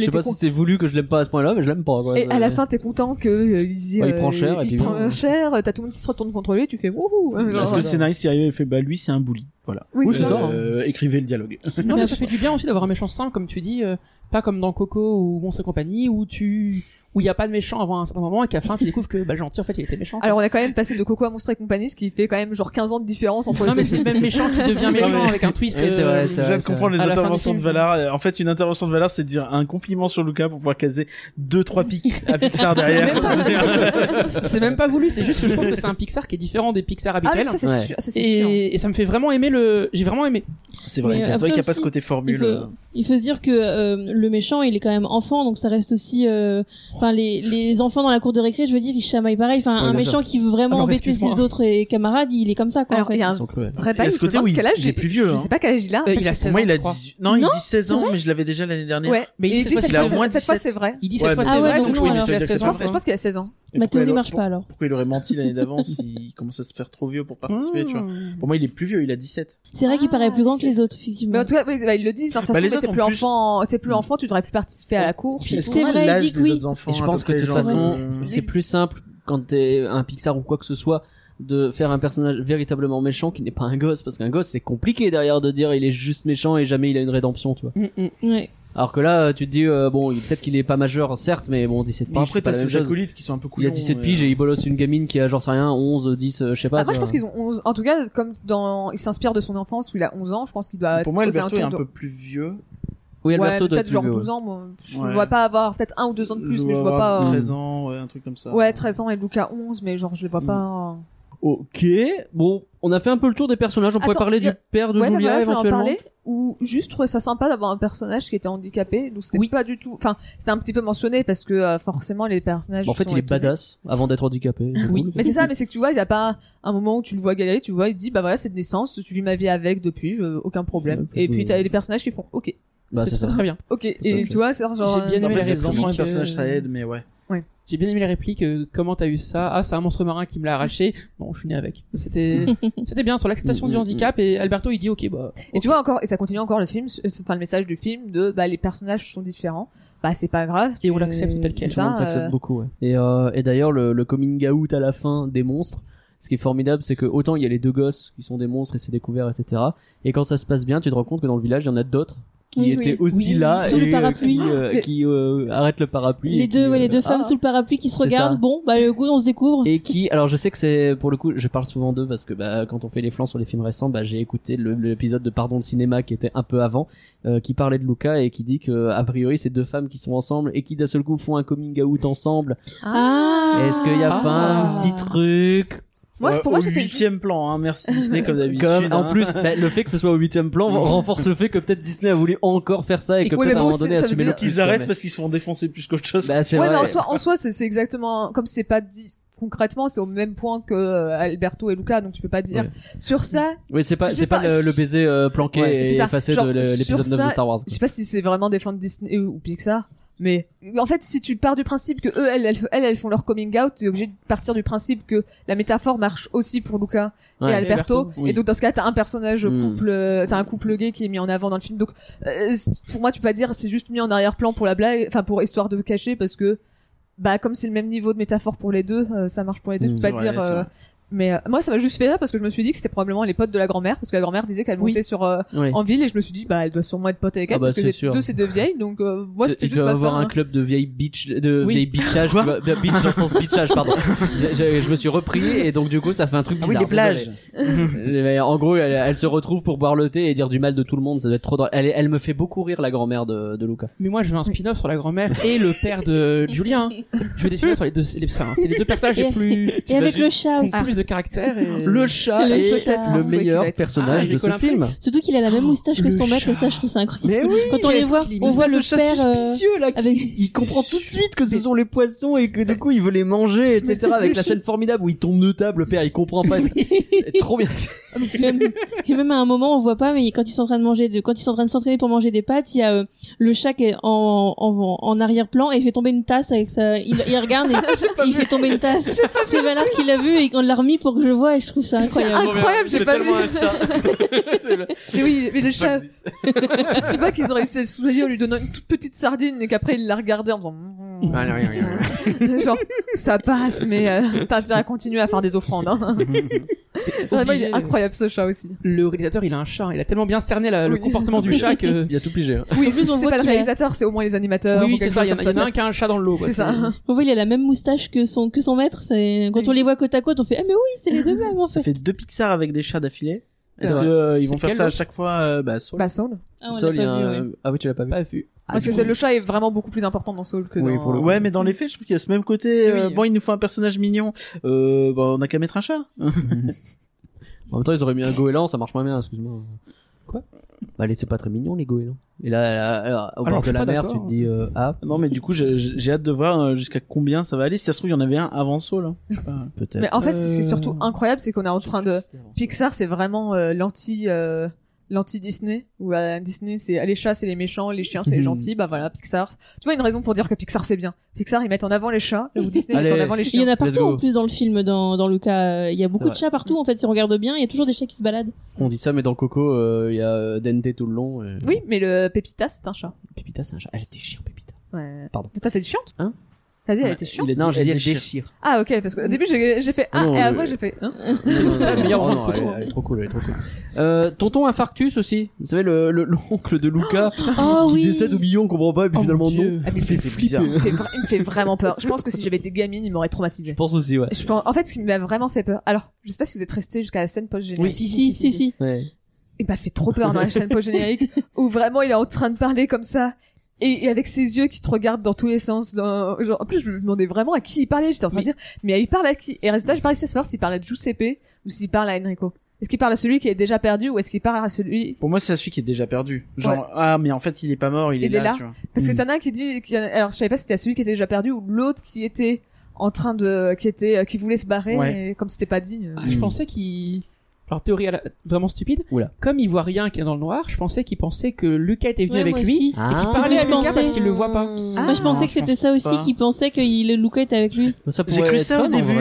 Speaker 2: Je sais
Speaker 3: et t'es
Speaker 2: pas
Speaker 3: con-
Speaker 2: si c'est voulu que je l'aime pas à ce point-là, mais je l'aime pas. Quoi.
Speaker 3: et
Speaker 2: Ça-
Speaker 3: à la fin, t'es content que euh, il,
Speaker 2: Ouais, il prend cher, et
Speaker 3: il
Speaker 2: puis
Speaker 3: prend
Speaker 2: bon.
Speaker 3: cher. T'as tout le monde qui se retourne contre lui. et Tu fais wouhou.
Speaker 1: Parce
Speaker 3: Genre,
Speaker 1: que le
Speaker 3: euh,
Speaker 1: scénariste il arrive et fait bah lui c'est un bully. Voilà.
Speaker 3: oui,
Speaker 2: oui,
Speaker 3: c'est
Speaker 2: c'est
Speaker 3: ça.
Speaker 2: ça.
Speaker 1: Euh, écrivez le dialogue.
Speaker 5: Non, mais ça fait du bien aussi d'avoir un méchant simple, comme tu dis, euh, pas comme dans Coco ou Monstre et compagnie, où tu, où il y a pas de méchant avant un certain moment et qu'à la fin tu découvres que, bah, le gentil, en fait, il était méchant.
Speaker 3: Alors on a quand même passé de Coco à Monstre et compagnie, ce qui fait quand même genre 15 ans de différence entre
Speaker 5: non, mais
Speaker 3: les
Speaker 5: c'est
Speaker 3: deux.
Speaker 5: le même méchant qui devient méchant
Speaker 1: mais-
Speaker 5: avec un twist.
Speaker 2: Oui, c'est
Speaker 5: euh,
Speaker 2: vrai, c'est
Speaker 1: J'ai
Speaker 2: vrai.
Speaker 1: hâte de comprendre les
Speaker 5: à la fin
Speaker 1: interventions
Speaker 5: du
Speaker 1: de
Speaker 5: film.
Speaker 1: Valar. Euh, En fait, une intervention de Valar, c'est de dire un compliment sur Lucas pour pouvoir caser deux trois pics à Pixar
Speaker 3: Ah,
Speaker 1: derrière.
Speaker 5: c'est même pas voulu, c'est juste que je trouve que c'est un Pixar qui est différent des Pixar
Speaker 3: Ah mais
Speaker 5: habituels.
Speaker 3: ça c'est
Speaker 2: Ouais.
Speaker 3: sûr, ça, c'est sûr.
Speaker 5: et, et ça me fait vraiment aimer le. J'ai vraiment aimé.
Speaker 1: c'est
Speaker 4: Mais
Speaker 1: vrai. C'est
Speaker 4: après
Speaker 1: vrai qu'il n'y a pas
Speaker 4: aussi,
Speaker 1: ce côté
Speaker 4: Il
Speaker 1: formule. euh.
Speaker 4: faut, il faut se dire que euh, le méchant, il est quand même enfant, donc ça reste aussi. euh, Enfin, les, les enfants dans la cour de récré, je veux dire, ils chamaillent pareil. Enfin,
Speaker 2: Ouais,
Speaker 4: un
Speaker 2: bien
Speaker 4: méchant qui veut vraiment
Speaker 5: Alors,
Speaker 4: embêter
Speaker 5: excuse-moi.
Speaker 4: ses autres et camarades, il est comme ça, quoi.
Speaker 3: Alors
Speaker 4: en fait.
Speaker 3: il y a
Speaker 2: Ils
Speaker 3: un
Speaker 2: sont cruels.
Speaker 3: vrai
Speaker 1: Il y a
Speaker 3: bail,
Speaker 1: ce
Speaker 3: je me
Speaker 1: côté
Speaker 3: demande
Speaker 1: où il-
Speaker 3: quel âge
Speaker 1: il est plus vieux,
Speaker 3: Je
Speaker 1: hein.
Speaker 3: sais pas quel âge il a.
Speaker 5: Euh,
Speaker 3: parce
Speaker 5: il a
Speaker 3: que-
Speaker 5: 16
Speaker 1: Moi,
Speaker 5: ans.
Speaker 1: il a
Speaker 5: je crois.
Speaker 1: 18... non, il dit 16 ans, mais je l'avais déjà l'année dernière.
Speaker 3: Ouais.
Speaker 1: Mais
Speaker 5: Mais
Speaker 1: il
Speaker 5: il
Speaker 3: Et
Speaker 5: dit
Speaker 1: était
Speaker 5: cette
Speaker 3: cette
Speaker 1: fois,
Speaker 3: fois,
Speaker 1: c'est vrai.
Speaker 3: cette fois, c'est
Speaker 5: 17.
Speaker 3: vrai.
Speaker 5: Il dit
Speaker 1: Ouais,
Speaker 5: cette fois
Speaker 1: mais-
Speaker 5: c'est
Speaker 4: Ah ouais,
Speaker 5: vrai, donc
Speaker 4: donc
Speaker 5: je
Speaker 4: non,
Speaker 5: crois qu'il
Speaker 4: alors.
Speaker 5: était à
Speaker 1: Je
Speaker 5: 16
Speaker 3: Je
Speaker 5: ans.
Speaker 3: pense, je pense qu'il a 16 ans.
Speaker 1: Et
Speaker 4: Ma
Speaker 1: pourquoi
Speaker 4: théorie
Speaker 1: alors-
Speaker 4: marche pas alors.
Speaker 1: Pourquoi il aurait menti l'année d'avant s'il commence à se faire trop vieux pour participer, tu vois
Speaker 3: Mmh.
Speaker 1: Pour moi, il est plus vieux, il a 17.
Speaker 4: C'est vrai qu'il
Speaker 3: Ah,
Speaker 4: paraît plus grand
Speaker 3: mais
Speaker 4: que les
Speaker 3: c'est-
Speaker 4: autres, effectivement.
Speaker 3: Mais en tout cas, oui, bah, ils le disent. hein, De toute
Speaker 1: Bah, les
Speaker 3: façon, mais t'es
Speaker 1: autres,
Speaker 3: plus
Speaker 1: en plus-
Speaker 3: enfant, t'es plus enfant, tu devrais plus participer à la course. et
Speaker 4: C'est
Speaker 3: tout.
Speaker 1: Est-ce qu'on a
Speaker 4: vrai, il
Speaker 1: l'âge
Speaker 4: dit que
Speaker 1: des
Speaker 4: oui.
Speaker 1: autres enfants,
Speaker 2: Et je
Speaker 1: à
Speaker 2: pense que
Speaker 1: peu
Speaker 2: de toute
Speaker 1: près, genre,
Speaker 2: façon,
Speaker 1: euh,
Speaker 2: c'est plus simple quand t'es un Pixar ou quoi que ce soit de faire un personnage véritablement méchant qui n'est pas un gosse parce qu'un gosse c'est compliqué derrière de dire il est juste méchant et jamais il a une rédemption tu vois
Speaker 5: Mm, mm.
Speaker 4: Ouais.
Speaker 2: alors que là tu te dis euh, bon il- peut-être qu'il est pas majeur certes mais bon 17
Speaker 1: Bon,
Speaker 2: piges
Speaker 1: après,
Speaker 2: c'est pas
Speaker 1: t'as
Speaker 2: la même
Speaker 1: ces
Speaker 2: chose
Speaker 1: acolytes qui sont un peu
Speaker 2: il
Speaker 1: cool.
Speaker 2: a 17 piges
Speaker 1: euh,
Speaker 2: et il bolosse une gamine qui a genre sais rien 11 10 euh, je sais pas
Speaker 3: Après,
Speaker 2: tu
Speaker 3: je pense
Speaker 2: vois.
Speaker 3: qu'ils ont 11. En tout cas, comme dans, il s'inspire de son enfance où il a 11 ans, je pense qu'il doit.
Speaker 1: Pour moi,
Speaker 3: poser
Speaker 1: Alberto est
Speaker 3: tour
Speaker 1: un
Speaker 3: de-
Speaker 1: peu plus vieux.
Speaker 2: oui
Speaker 3: Ouais,
Speaker 2: Alberto doit
Speaker 3: peut-être
Speaker 2: être
Speaker 3: genre
Speaker 2: plus vieux,
Speaker 3: 12 ans. moi, Je
Speaker 1: Ouais.
Speaker 3: ne vois pas avoir peut-être un ou deux ans de plus, mais je vois pas. euh,
Speaker 1: 13 ans, Mm. ouais, un truc comme ça.
Speaker 3: Ouais, 13 ans et Luca 11, mais genre je les vois pas. euh,
Speaker 2: Ok, bon, on a fait un peu le tour des personnages. On pourrait
Speaker 3: Attends,
Speaker 2: parler
Speaker 3: y a-
Speaker 2: du père de
Speaker 3: ouais, bah
Speaker 2: Julia
Speaker 3: voilà, je vais en
Speaker 2: éventuellement.
Speaker 3: parler. Ou juste je trouvais ça sympa d'avoir un personnage qui était handicapé, donc c'était
Speaker 5: Oui.
Speaker 3: pas du tout. Enfin, c'était un petit peu mentionné parce que euh, forcément les personnages.
Speaker 2: Bon, en fait,
Speaker 3: sont
Speaker 2: il est
Speaker 3: étonnés.
Speaker 2: badass avant d'être handicapé. c'est
Speaker 5: Oui.
Speaker 2: cool.
Speaker 3: Mais c'est ça, mais c'est que tu vois, il y a pas un moment où tu le vois galérer, tu vois, il dit bah voilà, c'est de naissance, tu vis ma vie avec depuis, je- aucun
Speaker 2: Ouais,
Speaker 3: problème.
Speaker 2: parce
Speaker 3: Et
Speaker 2: que-
Speaker 3: puis t'as les personnages qui font ok,
Speaker 2: Bah,
Speaker 5: C'est
Speaker 2: c'est ça.
Speaker 5: très bien.
Speaker 3: ok,
Speaker 2: ça,
Speaker 3: et
Speaker 2: ok.
Speaker 3: tu vois, c'est genre.
Speaker 5: J'ai bien
Speaker 3: euh,
Speaker 5: aimé
Speaker 1: Après,
Speaker 5: les
Speaker 1: les enfants et
Speaker 5: répliques,
Speaker 1: personnages,
Speaker 5: euh,
Speaker 1: ça aide, mais ouais.
Speaker 5: J'ai bien aimé la réplique. euh, comment t'as eu ça Ah, c'est un monstre marin qui me l'a arraché. Bon, je suis né avec. C'était, c'était bien sur l'acceptation
Speaker 2: Mm,
Speaker 5: du
Speaker 2: mm,
Speaker 5: handicap. Et Alberto, il dit, ok, bah.
Speaker 3: Et tu vois encore, et ça continue encore le film, euh, enfin le message du film de bah les personnages sont différents, bah c'est pas grave.
Speaker 5: Et on
Speaker 3: tu-
Speaker 5: l'accepte tel
Speaker 3: c'est
Speaker 5: quel.
Speaker 2: Tout le
Speaker 3: Ça,
Speaker 2: monde s'accepte
Speaker 3: euh,
Speaker 2: beaucoup, ouais. Et, euh, et d'ailleurs, le, le coming out à la fin des monstres, ce qui est formidable, c'est que autant il y a les deux gosses qui sont des monstres et c'est découvert, etc. Et quand ça se passe bien, tu te rends compte que dans le village, il y en a d'autres qui
Speaker 4: Oui,
Speaker 2: étaient
Speaker 4: oui.
Speaker 2: aussi
Speaker 4: Oui,
Speaker 2: là
Speaker 4: sous le
Speaker 2: et euh,
Speaker 4: parapluie.
Speaker 2: qui, euh,
Speaker 4: Mais-
Speaker 2: qui, euh, arrêtent le parapluie. et
Speaker 4: Les
Speaker 2: qui,
Speaker 4: deux, ouais,
Speaker 2: euh,
Speaker 4: les deux femmes
Speaker 3: ah.
Speaker 4: sous le parapluie qui se
Speaker 2: C'est
Speaker 4: regardent.
Speaker 2: ça.
Speaker 4: Bon, bah le goût, on se découvre.
Speaker 2: Et qui, alors je sais que c'est pour le coup, je parle souvent d'eux parce que bah, quand on fait les flancs sur les films récents, bah, j'ai écouté le- l'épisode de Pardon le cinéma qui était un peu avant, euh, qui parlait de Luca et qui dit que a priori c'est deux femmes qui sont ensemble et qui d'un seul coup font un coming out ensemble.
Speaker 4: Ah.
Speaker 2: Est-ce qu'il y a pas un
Speaker 3: Ah.
Speaker 2: petit truc
Speaker 3: Moi, je-
Speaker 1: Euh,
Speaker 3: pour moi,
Speaker 1: au
Speaker 3: j'étais
Speaker 1: huitième plan, hein. merci Disney comme d'habitude.
Speaker 2: comme, en
Speaker 1: hein.
Speaker 2: plus, bah, le fait que ce soit au huitième plan renforce le fait que peut-être Disney a voulu encore faire ça et que
Speaker 3: Ouais,
Speaker 2: peut-être à
Speaker 3: mais
Speaker 2: un
Speaker 3: bon,
Speaker 2: moment
Speaker 3: c'est-
Speaker 2: donné
Speaker 3: ça veut
Speaker 2: assumer
Speaker 3: dire
Speaker 2: le
Speaker 1: qu'ils
Speaker 2: plus,
Speaker 1: arrêtent
Speaker 2: mais-
Speaker 1: parce qu'ils se font défoncer plus qu'autre chose.
Speaker 2: Bah, c'est
Speaker 3: Ouais, mais
Speaker 2: vrai.
Speaker 3: en soi, en soi, c'est c'est exactement comme c'est pas dit concrètement, c'est au même point que euh, Alberto et Luca, donc tu peux pas dire
Speaker 2: Ouais.
Speaker 3: sur ça.
Speaker 2: Oui, c'est pas,
Speaker 3: je
Speaker 2: c'est
Speaker 3: sais
Speaker 2: pas,
Speaker 3: pas,
Speaker 2: le,
Speaker 3: je-
Speaker 2: le baiser euh, planqué
Speaker 1: Ouais,
Speaker 2: et
Speaker 3: c'est ça.
Speaker 2: effacé
Speaker 3: Genre,
Speaker 2: de le-
Speaker 3: sur
Speaker 2: l'épisode 9
Speaker 3: ça,
Speaker 2: de Star Wars. quoi.
Speaker 3: Je sais pas si c'est vraiment des fans de Disney ou ou Pixar, mais en fait, si tu pars du principe que eux, elles, elles, elles, elles font leur coming out, t'es obligé de partir du principe que la métaphore marche aussi pour Luca
Speaker 2: Ouais.
Speaker 3: et Alberto.
Speaker 5: Alberto,
Speaker 1: oui.
Speaker 3: Et donc dans ce cas, t'as un personnage
Speaker 2: Hmm.
Speaker 3: couple, euh, t'as un couple gay qui est mis en avant dans le film. Donc euh, c- pour moi, tu peux pas dire c'est juste mis en arrière-plan pour la blague, enfin pour histoire de cacher parce que bah comme c'est le même niveau de métaphore pour les deux, euh, ça marche pour les deux.
Speaker 2: Hmm.
Speaker 3: Tu peux
Speaker 1: C'est
Speaker 3: pas
Speaker 1: vrai,
Speaker 3: dire.
Speaker 1: c'est
Speaker 3: euh,
Speaker 1: vrai.
Speaker 3: mais euh, moi, ça m'a juste fait rire parce que je me suis dit que c'était probablement les potes de la grand-mère parce que la grand-mère disait qu'elle
Speaker 4: Oui.
Speaker 3: montait sur euh,
Speaker 2: Ouais.
Speaker 3: en ville et je me suis dit bah elle doit sûrement être pote avec elle
Speaker 2: Ah bah,
Speaker 3: parce que
Speaker 2: c'est
Speaker 3: les
Speaker 2: sûr.
Speaker 3: deux c'est deux vieilles donc euh, moi
Speaker 2: C'est-
Speaker 3: c'était
Speaker 2: il
Speaker 3: juste
Speaker 2: doit
Speaker 3: pas
Speaker 2: avoir
Speaker 3: ça.
Speaker 2: un
Speaker 3: hein.
Speaker 2: club de vieilles beach, de
Speaker 5: Oui.
Speaker 2: vieilles beachage, tu vois, de beach dans le sens beachage, pardon. Je, je- je me suis repris et donc du coup ça fait un truc
Speaker 1: Ah
Speaker 2: bizarre.
Speaker 1: oui, les plages.
Speaker 2: désolé. Mais en gros, elle, elle se retrouve pour boire le thé et dire du mal de tout le monde. Ça doit être trop drôle. Elle, est- elle me fait beaucoup rire la grand-mère de, de Luca.
Speaker 5: Mais moi, je veux un spin-off sur la grand-mère et le père de Julien. Je veux des spin-offs sur les deux, les, ça, c'est les deux personnages les plus.
Speaker 4: Et avec le chat
Speaker 5: qui
Speaker 4: aussi.
Speaker 5: ont plus de caractère et.
Speaker 2: Le chat
Speaker 4: Le
Speaker 2: est
Speaker 4: chat.
Speaker 2: le
Speaker 3: Celui qui va
Speaker 2: meilleur
Speaker 3: être-
Speaker 5: Ah,
Speaker 2: personnage
Speaker 5: j'ai
Speaker 2: de ce
Speaker 5: collé un truc.
Speaker 2: film.
Speaker 4: Surtout qu'il a la même
Speaker 5: Oh,
Speaker 4: moustache que
Speaker 5: le
Speaker 4: son maître, et
Speaker 5: chat.
Speaker 4: ça, je trouve ça incroyable.
Speaker 2: Mais oui,
Speaker 4: Quand on les
Speaker 5: qu'est-ce
Speaker 4: voit,
Speaker 5: qu'il est
Speaker 4: on voit
Speaker 2: espèce
Speaker 4: le
Speaker 2: de chat
Speaker 4: père. euh,
Speaker 2: suspicieux là qui-
Speaker 4: avec-
Speaker 2: il comprend tout de suite que ce sont les poissons et que du coup il veut les manger etc avec la scène formidable où il tombe de table le père il comprend pas trop bien
Speaker 4: même, et même à un moment, on voit pas, mais quand ils sont en train de manger, de, quand ils sont en train de s'entraîner pour manger des pâtes, il y a euh, le chat qui est en, en, en arrière-plan et il fait tomber une tasse avec sa, il, il regarde et il fait tomber une tasse. C'est Valard qui l'a vu et qu'on l'a remis pour que je le vois et je trouve ça incroyable.
Speaker 3: Incroyable, j'ai
Speaker 6: C'est
Speaker 3: pas vu.
Speaker 6: tellement un chat. C'est le-
Speaker 3: Mais oui, mais le
Speaker 6: Pas
Speaker 3: chat,
Speaker 6: que c'est-
Speaker 3: je sais pas qu'ils ont réussi à le soulager en lui donnant une toute petite sardine et qu'après il l'a regardé en faisant. Mm.
Speaker 5: Ah, non, non, non, non.
Speaker 3: Genre, ça passe, mais euh, t'as intérêt à continuer à faire des offrandes. Hein. Vraiment, il
Speaker 5: Obligé.
Speaker 3: est incroyable ce chat aussi.
Speaker 5: Le réalisateur, il a un chat. Il a tellement bien cerné la- le
Speaker 3: Oui.
Speaker 5: comportement du chat que. Euh,
Speaker 2: il a tout pigé hein.
Speaker 3: Oui,
Speaker 4: En plus,
Speaker 3: c'est
Speaker 4: on
Speaker 3: c'est
Speaker 4: voit
Speaker 3: pas le
Speaker 4: qu'il est-
Speaker 3: réalisateur, c'est au moins les animateurs.
Speaker 5: oui,
Speaker 3: ou
Speaker 5: oui, c'est
Speaker 3: quelque
Speaker 5: ça. Il y en
Speaker 3: chose
Speaker 5: a, il y
Speaker 3: comme
Speaker 5: en a un qui a un chat dans l'eau. quoi.
Speaker 3: C'est ça.
Speaker 4: On voit, il a la même moustache que son, que son maître. C'est, quand on les voit côte à côte, on fait, ah, mais oui, c'est les deux mêmes, en
Speaker 1: Ça
Speaker 4: fait.
Speaker 1: fait deux Pixar avec des chats d'affilée. Est-ce
Speaker 2: C'est vrai.
Speaker 1: que euh, ils vont
Speaker 5: C'est
Speaker 1: faire
Speaker 5: quel
Speaker 1: ça à
Speaker 5: autre
Speaker 1: chaque fois euh, bah, Soul
Speaker 3: Bah, Saul.
Speaker 4: Ah, on l'a pas vu, ouais.
Speaker 2: ah oui tu l'as pas vu
Speaker 5: Pas vu.
Speaker 3: Parce que c'est- le chat est vraiment beaucoup plus important dans Saul que
Speaker 2: Oui,
Speaker 3: dans...
Speaker 2: pour le coup.
Speaker 1: Ouais, mais dans les faits, je trouve qu'il y a ce même côté. euh,
Speaker 3: Oui.
Speaker 1: bon, il nous faut un personnage mignon. Euh, bah, on a qu'à mettre un chat.
Speaker 2: en même temps ils auraient mis un goéland ça marche moins bien excuse-moi
Speaker 5: Quoi
Speaker 2: bah les- c'est pas très mignon les goélands et là, là, là, au
Speaker 5: Alors,
Speaker 2: bord
Speaker 5: Ah, je
Speaker 2: de
Speaker 5: suis
Speaker 2: la
Speaker 5: pas
Speaker 2: mer tu
Speaker 5: d'accord. hein.
Speaker 2: te dis euh, ah
Speaker 1: Non, mais du coup, j'ai- j'ai j'ai hâte de voir euh, jusqu'à combien ça va aller. Si ça se trouve, il y en avait un avant Soul. hein.
Speaker 2: peut-être
Speaker 3: Mais en fait, ce qui est surtout
Speaker 5: Euh,
Speaker 3: incroyable, c'est qu'on est en train de... Pixar, c'est vraiment euh, l'anti... euh, l'anti-Disney ou Disney c'est ah, les chats c'est les méchants les chiens c'est les
Speaker 2: Mhm.
Speaker 3: gentils bah voilà Pixar tu vois une raison pour dire que Pixar c'est bien Pixar ils mettent en avant les chats ou Disney met en
Speaker 2: Allez.
Speaker 3: avant les
Speaker 4: Il y
Speaker 3: chiens
Speaker 4: en a partout
Speaker 2: go.
Speaker 4: en plus dans le film, dans, dans le cas. Il y a beaucoup de
Speaker 2: vrai.
Speaker 4: chats partout en fait. Si on regarde bien, il y a toujours des chats qui se baladent.
Speaker 2: on dit ça mais dans Coco euh, il y a euh, Dente tout le long et-
Speaker 3: oui mais le Pépita c'est un chat
Speaker 2: Pépita c'est un chat elle était chiant Pépita
Speaker 3: ouais
Speaker 2: Pardon.
Speaker 3: t'as t'as dit chiante
Speaker 2: Hein
Speaker 3: t'as dit elle
Speaker 1: Ouais,
Speaker 3: était chiante
Speaker 1: il a dit-
Speaker 2: non j'ai dit
Speaker 1: elle
Speaker 2: elle
Speaker 1: déchire.
Speaker 2: déchire
Speaker 3: Ah ok, parce qu'au début j'ai j'ai fait ah
Speaker 2: Non,
Speaker 3: et
Speaker 2: le-
Speaker 3: après j'ai fait hein.
Speaker 5: Meilleur
Speaker 2: Oh
Speaker 5: moment
Speaker 2: non,
Speaker 5: de
Speaker 2: elle,
Speaker 5: photo.
Speaker 2: elle est trop cool, elle est trop cool. Euh, tonton Infarctus aussi, vous savez, le- le- l'oncle de Luca
Speaker 4: Oh
Speaker 2: qui
Speaker 4: oui.
Speaker 2: décède au milieu, on comprend pas, et puis
Speaker 5: Oh,
Speaker 2: finalement
Speaker 5: mon
Speaker 2: non.
Speaker 5: Dieu.
Speaker 3: Ah, mais il, me
Speaker 1: C'était
Speaker 3: fait
Speaker 1: bizarre.
Speaker 3: il me fait vra- il me fait vraiment peur. Je pense que si j'avais été gamine, il m'aurait traumatisé.
Speaker 2: Je pense aussi, ouais.
Speaker 3: Je pense, en fait, ce qui m'a vraiment fait peur. Alors, je sais pas si vous êtes resté jusqu'à la scène post générique.
Speaker 4: Si si si si.
Speaker 3: Il m'a fait trop peur dans la scène post générique où vraiment il est en train de parler comme ça et, et avec ses yeux qui te regardent dans tous les sens. Dans, genre, en plus, je me demandais vraiment à qui il parlait. J'étais en train de dire, mais il parle à qui Et résultat, je pas réussi à savoir s'il parlait de Giuseppe ou s'il parle à Enrico. Est-ce qu'il parle à celui qui est déjà perdu ou est-ce qu'il parle à celui
Speaker 1: Pour moi, c'est celui qui est déjà perdu. Genre, ah, mais en fait, il est pas mort, il,
Speaker 3: Il est là.
Speaker 1: tu vois.
Speaker 3: Parce que
Speaker 2: Mm.
Speaker 3: t'en as un qui dit, qu'il y en a- alors je savais pas si c'était celui qui était déjà perdu ou l'autre qui était en train de, qui était, euh, qui voulait se barrer,
Speaker 1: Ouais.
Speaker 3: et comme c'était pas dit. euh,
Speaker 5: Ah, je
Speaker 2: Hmm.
Speaker 5: pensais qu'il. Alors, théorie à la- vraiment stupide.
Speaker 2: Oula.
Speaker 5: Comme il voit rien qui est dans le noir, je pensais qu'il pensait que Lucas était venu
Speaker 4: Ouais,
Speaker 5: avec
Speaker 4: moi
Speaker 5: lui
Speaker 4: aussi.
Speaker 5: et qu'il
Speaker 2: Ah.
Speaker 5: parlait à
Speaker 4: Je
Speaker 5: Lucas
Speaker 4: pensais-
Speaker 5: parce qu'il le voit pas.
Speaker 3: Ah,
Speaker 4: Moi je pensais
Speaker 1: non,
Speaker 4: que
Speaker 1: je
Speaker 4: c'était
Speaker 1: pense
Speaker 4: ça aussi
Speaker 1: pas.
Speaker 4: qu'il pensait que il- le Luca était avec lui.
Speaker 2: Ça
Speaker 1: J'ai cru ça au début.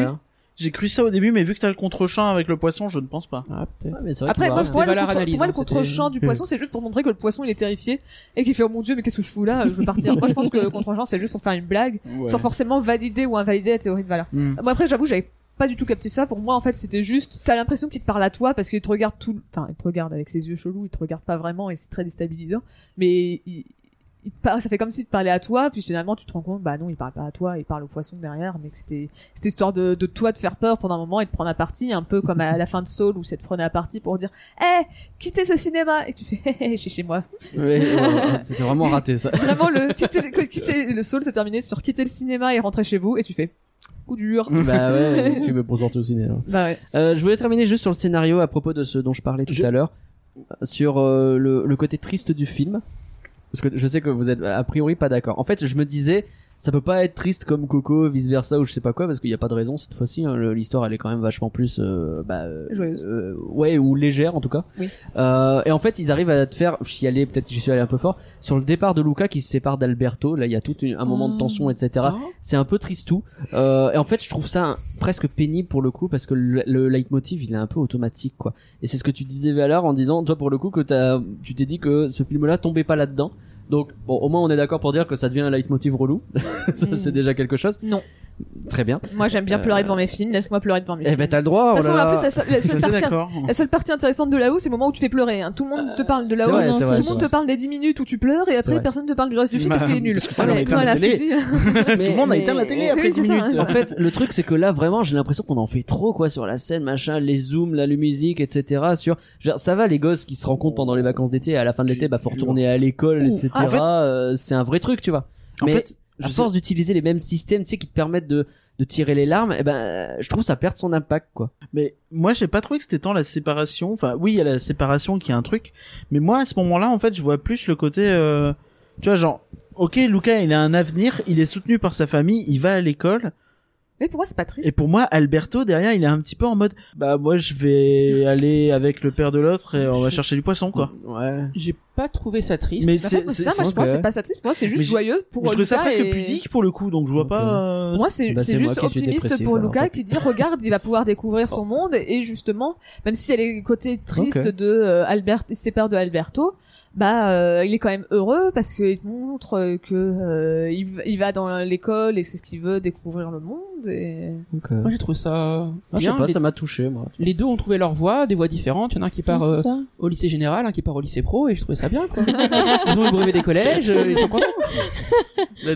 Speaker 1: J'ai cru ça au début, mais vu que t'as le contre-champ avec le poisson, je ne pense pas.
Speaker 5: Ah, peut-être.
Speaker 3: Après, moi,
Speaker 5: c'était
Speaker 3: pour moi, le
Speaker 5: valeur
Speaker 3: contre-
Speaker 5: analyse,
Speaker 3: pour moi,
Speaker 5: hein,
Speaker 3: le contre-champ du poisson, c'est juste pour montrer que le poisson, il est terrifié et qu'il fait, oh mon dieu, mais qu'est-ce que je fous là? Je veux partir. moi, je pense que le contre-champ, c'est juste pour faire une blague, sans forcément valider ou invalider la théorie de valeur.
Speaker 5: Hmm.
Speaker 3: Moi, après, j'avoue, j'avais pas du tout capté ça. Pour moi, en fait, c'était juste, t'as l'impression qu'il te parle à toi parce qu'il te regarde tout, enfin, il te regarde avec ses yeux chelous, il te regarde pas vraiment et c'est très déstabilisant. Mais il, il te parle- ça fait comme s'il te parlait à toi, puis finalement, tu te rends compte, bah non, il parle pas à toi, il parle au poisson derrière, mais que c'était, c'était histoire de, de toi te faire peur pendant un moment et de prendre à partie, un peu comme à la fin de Soul où c'est te prenait à partie pour dire, hé, quittez ce cinéma! Et tu fais, hé, hé, je suis chez moi.
Speaker 2: Ouais, ouais, C'était vraiment raté ça.
Speaker 3: Vraiment, le, quitter, quitter- le Soul se terminait sur quitter le cinéma et rentrer chez vous, et tu fais, coup dur.
Speaker 2: bah ouais, tu me bonjour tout au ciné. hein.
Speaker 3: Bah ouais.
Speaker 2: Euh, je voulais terminer juste sur le scénario à propos de ce dont je parlais tout à l'heure, euh, sur euh, le, le côté triste du film, parce que je sais que vous êtes a priori pas d'accord. En fait, je me disais, ça peut pas être triste comme Coco, vice versa ou je sais pas quoi, parce qu'il n'y a pas de raison cette fois-ci. hein. Le- L'histoire, elle est quand même vachement plus, euh, bah, euh,
Speaker 3: Joyeuse.
Speaker 2: euh, ouais, ou légère en tout cas.
Speaker 3: Oui.
Speaker 2: Euh, et en fait, ils arrivent à te faire chialer. Peut-être que j'y suis allé un peu fort sur le départ de Luca qui se sépare d'Alberto. Là, il y a tout une- un moment de
Speaker 4: Ah.
Speaker 3: Oh.
Speaker 2: tension, etc. C'est un peu tristou. Euh, et en fait, je trouve ça un- presque pénible pour le coup parce que le, le leitmotiv, il est un peu automatique, quoi. Et c'est ce que tu disais Valor en disant, toi pour le coup, que t'as, tu t'es dit que ce film-là tombait pas là-dedans. Donc, bon, au moins on est d'accord pour dire que ça devient un leitmotiv relou. Ça, c'est déjà quelque chose.
Speaker 3: Mm. Non.
Speaker 2: Très bien.
Speaker 3: Moi, j'aime bien
Speaker 2: Euh,
Speaker 3: pleurer devant mes films. Laisse-moi pleurer devant mes
Speaker 2: Eh
Speaker 3: films.
Speaker 2: ben, t'as le droit.
Speaker 3: de
Speaker 2: oh
Speaker 3: toute façon,
Speaker 2: là
Speaker 3: en
Speaker 2: là.
Speaker 3: plus, la seule, la
Speaker 1: Je
Speaker 3: seule
Speaker 1: suis assez
Speaker 3: partie,
Speaker 1: d'accord.
Speaker 3: la seule partie intéressante de là-haut, c'est le moment où tu fais pleurer. hein. Tout le monde te parle de
Speaker 2: c'est
Speaker 1: Euh,
Speaker 3: là-haut.
Speaker 2: vrai,
Speaker 3: non,
Speaker 2: c'est
Speaker 3: tout
Speaker 2: vrai,
Speaker 3: le
Speaker 2: c'est
Speaker 3: monde
Speaker 2: vrai.
Speaker 3: te parle des 10 minutes où tu pleures et
Speaker 2: C'est
Speaker 3: après
Speaker 2: vrai.
Speaker 3: personne te parle du reste du film
Speaker 1: Bah,
Speaker 3: parce qu'il est nul.
Speaker 1: parce que t'as l'envie de
Speaker 3: voilà,
Speaker 1: fermer la
Speaker 3: c'est
Speaker 1: télé.
Speaker 3: dit. hein.
Speaker 1: Tout le monde a éteint la télé après
Speaker 3: Oui,
Speaker 1: 10
Speaker 3: c'est ça,
Speaker 1: minutes.
Speaker 3: hein.
Speaker 2: En fait, le truc, c'est que là, vraiment, j'ai l'impression qu'on en fait trop, quoi, sur la scène, machin, les zooms, la musique, etc. Sur, genre, ça va, les gosses qui se rencontrent pendant les vacances d'été, à la fin de l'été, bah, faut retourner à l'école,
Speaker 1: Ouh.
Speaker 2: etc.
Speaker 1: Ah, en fait-
Speaker 2: Euh, c'est un vrai truc, tu vois.
Speaker 1: En
Speaker 2: Mais
Speaker 1: fait,
Speaker 2: à
Speaker 1: je
Speaker 2: force d'utiliser les mêmes systèmes, tu sais, qui te permettent de, de tirer les larmes, eh ben, euh, je trouve ça perd son impact, quoi.
Speaker 1: Mais moi, j'ai pas trouvé que c'était tant la séparation. Enfin, oui, il y a la séparation qui est un truc. Mais moi, à ce moment-là, en fait, je vois plus le côté. euh, Tu vois, genre, ok, Luca, il a un avenir, il est soutenu par sa famille, il va à l'école.
Speaker 3: Mais pour moi, c'est pas triste.
Speaker 1: Et pour moi, Alberto, derrière, il est un petit peu en mode, bah, moi, je vais aller avec le père de l'autre et on va chercher du poisson, quoi.
Speaker 2: Ouais.
Speaker 5: J'ai pas trouvé ça triste.
Speaker 1: Mais
Speaker 3: Par
Speaker 1: c'est-
Speaker 3: contre,
Speaker 1: c'est-
Speaker 3: ça, moi, je
Speaker 2: c'est
Speaker 3: pense que
Speaker 2: vrai.
Speaker 3: c'est pas ça triste. Pour moi, c'est
Speaker 1: Mais
Speaker 3: juste
Speaker 1: j'ai-
Speaker 3: joyeux pour
Speaker 1: je trouve ça
Speaker 3: Luca
Speaker 1: presque
Speaker 3: et-
Speaker 1: pudique pour le coup, donc je vois
Speaker 2: Ok.
Speaker 1: pas. euh,
Speaker 3: Pour moi, c'est
Speaker 2: Bah,
Speaker 3: c'est
Speaker 2: c'est moi
Speaker 3: juste
Speaker 2: qui suis
Speaker 3: optimiste
Speaker 2: dépressif,
Speaker 3: pour
Speaker 2: alors,
Speaker 3: Luca
Speaker 2: peut-être.
Speaker 3: qui dit regarde, il va pouvoir découvrir son monde et justement, même s'il y a les côtés tristes
Speaker 2: Ok.
Speaker 3: de euh, Albert, ses pères de Alberto, bah euh, il est quand même heureux parce qu'il te montre euh, que euh, il, va- il va dans l'école et c'est ce qu'il veut découvrir le monde et
Speaker 2: Donc,
Speaker 5: Moi j'ai trouvé ça
Speaker 2: Ah, euh, je sais
Speaker 5: bien.
Speaker 2: pas,
Speaker 5: les,
Speaker 2: ça m'a touché, moi.
Speaker 5: les deux ont trouvé leur voie, des voies différentes. Il y en a un qui part
Speaker 4: Ouais,
Speaker 5: euh,
Speaker 4: c'est ça.
Speaker 5: au lycée général, un qui part au lycée pro, et je trouvais ça bien quoi. ils ont le brevet des collèges, euh, ils sont contents.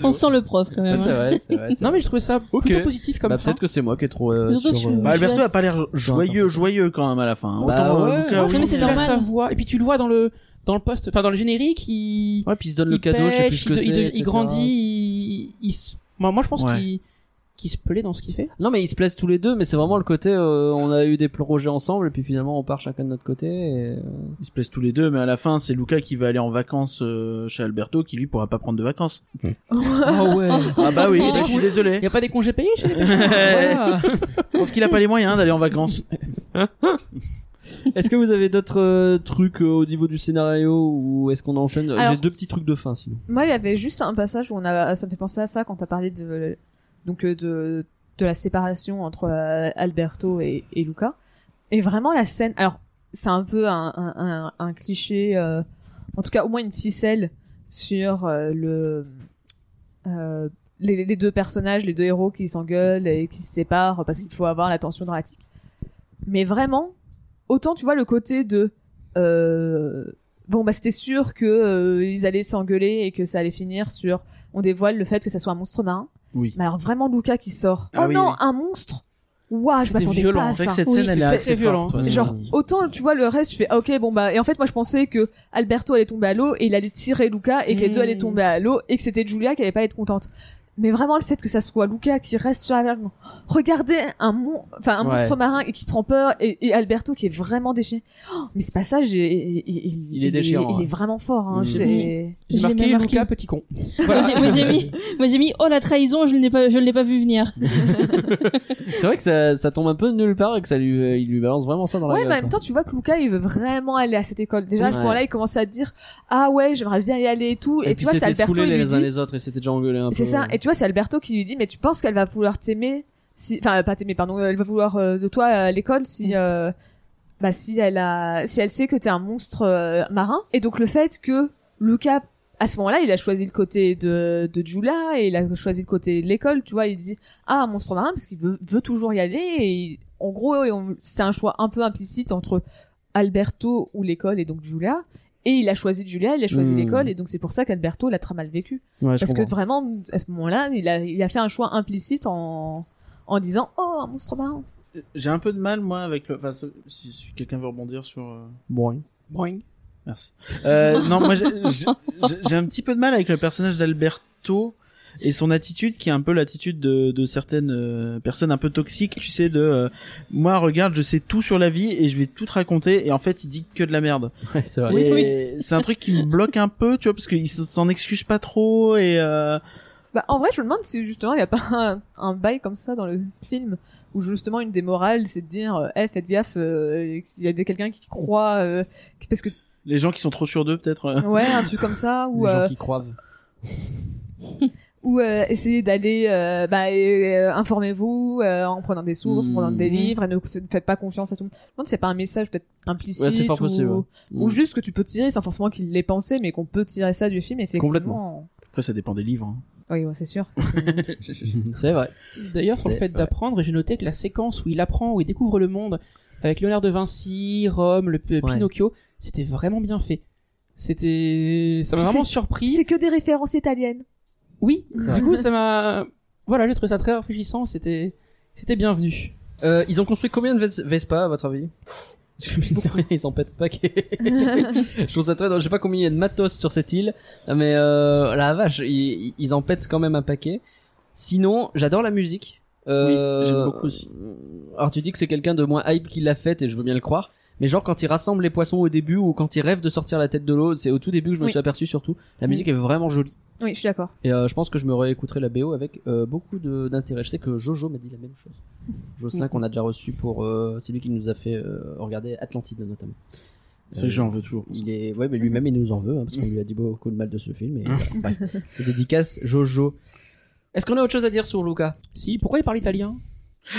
Speaker 4: On sent le prof quand
Speaker 2: Ouais,
Speaker 4: même.
Speaker 2: c'est
Speaker 4: hein.
Speaker 2: vrai, c'est vrai. c'est
Speaker 5: Non
Speaker 2: vrai.
Speaker 5: mais je trouvais ça
Speaker 2: Ok.
Speaker 5: plutôt positif comme
Speaker 2: bah,
Speaker 5: fin.
Speaker 2: peut-être que c'est moi qui est trop, euh,
Speaker 4: Surtout que
Speaker 2: sur,
Speaker 4: tu-
Speaker 2: euh,
Speaker 1: Bah, Alberto
Speaker 4: Je
Speaker 1: a pas l'air joyeux,
Speaker 2: attends.
Speaker 1: joyeux quand même à la fin. hein.
Speaker 2: Bah
Speaker 1: Autant, euh,
Speaker 2: ouais.
Speaker 1: Luca,
Speaker 5: Ouais,
Speaker 1: oui,
Speaker 5: mais c'est
Speaker 1: il a-
Speaker 5: normal.
Speaker 4: normal.
Speaker 5: sa voix. Et puis tu le vois dans le dans le poste, enfin dans le générique, il
Speaker 2: Ouais, puis il se donne le
Speaker 5: il
Speaker 2: cadeau, je sais plus
Speaker 5: pêche,
Speaker 2: ce que
Speaker 5: il,
Speaker 2: c'est.
Speaker 5: de- il de- il
Speaker 2: etc.
Speaker 5: grandit, il, il se- moi, moi, je pense
Speaker 1: Ouais.
Speaker 5: qu'il qu'il se plaît dans ce qu'il fait.
Speaker 2: Non mais ils se plaisent tous les deux, mais c'est vraiment le côté euh, on a eu des projets ensemble et puis finalement on part chacun de notre côté. Et... euh.
Speaker 1: Ils se plaisent tous les deux, mais à la fin, c'est Luca qui va aller en vacances euh, chez Alberto, qui lui pourra pas prendre de vacances.
Speaker 5: Ah ouais.
Speaker 1: Ah bah oui, bah, je suis désolé.
Speaker 5: Il y a pas des congés payés chez les pêcheurs hein. Voilà.
Speaker 1: Je pense qu'il a pas les moyens d'aller en vacances.
Speaker 2: Est-ce que vous avez d'autres euh, trucs euh, au niveau du scénario ou est-ce qu'on enchaîne
Speaker 3: Alors-
Speaker 2: J'ai deux petits trucs de fin sinon.
Speaker 3: Moi, il y avait juste un passage où on a, ça me fait penser à ça quand t'as parlé de, donc euh, de, de la séparation entre euh, Alberto et, et Luca. Et vraiment la scène. Alors, c'est un peu un, un, un- un cliché, euh, en tout cas au moins une ficelle sur euh, le euh, les, les deux personnages, les deux héros qui s'engueulent et qui se séparent parce qu'il faut avoir la tension dramatique. Mais vraiment, autant tu vois le côté de euh, bon bah c'était sûr que euh, ils allaient s'engueuler et que ça allait finir sur on dévoile le fait que ça soit un monstre marin.
Speaker 1: Oui.
Speaker 3: Mais alors vraiment Luca qui sort.
Speaker 1: Ah
Speaker 3: oh
Speaker 1: oui,
Speaker 3: non,
Speaker 1: oui.
Speaker 3: un monstre. Waouh, je
Speaker 5: C'était
Speaker 3: m'attendais
Speaker 5: violent.
Speaker 3: pas à
Speaker 1: C'est
Speaker 3: Ah, ça.
Speaker 1: vrai que cette
Speaker 3: Oui,
Speaker 1: scène, elle est
Speaker 3: c'est-
Speaker 1: assez
Speaker 5: violent.
Speaker 1: forte, ouais.
Speaker 2: C'est
Speaker 3: Genre
Speaker 2: Mm.
Speaker 3: autant tu vois le reste, je fais ah, ok bon bah et en fait moi je pensais que Alberto allait tomber à l'eau et il allait tirer Luca et que les
Speaker 5: Mm.
Speaker 3: deux allaient tomber à l'eau et que c'était Julia qui allait pas être contente. Mais vraiment le fait que ça soit Luca qui reste sur la verge, non. regardez un mon... enfin un
Speaker 2: Ouais.
Speaker 3: monstre marin et qui prend peur et, et Alberto qui est vraiment déchiré. Oh, mais ce passage est- il,
Speaker 2: Il est déchirant,
Speaker 3: il,
Speaker 2: ouais.
Speaker 3: est vraiment fort. Hein,
Speaker 2: Mm.
Speaker 3: c'est
Speaker 5: J'ai
Speaker 4: Je l'ai
Speaker 5: marqué
Speaker 4: même marqué.
Speaker 5: Lucas petit con.
Speaker 4: Moi, j'ai- moi, j'ai mis, moi j'ai mis, oh la trahison, je ne l'ai pas, je ne l'ai pas vu venir.
Speaker 2: C'est vrai que ça, ça tombe un peu de nulle part et que ça lui euh, il lui balance vraiment ça dans la
Speaker 3: Ouais, bah,
Speaker 2: gueule,
Speaker 3: mais en même
Speaker 2: quoi.
Speaker 3: temps, tu vois que Luca, il veut vraiment aller à cette école. Déjà, à ce
Speaker 2: Ouais.
Speaker 3: moment-là, il commence à dire, ah ouais, j'aimerais bien y aller et tout. Et,
Speaker 2: Et
Speaker 3: tu
Speaker 2: puis
Speaker 3: vois, c'est
Speaker 2: c'était
Speaker 3: Alberto,
Speaker 2: saoulés
Speaker 3: il lui
Speaker 2: les uns
Speaker 3: dit,
Speaker 2: les autres et c'était déjà engueulé un peu.
Speaker 3: c'est ça. Et tu vois, c'est Alberto qui lui dit, mais tu penses qu'elle va vouloir t'aimer? si, enfin pas t'aimer, pardon, elle va vouloir euh, de toi à l'école
Speaker 2: Mm.
Speaker 3: si, euh, bah si elle a, si elle sait que t'es un monstre euh, marin. Et donc le fait que Lucas à ce moment-là, il a choisi le côté de, de Jula et il a choisi le côté de l'école, tu vois. Il dit ah monstre marin parce qu'il veut, veut toujours y aller. Et il- en gros, et on- c'est un choix un peu implicite entre Alberto ou l'école et donc Julia. Et il a choisi Julia, il a choisi
Speaker 2: Hmm.
Speaker 3: l'école et donc c'est pour ça qu'Alberto l'a très mal vécu.
Speaker 2: Ouais, je
Speaker 3: Parce que
Speaker 2: comprends.
Speaker 3: vraiment, à ce moment-là, il a, il a fait un choix implicite en, en disant Oh, un monstre marrant.
Speaker 1: J'ai un peu de mal, moi, avec le. Enfin, ce- si, si quelqu'un veut rebondir sur. euh,
Speaker 2: Boing.
Speaker 5: Boing.
Speaker 1: Merci. Euh, non, moi, j'ai- j'ai j'ai un petit peu de mal avec le personnage d'Alberto et son attitude qui est un peu l'attitude de, de certaines euh, personnes un peu toxiques. Tu sais, de euh, moi, regarde, je sais tout sur la vie et je vais tout te raconter. Et en fait, il dit que de la merde.
Speaker 2: Ouais, c'est vrai.
Speaker 1: Et C'est un truc qui me bloque un peu, tu vois, parce qu'il s- s'en excuse pas trop et. euh,
Speaker 3: Bah, en vrai, je me demande si justement il n'y a pas un, un bail comme ça dans le film où justement une des morales c'est de dire euh, Eh, faites gaffe, euh, s'il y a des- quelqu'un qui croit, euh, parce que.
Speaker 1: Les gens qui sont trop sûrs d'eux, peut-être. euh.
Speaker 3: Ouais, un truc comme ça, ou,
Speaker 2: Les
Speaker 3: euh,
Speaker 2: gens qui croivent.
Speaker 3: ou euh, essayer d'aller, euh, bah, euh, informez-vous euh, en prenant des sources, en prenant des
Speaker 2: Mhm.
Speaker 3: livres, et ne f- faites pas confiance à tout le monde. Je me demande si c'est pas un message peut-être implicite.
Speaker 2: Ouais, c'est fort
Speaker 3: ou-
Speaker 2: possible, ouais.
Speaker 3: ou
Speaker 2: Mm.
Speaker 3: juste que tu peux tirer sans forcément qu'il l'ait pensé mais qu'on peut tirer ça du film effectivement
Speaker 2: Complètement.
Speaker 1: Après, ça dépend des livres. hein.
Speaker 3: oui ouais, c'est sûr
Speaker 2: mm, C'est vrai.
Speaker 5: D'ailleurs, sur le
Speaker 2: C'est-
Speaker 5: fait d'apprendre, j'ai noté que la séquence où il apprend, où il découvre le monde, avec Léonard de Vinci, Rome, le P-
Speaker 2: Ouais.
Speaker 5: Pinocchio, c'était vraiment bien fait. C'était, ça m'a
Speaker 3: Puis
Speaker 5: vraiment
Speaker 3: c'est-
Speaker 5: surpris.
Speaker 3: c'est que des références italiennes
Speaker 5: Oui.
Speaker 2: vrai.
Speaker 5: Du coup, ça m'a, voilà, j'ai trouvé ça très rafraîchissant. C'était, c'était bienvenu.
Speaker 2: Euh, ils ont construit combien de Ves- Vespa à votre avis Parce que mine de rien, ils en pètent pas. je trouve ça très drôle. Je sais pas combien il y a de matos sur cette île, mais euh, la vache, ils, ils en pètent quand même un paquet. Sinon, j'adore la musique. Euh,
Speaker 1: Oui, j'aime beaucoup aussi.
Speaker 2: Alors tu dis que c'est quelqu'un de moins hype qui l'a faite et je veux bien le croire. Mais genre quand il rassemble les poissons au début ou quand il rêve de sortir la tête de l'eau, c'est au tout début que je me
Speaker 3: Oui.
Speaker 2: suis aperçu surtout. La musique est vraiment jolie.
Speaker 3: oui je suis d'accord
Speaker 2: Et euh, je pense que je me réécouterai la BO avec euh, beaucoup de- d'intérêt. Je sais que Jojo m'a dit la même chose. Jocelyn qu'on a déjà reçu pour... euh, c'est lui qui nous a fait euh, regarder Atlantide notamment.
Speaker 1: C'est que
Speaker 2: Euh,
Speaker 1: j'en veux toujours.
Speaker 2: il est, ouais, mais lui-même il nous en veut hein, parce qu'on lui a dit beaucoup de mal de ce film. Et voilà. Bref. dédicace Jojo. Est-ce qu'on a autre chose à dire sur Luca
Speaker 5: Si, pourquoi il parle italien?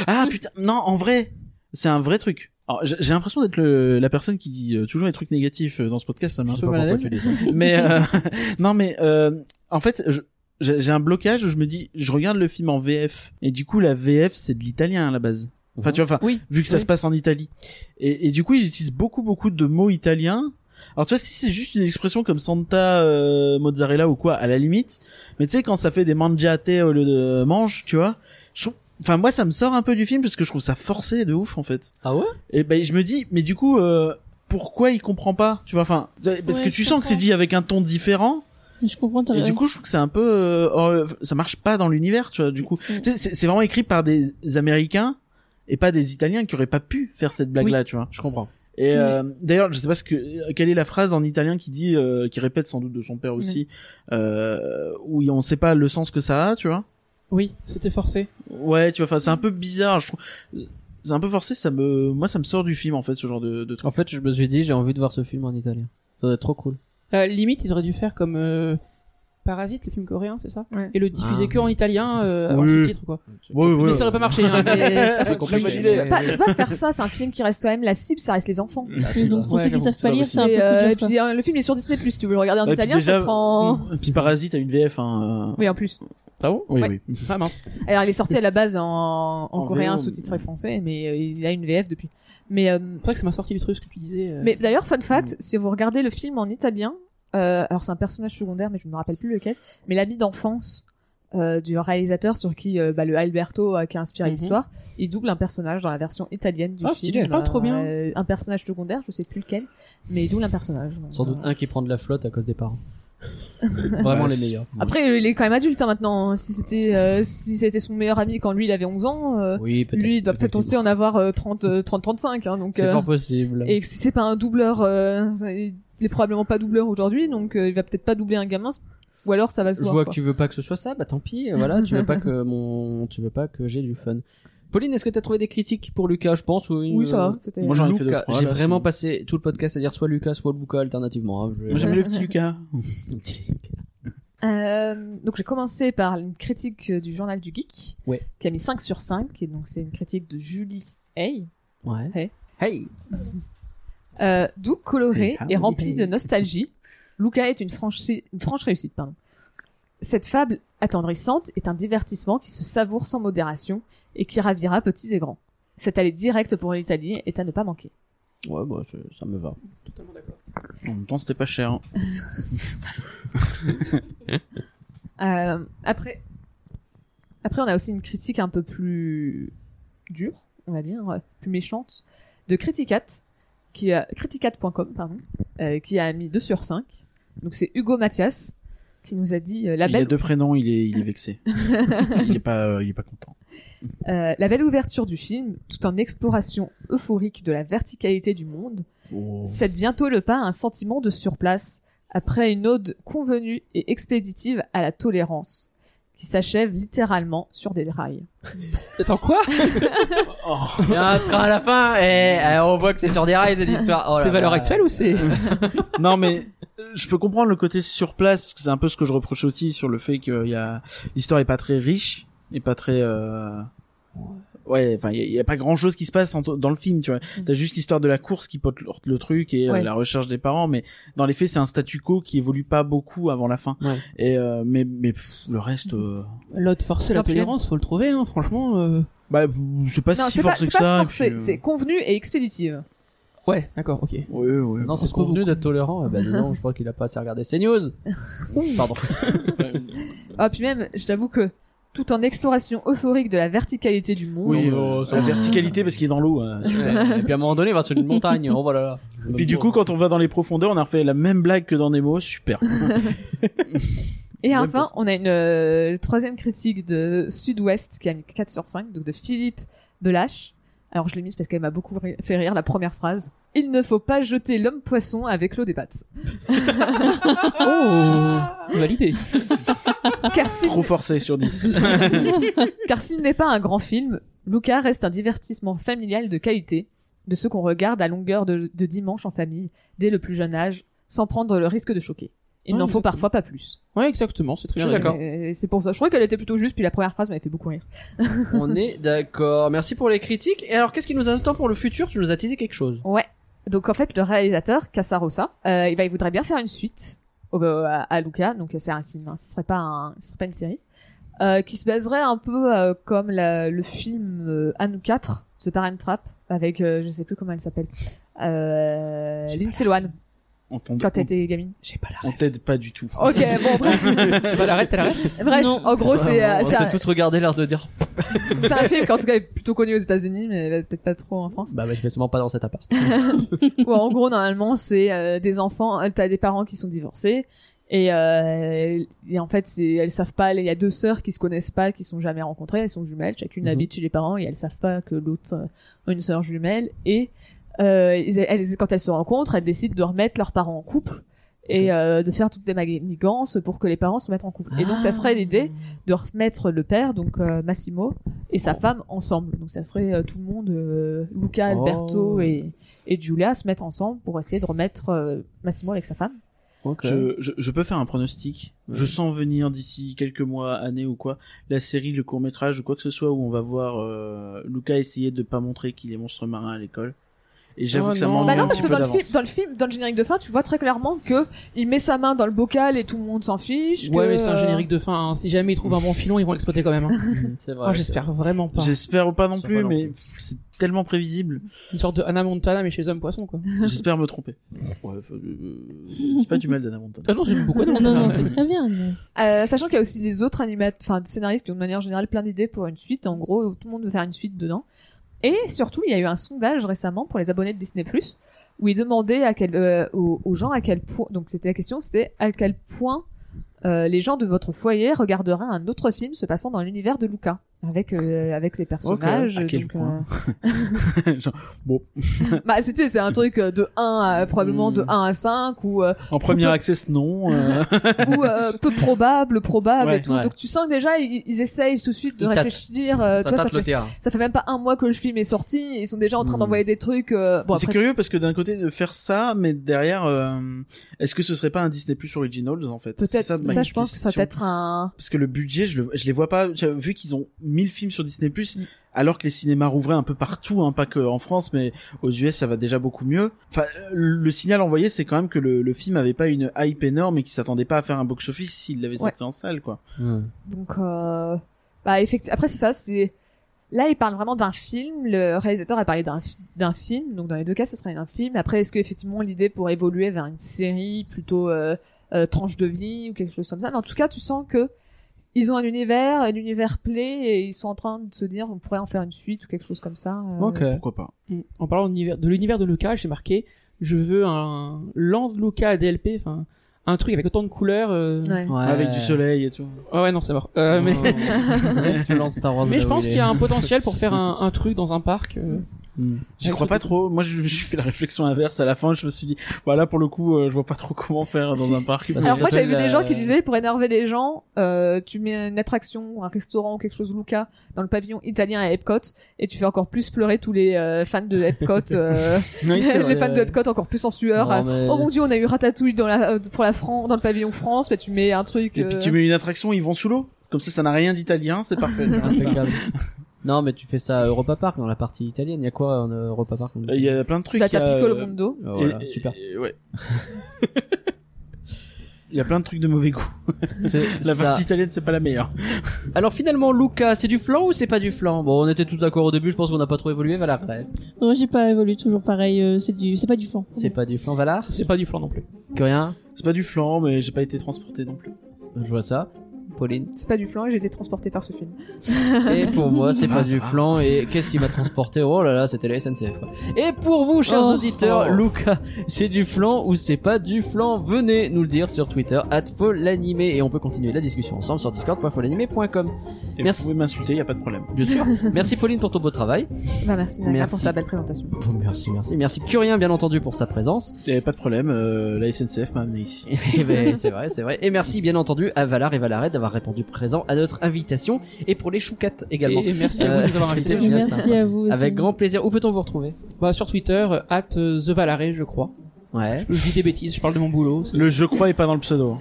Speaker 1: Ah putain, non, en vrai, c'est un vrai truc. Alors, j'ai j'ai l'impression d'être le- la personne qui dit euh, toujours les trucs négatifs euh, dans ce podcast, ça m'a un peu mal à l'aise. Mais euh, non, mais euh, en fait, je- j'ai j'ai un blocage où je me dis, je regarde le film en VF et du coup la VF c'est de l'italien à la base. Enfin, tu vois, enfin,
Speaker 5: Oui.
Speaker 1: vu que ça
Speaker 5: Oui.
Speaker 1: se passe en Italie. Et, et du coup, ils utilisent beaucoup, beaucoup de mots italiens. Alors, tu vois, si c'est juste une expression comme Santa euh, Mozzarella ou quoi, à la limite. Mais tu sais, quand ça fait des mangiate au lieu de euh, mange, tu vois. je trouve- Enfin, moi, ça me sort un peu du film parce que je trouve ça forcé de ouf, en fait.
Speaker 2: Ah ouais
Speaker 1: Et ben, je me dis, mais du coup, euh, pourquoi il comprend pas Tu vois, enfin, parce
Speaker 4: Ouais,
Speaker 1: que tu
Speaker 4: je
Speaker 1: sens que c'est
Speaker 4: comprends.
Speaker 1: dit avec un ton différent.
Speaker 4: Je comprends, t'as
Speaker 1: Et du
Speaker 4: raison.
Speaker 1: coup, je trouve que c'est un peu, euh, euh, ça marche pas dans l'univers, tu vois. Du coup,
Speaker 4: Mm.
Speaker 1: Tu sais, c'est c'est vraiment écrit par des Américains et pas des Italiens qui auraient pas pu faire cette blague-là, tu vois.
Speaker 2: Je comprends.
Speaker 1: Et euh, d'ailleurs, je sais pas ce que, euh, quelle est la phrase en italien qui dit, euh, qui répète sans doute de son père aussi, euh, où on sait pas le sens que ça a, tu vois.
Speaker 5: Oui, c'était forcé.
Speaker 1: Ouais, tu vois. Enfin, c'est un peu bizarre, je trouve. C'est un peu forcé, ça me, moi, ça me sort du film en fait, ce genre de, de truc.
Speaker 2: En fait, je me suis dit j'ai envie de voir ce film en italien. Ça doit être trop cool.
Speaker 5: Euh, limite, ils auraient dû faire comme, euh, Parasite, le film coréen, c'est ça?
Speaker 3: Ouais.
Speaker 5: Et le diffuser
Speaker 2: Ah.
Speaker 5: que en italien, euh, en
Speaker 1: Oui.
Speaker 5: sous-titres, quoi.
Speaker 1: Ouais, ouais,
Speaker 5: mais ça aurait pas marché, hein, mais-
Speaker 2: C'est compliqué.
Speaker 1: Bonne idée.
Speaker 3: Je veux pas, je veux pas faire ça c'est un film qui reste quand même la cible ça reste les enfants
Speaker 2: Mm. Ah,
Speaker 4: Mais donc, pour
Speaker 5: Ouais,
Speaker 4: ceux qui
Speaker 5: j'avoue,
Speaker 4: savent
Speaker 1: c'est
Speaker 4: pas
Speaker 1: pas
Speaker 4: lire, c'est un peu
Speaker 3: et, euh, et
Speaker 4: compliqué.
Speaker 3: puis euh, le film est sur Disney si tu veux le regarder en
Speaker 1: Ouais, puis
Speaker 3: italien
Speaker 1: déjà, mm.
Speaker 3: ça prend
Speaker 1: Puis Parasite a une VF, hein. euh,
Speaker 3: oui en plus
Speaker 5: Ah bon?
Speaker 1: Oui,
Speaker 3: Ouais.
Speaker 1: oui.
Speaker 5: Ah mince.
Speaker 3: alors il est sorti à la base en, en
Speaker 1: En
Speaker 3: coréen
Speaker 1: VO,
Speaker 3: sous-titré français mais euh, il a une VF depuis mais euh,
Speaker 5: C'est vrai que ça m'a sorti du truc, ce que tu disais. euh,
Speaker 3: Mais d'ailleurs, fun fact, si vous regardez le film en italien, euh, alors c'est un personnage secondaire, mais je me rappelle plus lequel, mais l'ami d'enfance euh, du réalisateur sur qui euh, bah, le Alberto euh, qui a inspiré
Speaker 5: Mhm.
Speaker 3: l'histoire, il double un personnage dans la version italienne du
Speaker 5: Ah,
Speaker 3: film.
Speaker 5: stylé. Ah, trop bien.
Speaker 3: euh, un personnage secondaire, je sais plus lequel, mais il double un personnage. donc,
Speaker 2: Sans doute
Speaker 3: euh.
Speaker 2: un qui prend de la flotte à cause des parents. Vraiment
Speaker 1: Ouais,
Speaker 2: les
Speaker 1: c'est-
Speaker 2: meilleurs.
Speaker 3: Après, il est quand même adulte hein, maintenant. Si c'était euh, si c'était son meilleur ami quand lui il avait 11 ans, euh,
Speaker 2: Oui, peut-être.
Speaker 3: lui il doit peut-être aussi en avoir euh, 30 euh, 30 35 hein, donc
Speaker 2: C'est
Speaker 3: euh,
Speaker 2: fort possible.
Speaker 3: Et si c'est pas un doubleur, euh, il est probablement pas doubleur aujourd'hui, donc euh, il va peut-être pas doubler un gamin, ou alors ça va se
Speaker 2: Je
Speaker 3: voir.
Speaker 2: vois que
Speaker 3: quoi.
Speaker 2: tu veux pas que ce soit ça, bah tant pis. euh, Voilà, tu veux pas que mon, tu veux pas que j'ai du fun. Pauline, est-ce que t'as trouvé des critiques pour Lucas Je pense oui.
Speaker 3: Oui, ça
Speaker 2: euh,
Speaker 3: va. C'était.
Speaker 1: Moi, j'en ai fait deux,
Speaker 2: Lucas,
Speaker 1: trois,
Speaker 2: j'ai
Speaker 1: là,
Speaker 2: vraiment
Speaker 1: sinon.
Speaker 2: passé tout le podcast à dire soit Lucas, soit Luca alternativement. hein, je-
Speaker 1: Moi, j'aimais le petit Lucas.
Speaker 3: Euh, donc j'ai commencé par une critique euh, du journal du geek,
Speaker 2: Ouais.
Speaker 3: qui a mis 5 sur 5, et donc c'est une critique de Julie Hay,
Speaker 2: Ouais.
Speaker 3: Hey.
Speaker 2: Hey.
Speaker 3: euh, d'où colorée
Speaker 2: Ah
Speaker 3: et
Speaker 2: oui.
Speaker 3: remplie de nostalgie. Luca est une franche, une franche réussite. Pardon. Cette fable attendrissante est un divertissement qui se savoure sans modération et qui ravira petits et grands. Cette allée directe pour l'Italie est à ne pas manquer.
Speaker 2: Ouais, bah, c'est- ça me va.
Speaker 5: Totalement d'accord.
Speaker 1: En même temps, c'était pas cher. hein.
Speaker 3: Euh, après, après, on a aussi une critique un peu plus dure, on va dire, euh, plus méchante, de Criticat, qui a, criticat.com, pardon, euh, qui a mis 2 sur 5. Donc c'est Hugo Mathias qui nous a dit euh, la
Speaker 1: Il a
Speaker 3: belle,
Speaker 1: deux prénoms, il est, il est vexé. il est pas, euh, il est pas content.
Speaker 3: euh, la belle ouverture du film, tout en exploration euphorique de la verticalité du monde,
Speaker 1: Oh.
Speaker 3: cède bientôt le pas à un sentiment de surplace après une ode convenue et expéditive à la tolérance, qui s'achève littéralement sur des rails.
Speaker 5: Attends, quoi
Speaker 3: Oh.
Speaker 2: Il y a un train à la fin et euh, on voit que c'est sur des rails cette histoire. Oh là
Speaker 5: C'est valeur
Speaker 2: là. Euh,
Speaker 5: actuelle ou c'est.
Speaker 1: Non, mais euh, je peux comprendre le côté sur place parce que c'est un peu ce que je reproche aussi sur le fait que y a l'histoire est pas très riche et pas très. euh, Ouais, enfin, il y, a- y a pas grand chose qui se passe en- dans le film, tu vois. T'as juste l'histoire de la course qui porte le- le truc et euh,
Speaker 3: Mm. Ouais.
Speaker 1: la recherche des parents, mais dans les faits, c'est un statu quo qui évolue pas beaucoup avant la fin.
Speaker 2: Ouais.
Speaker 1: Et euh, mais mais pff, le reste, euh,
Speaker 5: L'autre forcé, la
Speaker 3: Non, puis-
Speaker 5: tolérance, faut le trouver, hein, franchement. euh.
Speaker 1: bah pff, c'est pas
Speaker 3: Non,
Speaker 1: si
Speaker 3: c'est pas,
Speaker 1: forcé
Speaker 3: c'est
Speaker 1: que ça.
Speaker 3: pas
Speaker 1: et
Speaker 3: forcé,
Speaker 1: puis, euh,
Speaker 3: c'est convenu et expéditive.
Speaker 5: Ouais, d'accord, ok.
Speaker 1: Ouais, ouais.
Speaker 2: Non, c'est
Speaker 5: Parce que vous-
Speaker 2: convenu d'être tolérant. Eh ben, dis donc, je crois qu'il a pas assez regardé CNews. Pardon.
Speaker 3: Ah, puis même, je t'avoue que tout en exploration euphorique de la verticalité du monde,
Speaker 1: Oui,
Speaker 2: Non, mais,
Speaker 1: euh,
Speaker 2: oh, ça
Speaker 1: la
Speaker 2: va.
Speaker 1: verticalité parce qu'il est dans l'eau. hein.
Speaker 2: Eh, Et puis à un moment donné, il va sur une montagne. Oh voilà. Là.
Speaker 1: Et Puis du coup, quand on va dans les profondeurs, on a refait la même blague que dans Nemo, super.
Speaker 3: et
Speaker 1: bonne
Speaker 3: enfin,
Speaker 1: place.
Speaker 3: on a une euh, troisième critique de Sud-Ouest qui a mis 4 sur 5, donc de Philippe Belache. Alors je l'ai mise parce qu'elle m'a beaucoup ri- fait rire la première phrase. Il ne faut pas jeter l'homme poisson avec l'eau des pattes.
Speaker 5: Oh Validé.
Speaker 3: Car s'il
Speaker 1: Trop forcé sur 10.
Speaker 3: Car s'il n'est pas un grand film, Luca reste un divertissement familial de qualité, de ce qu'on regarde à longueur de, de dimanche en famille, dès le plus jeune âge, sans prendre le risque de choquer. Il
Speaker 5: Ouais,
Speaker 3: n'en faut
Speaker 5: exactement.
Speaker 3: parfois pas plus.
Speaker 5: Ouais, exactement, c'est très bien.
Speaker 2: D'accord.
Speaker 3: Et C'est pour ça. Je trouvais qu'elle était plutôt juste, puis la première phrase m'avait fait beaucoup rire.
Speaker 2: on est d'accord. Merci pour les critiques. Et alors, qu'est-ce qui nous attend pour le futur Tu nous as teasé quelque chose.
Speaker 3: Ouais. Donc en fait, le réalisateur, Casarosa, euh, eh ben, il voudrait bien faire une suite au- euh, à, à Luca, donc c'est un film, hein, ce serait pas, un, ce serait pas une série, euh, qui se baserait un peu euh, comme la- le film euh, Anou 4, The Parent Trap, avec, euh, je sais plus comment elle s'appelle, euh, Lindsay Lohan.
Speaker 1: On t'en-
Speaker 3: quand t'étais gamine.
Speaker 5: J'ai pas la
Speaker 1: on t'aide pas du tout.
Speaker 3: Ok, bon, bref.
Speaker 5: T'as la ref, t'as la ref
Speaker 3: bref
Speaker 4: Non.
Speaker 3: en gros, c'est euh,
Speaker 2: on
Speaker 3: c'est
Speaker 2: s'est
Speaker 3: un,
Speaker 2: tous regardé l'air de dire.
Speaker 3: c'est un film qui, en tout cas, est plutôt connu aux États-Unis, mais peut-être pas trop en France.
Speaker 2: Bah, bah, je vais sûrement pas dans cet appart.
Speaker 3: Ou en gros, normalement, c'est euh, des enfants, euh, t'as des parents qui sont divorcés. Et, euh, et en fait, c'est, elles savent pas, il y a deux sœurs qui se connaissent pas, qui sont jamais rencontrées, elles sont jumelles, chacune
Speaker 2: Mhm.
Speaker 3: habite chez les parents et elles savent pas que l'autre euh, a une sœur jumelle. Et euh, ils- elles, quand elles se rencontrent, elles décident de remettre leurs parents en couple et euh, de faire toutes des manigances pour que les parents se remettent en couple. Et donc, ça serait l'idée
Speaker 2: Ah.
Speaker 3: de remettre le père, donc euh, Massimo, et sa femme ensemble. Donc ça serait euh, tout le monde, euh, Luca,
Speaker 2: Oh.
Speaker 3: Alberto et, et Giulia, se mettre ensemble pour essayer de remettre euh, Massimo avec sa femme.
Speaker 2: Ok.
Speaker 1: Je, je, je peux faire un pronostic. Je sens venir d'ici quelques mois, années ou quoi, la série, le court métrage ou quoi que ce soit où on va voir euh, Lucas essayer de pas montrer qu'il est monstre marin à l'école. Et j'avoue
Speaker 5: Oh
Speaker 1: que ça
Speaker 5: non.
Speaker 1: m'ennuie
Speaker 3: Bah non,
Speaker 1: un
Speaker 3: parce
Speaker 1: petit peu
Speaker 3: que dans le, film,
Speaker 1: d'avance.
Speaker 3: dans le film, dans le générique de fin, tu vois très clairement que il met sa main dans le bocal et tout le monde s'en fiche.
Speaker 5: Ouais,
Speaker 3: que,
Speaker 5: mais c'est un
Speaker 3: euh,
Speaker 5: générique de fin. hein. Si jamais ils trouvent un bon filon, ils vont l'exploiter quand même. hein.
Speaker 2: Mm, C'est vrai.
Speaker 5: Oh, J'espère vraiment pas.
Speaker 1: J'espère pas non
Speaker 2: J'espère
Speaker 1: plus,
Speaker 2: pas non
Speaker 1: mais
Speaker 2: plus.
Speaker 1: pff, c'est tellement prévisible.
Speaker 5: Une sorte de Anna Montana, mais chez les hommes poissons, quoi.
Speaker 1: J'espère me tromper. Ouais, enfin, euh, c'est pas du mal d'Anna Montana.
Speaker 5: Ah non, j'aime beaucoup Anna
Speaker 4: Non, non,
Speaker 5: Montana.
Speaker 4: c'est très bien. mais-
Speaker 3: euh, sachant qu'il y a aussi les autres animateurs, enfin des scénaristes qui ont de manière générale plein d'idées pour une suite. En gros, tout le monde veut faire une suite dedans. Et surtout, il y a eu un sondage récemment pour les abonnés de Disney+ où ils demandaient à quel, euh, aux, aux gens à quel point. Donc c'était la question, c'était à quel point euh, les gens de votre foyer regarderaient un autre film se passant dans l'univers de Luca. avec euh, avec les personnages.
Speaker 5: à quel
Speaker 3: donc,
Speaker 5: point
Speaker 3: euh,
Speaker 5: Genre, bon,
Speaker 3: bah c'est tu sais, c'est un truc euh, de 1 à, probablement de
Speaker 5: Hmm.
Speaker 3: 1 à 5 ou euh,
Speaker 5: en premier access, non. euh,
Speaker 3: ou euh, peu probable, probable
Speaker 5: Ouais,
Speaker 3: et tout.
Speaker 5: ouais.
Speaker 3: Donc tu sens que déjà ils, ils essayent tout de suite de
Speaker 6: Ils tâtent.
Speaker 3: réfléchir. euh,
Speaker 6: Ça
Speaker 3: tu vois,
Speaker 6: tâte
Speaker 3: ça
Speaker 6: le
Speaker 3: fait
Speaker 6: terrain.
Speaker 3: ça fait même pas un mois que le film est sorti, et ils sont déjà en train
Speaker 5: Hmm.
Speaker 3: d'envoyer des trucs. euh, bon
Speaker 1: c'est
Speaker 3: après,
Speaker 1: curieux parce que d'un côté de faire ça, mais derrière, euh, est-ce que ce serait pas un Disney Plus Originals en fait C'est
Speaker 3: peut-être ça,
Speaker 1: ma
Speaker 3: je pense que ça
Speaker 1: question.
Speaker 3: peut être un.
Speaker 1: Parce que le budget, je, le, je les vois pas. tu vois, Vu qu'ils ont 1000 films sur Disney Plus,
Speaker 3: Mm.
Speaker 1: alors que les cinémas rouvraient un peu partout, hein, pas que en France, mais aux US, ça va déjà beaucoup mieux. Enfin, euh, le signal envoyé, c'est quand même que le, le film avait pas une hype énorme et qu'il s'attendait pas à faire un box-office s'il l'avait
Speaker 3: Ouais.
Speaker 1: sorti en salle, quoi.
Speaker 3: Donc euh, bah effectivement après c'est ça c'est Là, il parle vraiment d'un film. Le réalisateur a parlé d'un fi- d'un film, donc dans les deux cas, ce serait un film. Après, est-ce que effectivement l'idée pourrait évoluer vers une série plutôt euh, euh, tranche de vie ou quelque chose comme ça Mais en tout cas, tu sens que ils ont un univers, et l'univers plaît, et ils sont en train de se dire on pourrait en faire une suite ou quelque chose comme ça. euh.
Speaker 5: Ok.
Speaker 1: Pourquoi pas
Speaker 5: Mm. En parlant d'univers- de l'univers de Luca, j'ai marqué je veux un lance Luca à DLP, enfin un truc avec autant de couleurs. euh,
Speaker 3: Ouais.
Speaker 1: Avec du soleil et tout.
Speaker 5: Ah ouais, non, c'est mort. Euh, mais Oh, mais je pense qu'il y a un potentiel pour faire un, un truc dans un parc. euh,
Speaker 2: Mm.
Speaker 1: J'y
Speaker 5: Avec
Speaker 1: crois
Speaker 5: le
Speaker 1: pas trop. Moi, je- j'ai fait la réflexion inverse à la fin. Je me suis dit, voilà, pour le coup, euh, je vois pas trop comment faire dans un parc.
Speaker 2: Bah,
Speaker 1: Parce
Speaker 2: ça
Speaker 3: Alors
Speaker 1: que-
Speaker 3: moi j'avais vu
Speaker 2: s'appelle,
Speaker 3: des gens qui
Speaker 2: euh,
Speaker 3: disaient pour énerver les gens, euh, tu mets une attraction, un restaurant, quelque chose Luca dans le pavillon italien à Epcot et tu fais encore plus pleurer tous les euh, fans de Epcot, euh, les fans de Epcot encore plus en sueur. Oh mon dieu, on a eu Ratatouille dans la, euh, pour la Fran dans le pavillon France, bah tu mets un truc.
Speaker 1: Et
Speaker 3: euh,
Speaker 1: puis tu mets une attraction, ils vont sous l'eau. Comme ça, ça n'a rien d'italien, c'est parfait.
Speaker 2: Impeccable. Non, mais tu fais ça à Europa Park, dans la partie italienne. Il y a quoi en euh, Europa Park
Speaker 1: Il y a plein de trucs.
Speaker 3: t'as
Speaker 1: il y
Speaker 3: ta
Speaker 1: a,
Speaker 3: Piccolo
Speaker 1: euh,
Speaker 3: Mondo.
Speaker 2: Ah, voilà,
Speaker 1: Et- et-
Speaker 2: super.
Speaker 1: et- ouais. Il y a plein de trucs de mauvais goût.
Speaker 2: C'est
Speaker 1: La
Speaker 2: ça.
Speaker 1: partie italienne, c'est pas la meilleure.
Speaker 2: Alors finalement, Luca, c'est du flan ou c'est pas du flan Bon, on était tous d'accord au début, je pense qu'on n'a pas trop évolué, Valar. Ouais.
Speaker 4: Non, j'ai pas évolué toujours pareil. euh, c'est du, c'est pas du flan.
Speaker 2: C'est pas du flan, Valar
Speaker 5: C'est pas du flan non plus.
Speaker 2: Rien
Speaker 1: C'est pas du flan, mais j'ai pas été transporté non plus.
Speaker 2: Je vois ça. Pauline.
Speaker 3: C'est pas du flan et j'ai été transportée par ce film.
Speaker 2: Et pour moi, c'est
Speaker 1: Ah,
Speaker 2: pas
Speaker 1: ça
Speaker 2: du
Speaker 1: va.
Speaker 2: flan. Et qu'est-ce qui m'a transporté Oh là là, c'était la SNCF. quoi. Et pour vous, chers
Speaker 4: Oh.
Speaker 2: auditeurs,
Speaker 4: Oh.
Speaker 2: Luca, c'est du flan ou c'est pas du flan Venez nous le dire sur Twitter, @folanimé et on peut continuer la discussion ensemble sur discord.folanimé.com.
Speaker 1: Et
Speaker 2: Merci.
Speaker 1: vous pouvez m'insulter, y a pas de problème.
Speaker 2: Bien sûr. merci Pauline pour ton beau travail.
Speaker 3: Bah merci Naka
Speaker 2: Merci.
Speaker 3: pour ta belle présentation.
Speaker 2: Merci, merci, merci Curien bien entendu pour sa présence.
Speaker 1: Et pas de problème, euh, la SNCF m'a amené ici.
Speaker 2: Eh ben, c'est vrai, c'est vrai. Et merci bien entendu à Valar et Valaret d'avoir répondu présent à notre invitation et pour les choucattes également.
Speaker 5: Et, et merci à vous de nous avoir
Speaker 2: Euh,
Speaker 5: invités.
Speaker 2: c'était génial.
Speaker 4: Merci à vous. aussi.
Speaker 2: Avec grand plaisir. Où peut-on vous retrouver
Speaker 5: Bah, sur Twitter, euh, at euh, TheValaré, je crois.
Speaker 2: Ouais.
Speaker 5: Je dis des bêtises, je parle de mon boulot. c'est-
Speaker 1: Le je crois est pas dans le pseudo.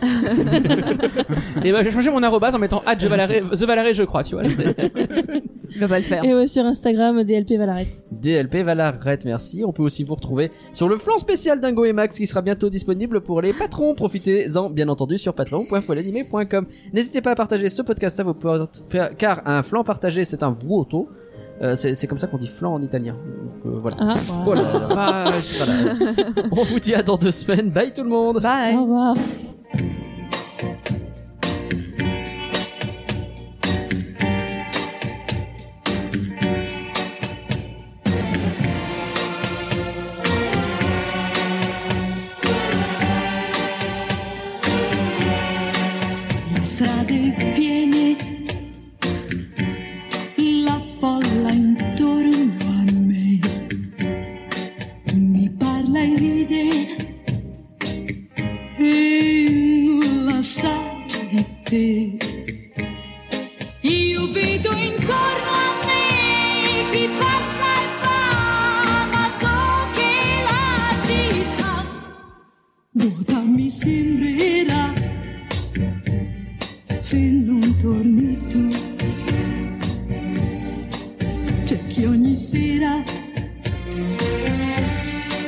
Speaker 5: Et bah, j'ai changé mon arrobase en mettant at TheValaré, TheValaré, je crois, tu vois. c'était-
Speaker 3: Il va pas le faire.
Speaker 4: Et ouais, sur Instagram, DLP Valarette.
Speaker 2: DLP Valaret, merci. On peut aussi vous retrouver sur le flanc spécial d'Ingo et Max qui sera bientôt disponible pour les patrons. Profitez-en bien entendu sur patreon.folanimé.com. N'hésitez pas à partager ce podcast à vos potes car un flanc partagé c'est un vuoto. Euh, c'est c'est comme ça qu'on dit flanc en italien. Donc, euh, voilà.
Speaker 4: Ah,
Speaker 2: Oh là là.
Speaker 5: Bah,
Speaker 2: Voilà. On vous dit à dans deux semaines. Bye tout le monde.
Speaker 3: Bye.
Speaker 4: au revoir.
Speaker 9: La strada è piena, la folla intorno a me. Mi parla e ride, e nulla sa di te. Io vedo intorno a me chi passa e va, ma so che la città vuota mi sembrerà se non torni tu. C'è chi ogni sera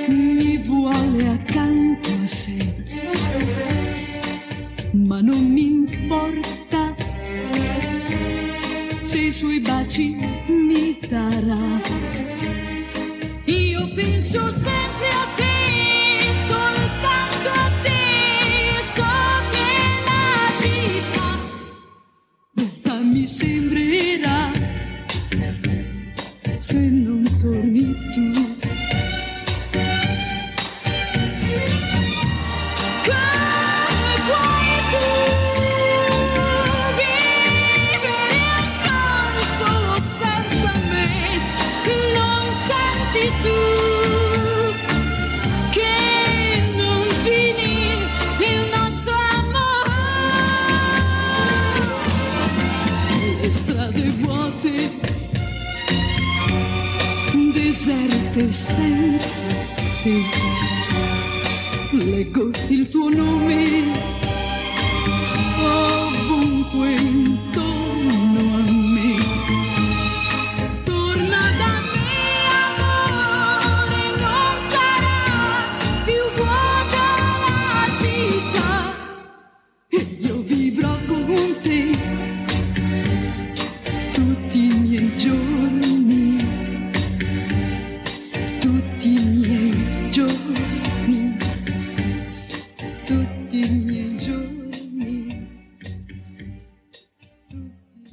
Speaker 9: mi vuole accanto a sé, ma non mi importa se i suoi baci mi darà. Io penso sempre a te, soltanto a te, so che la città vuota mi sembrerà se non torni tu. Come vuoi tu vivere accanto a deserto senza te. Leggo il tuo nome ovunque intorno a me. Torna da me, amore, non sarà più vuota la città. E io vivrò con te tutti i miei giorni.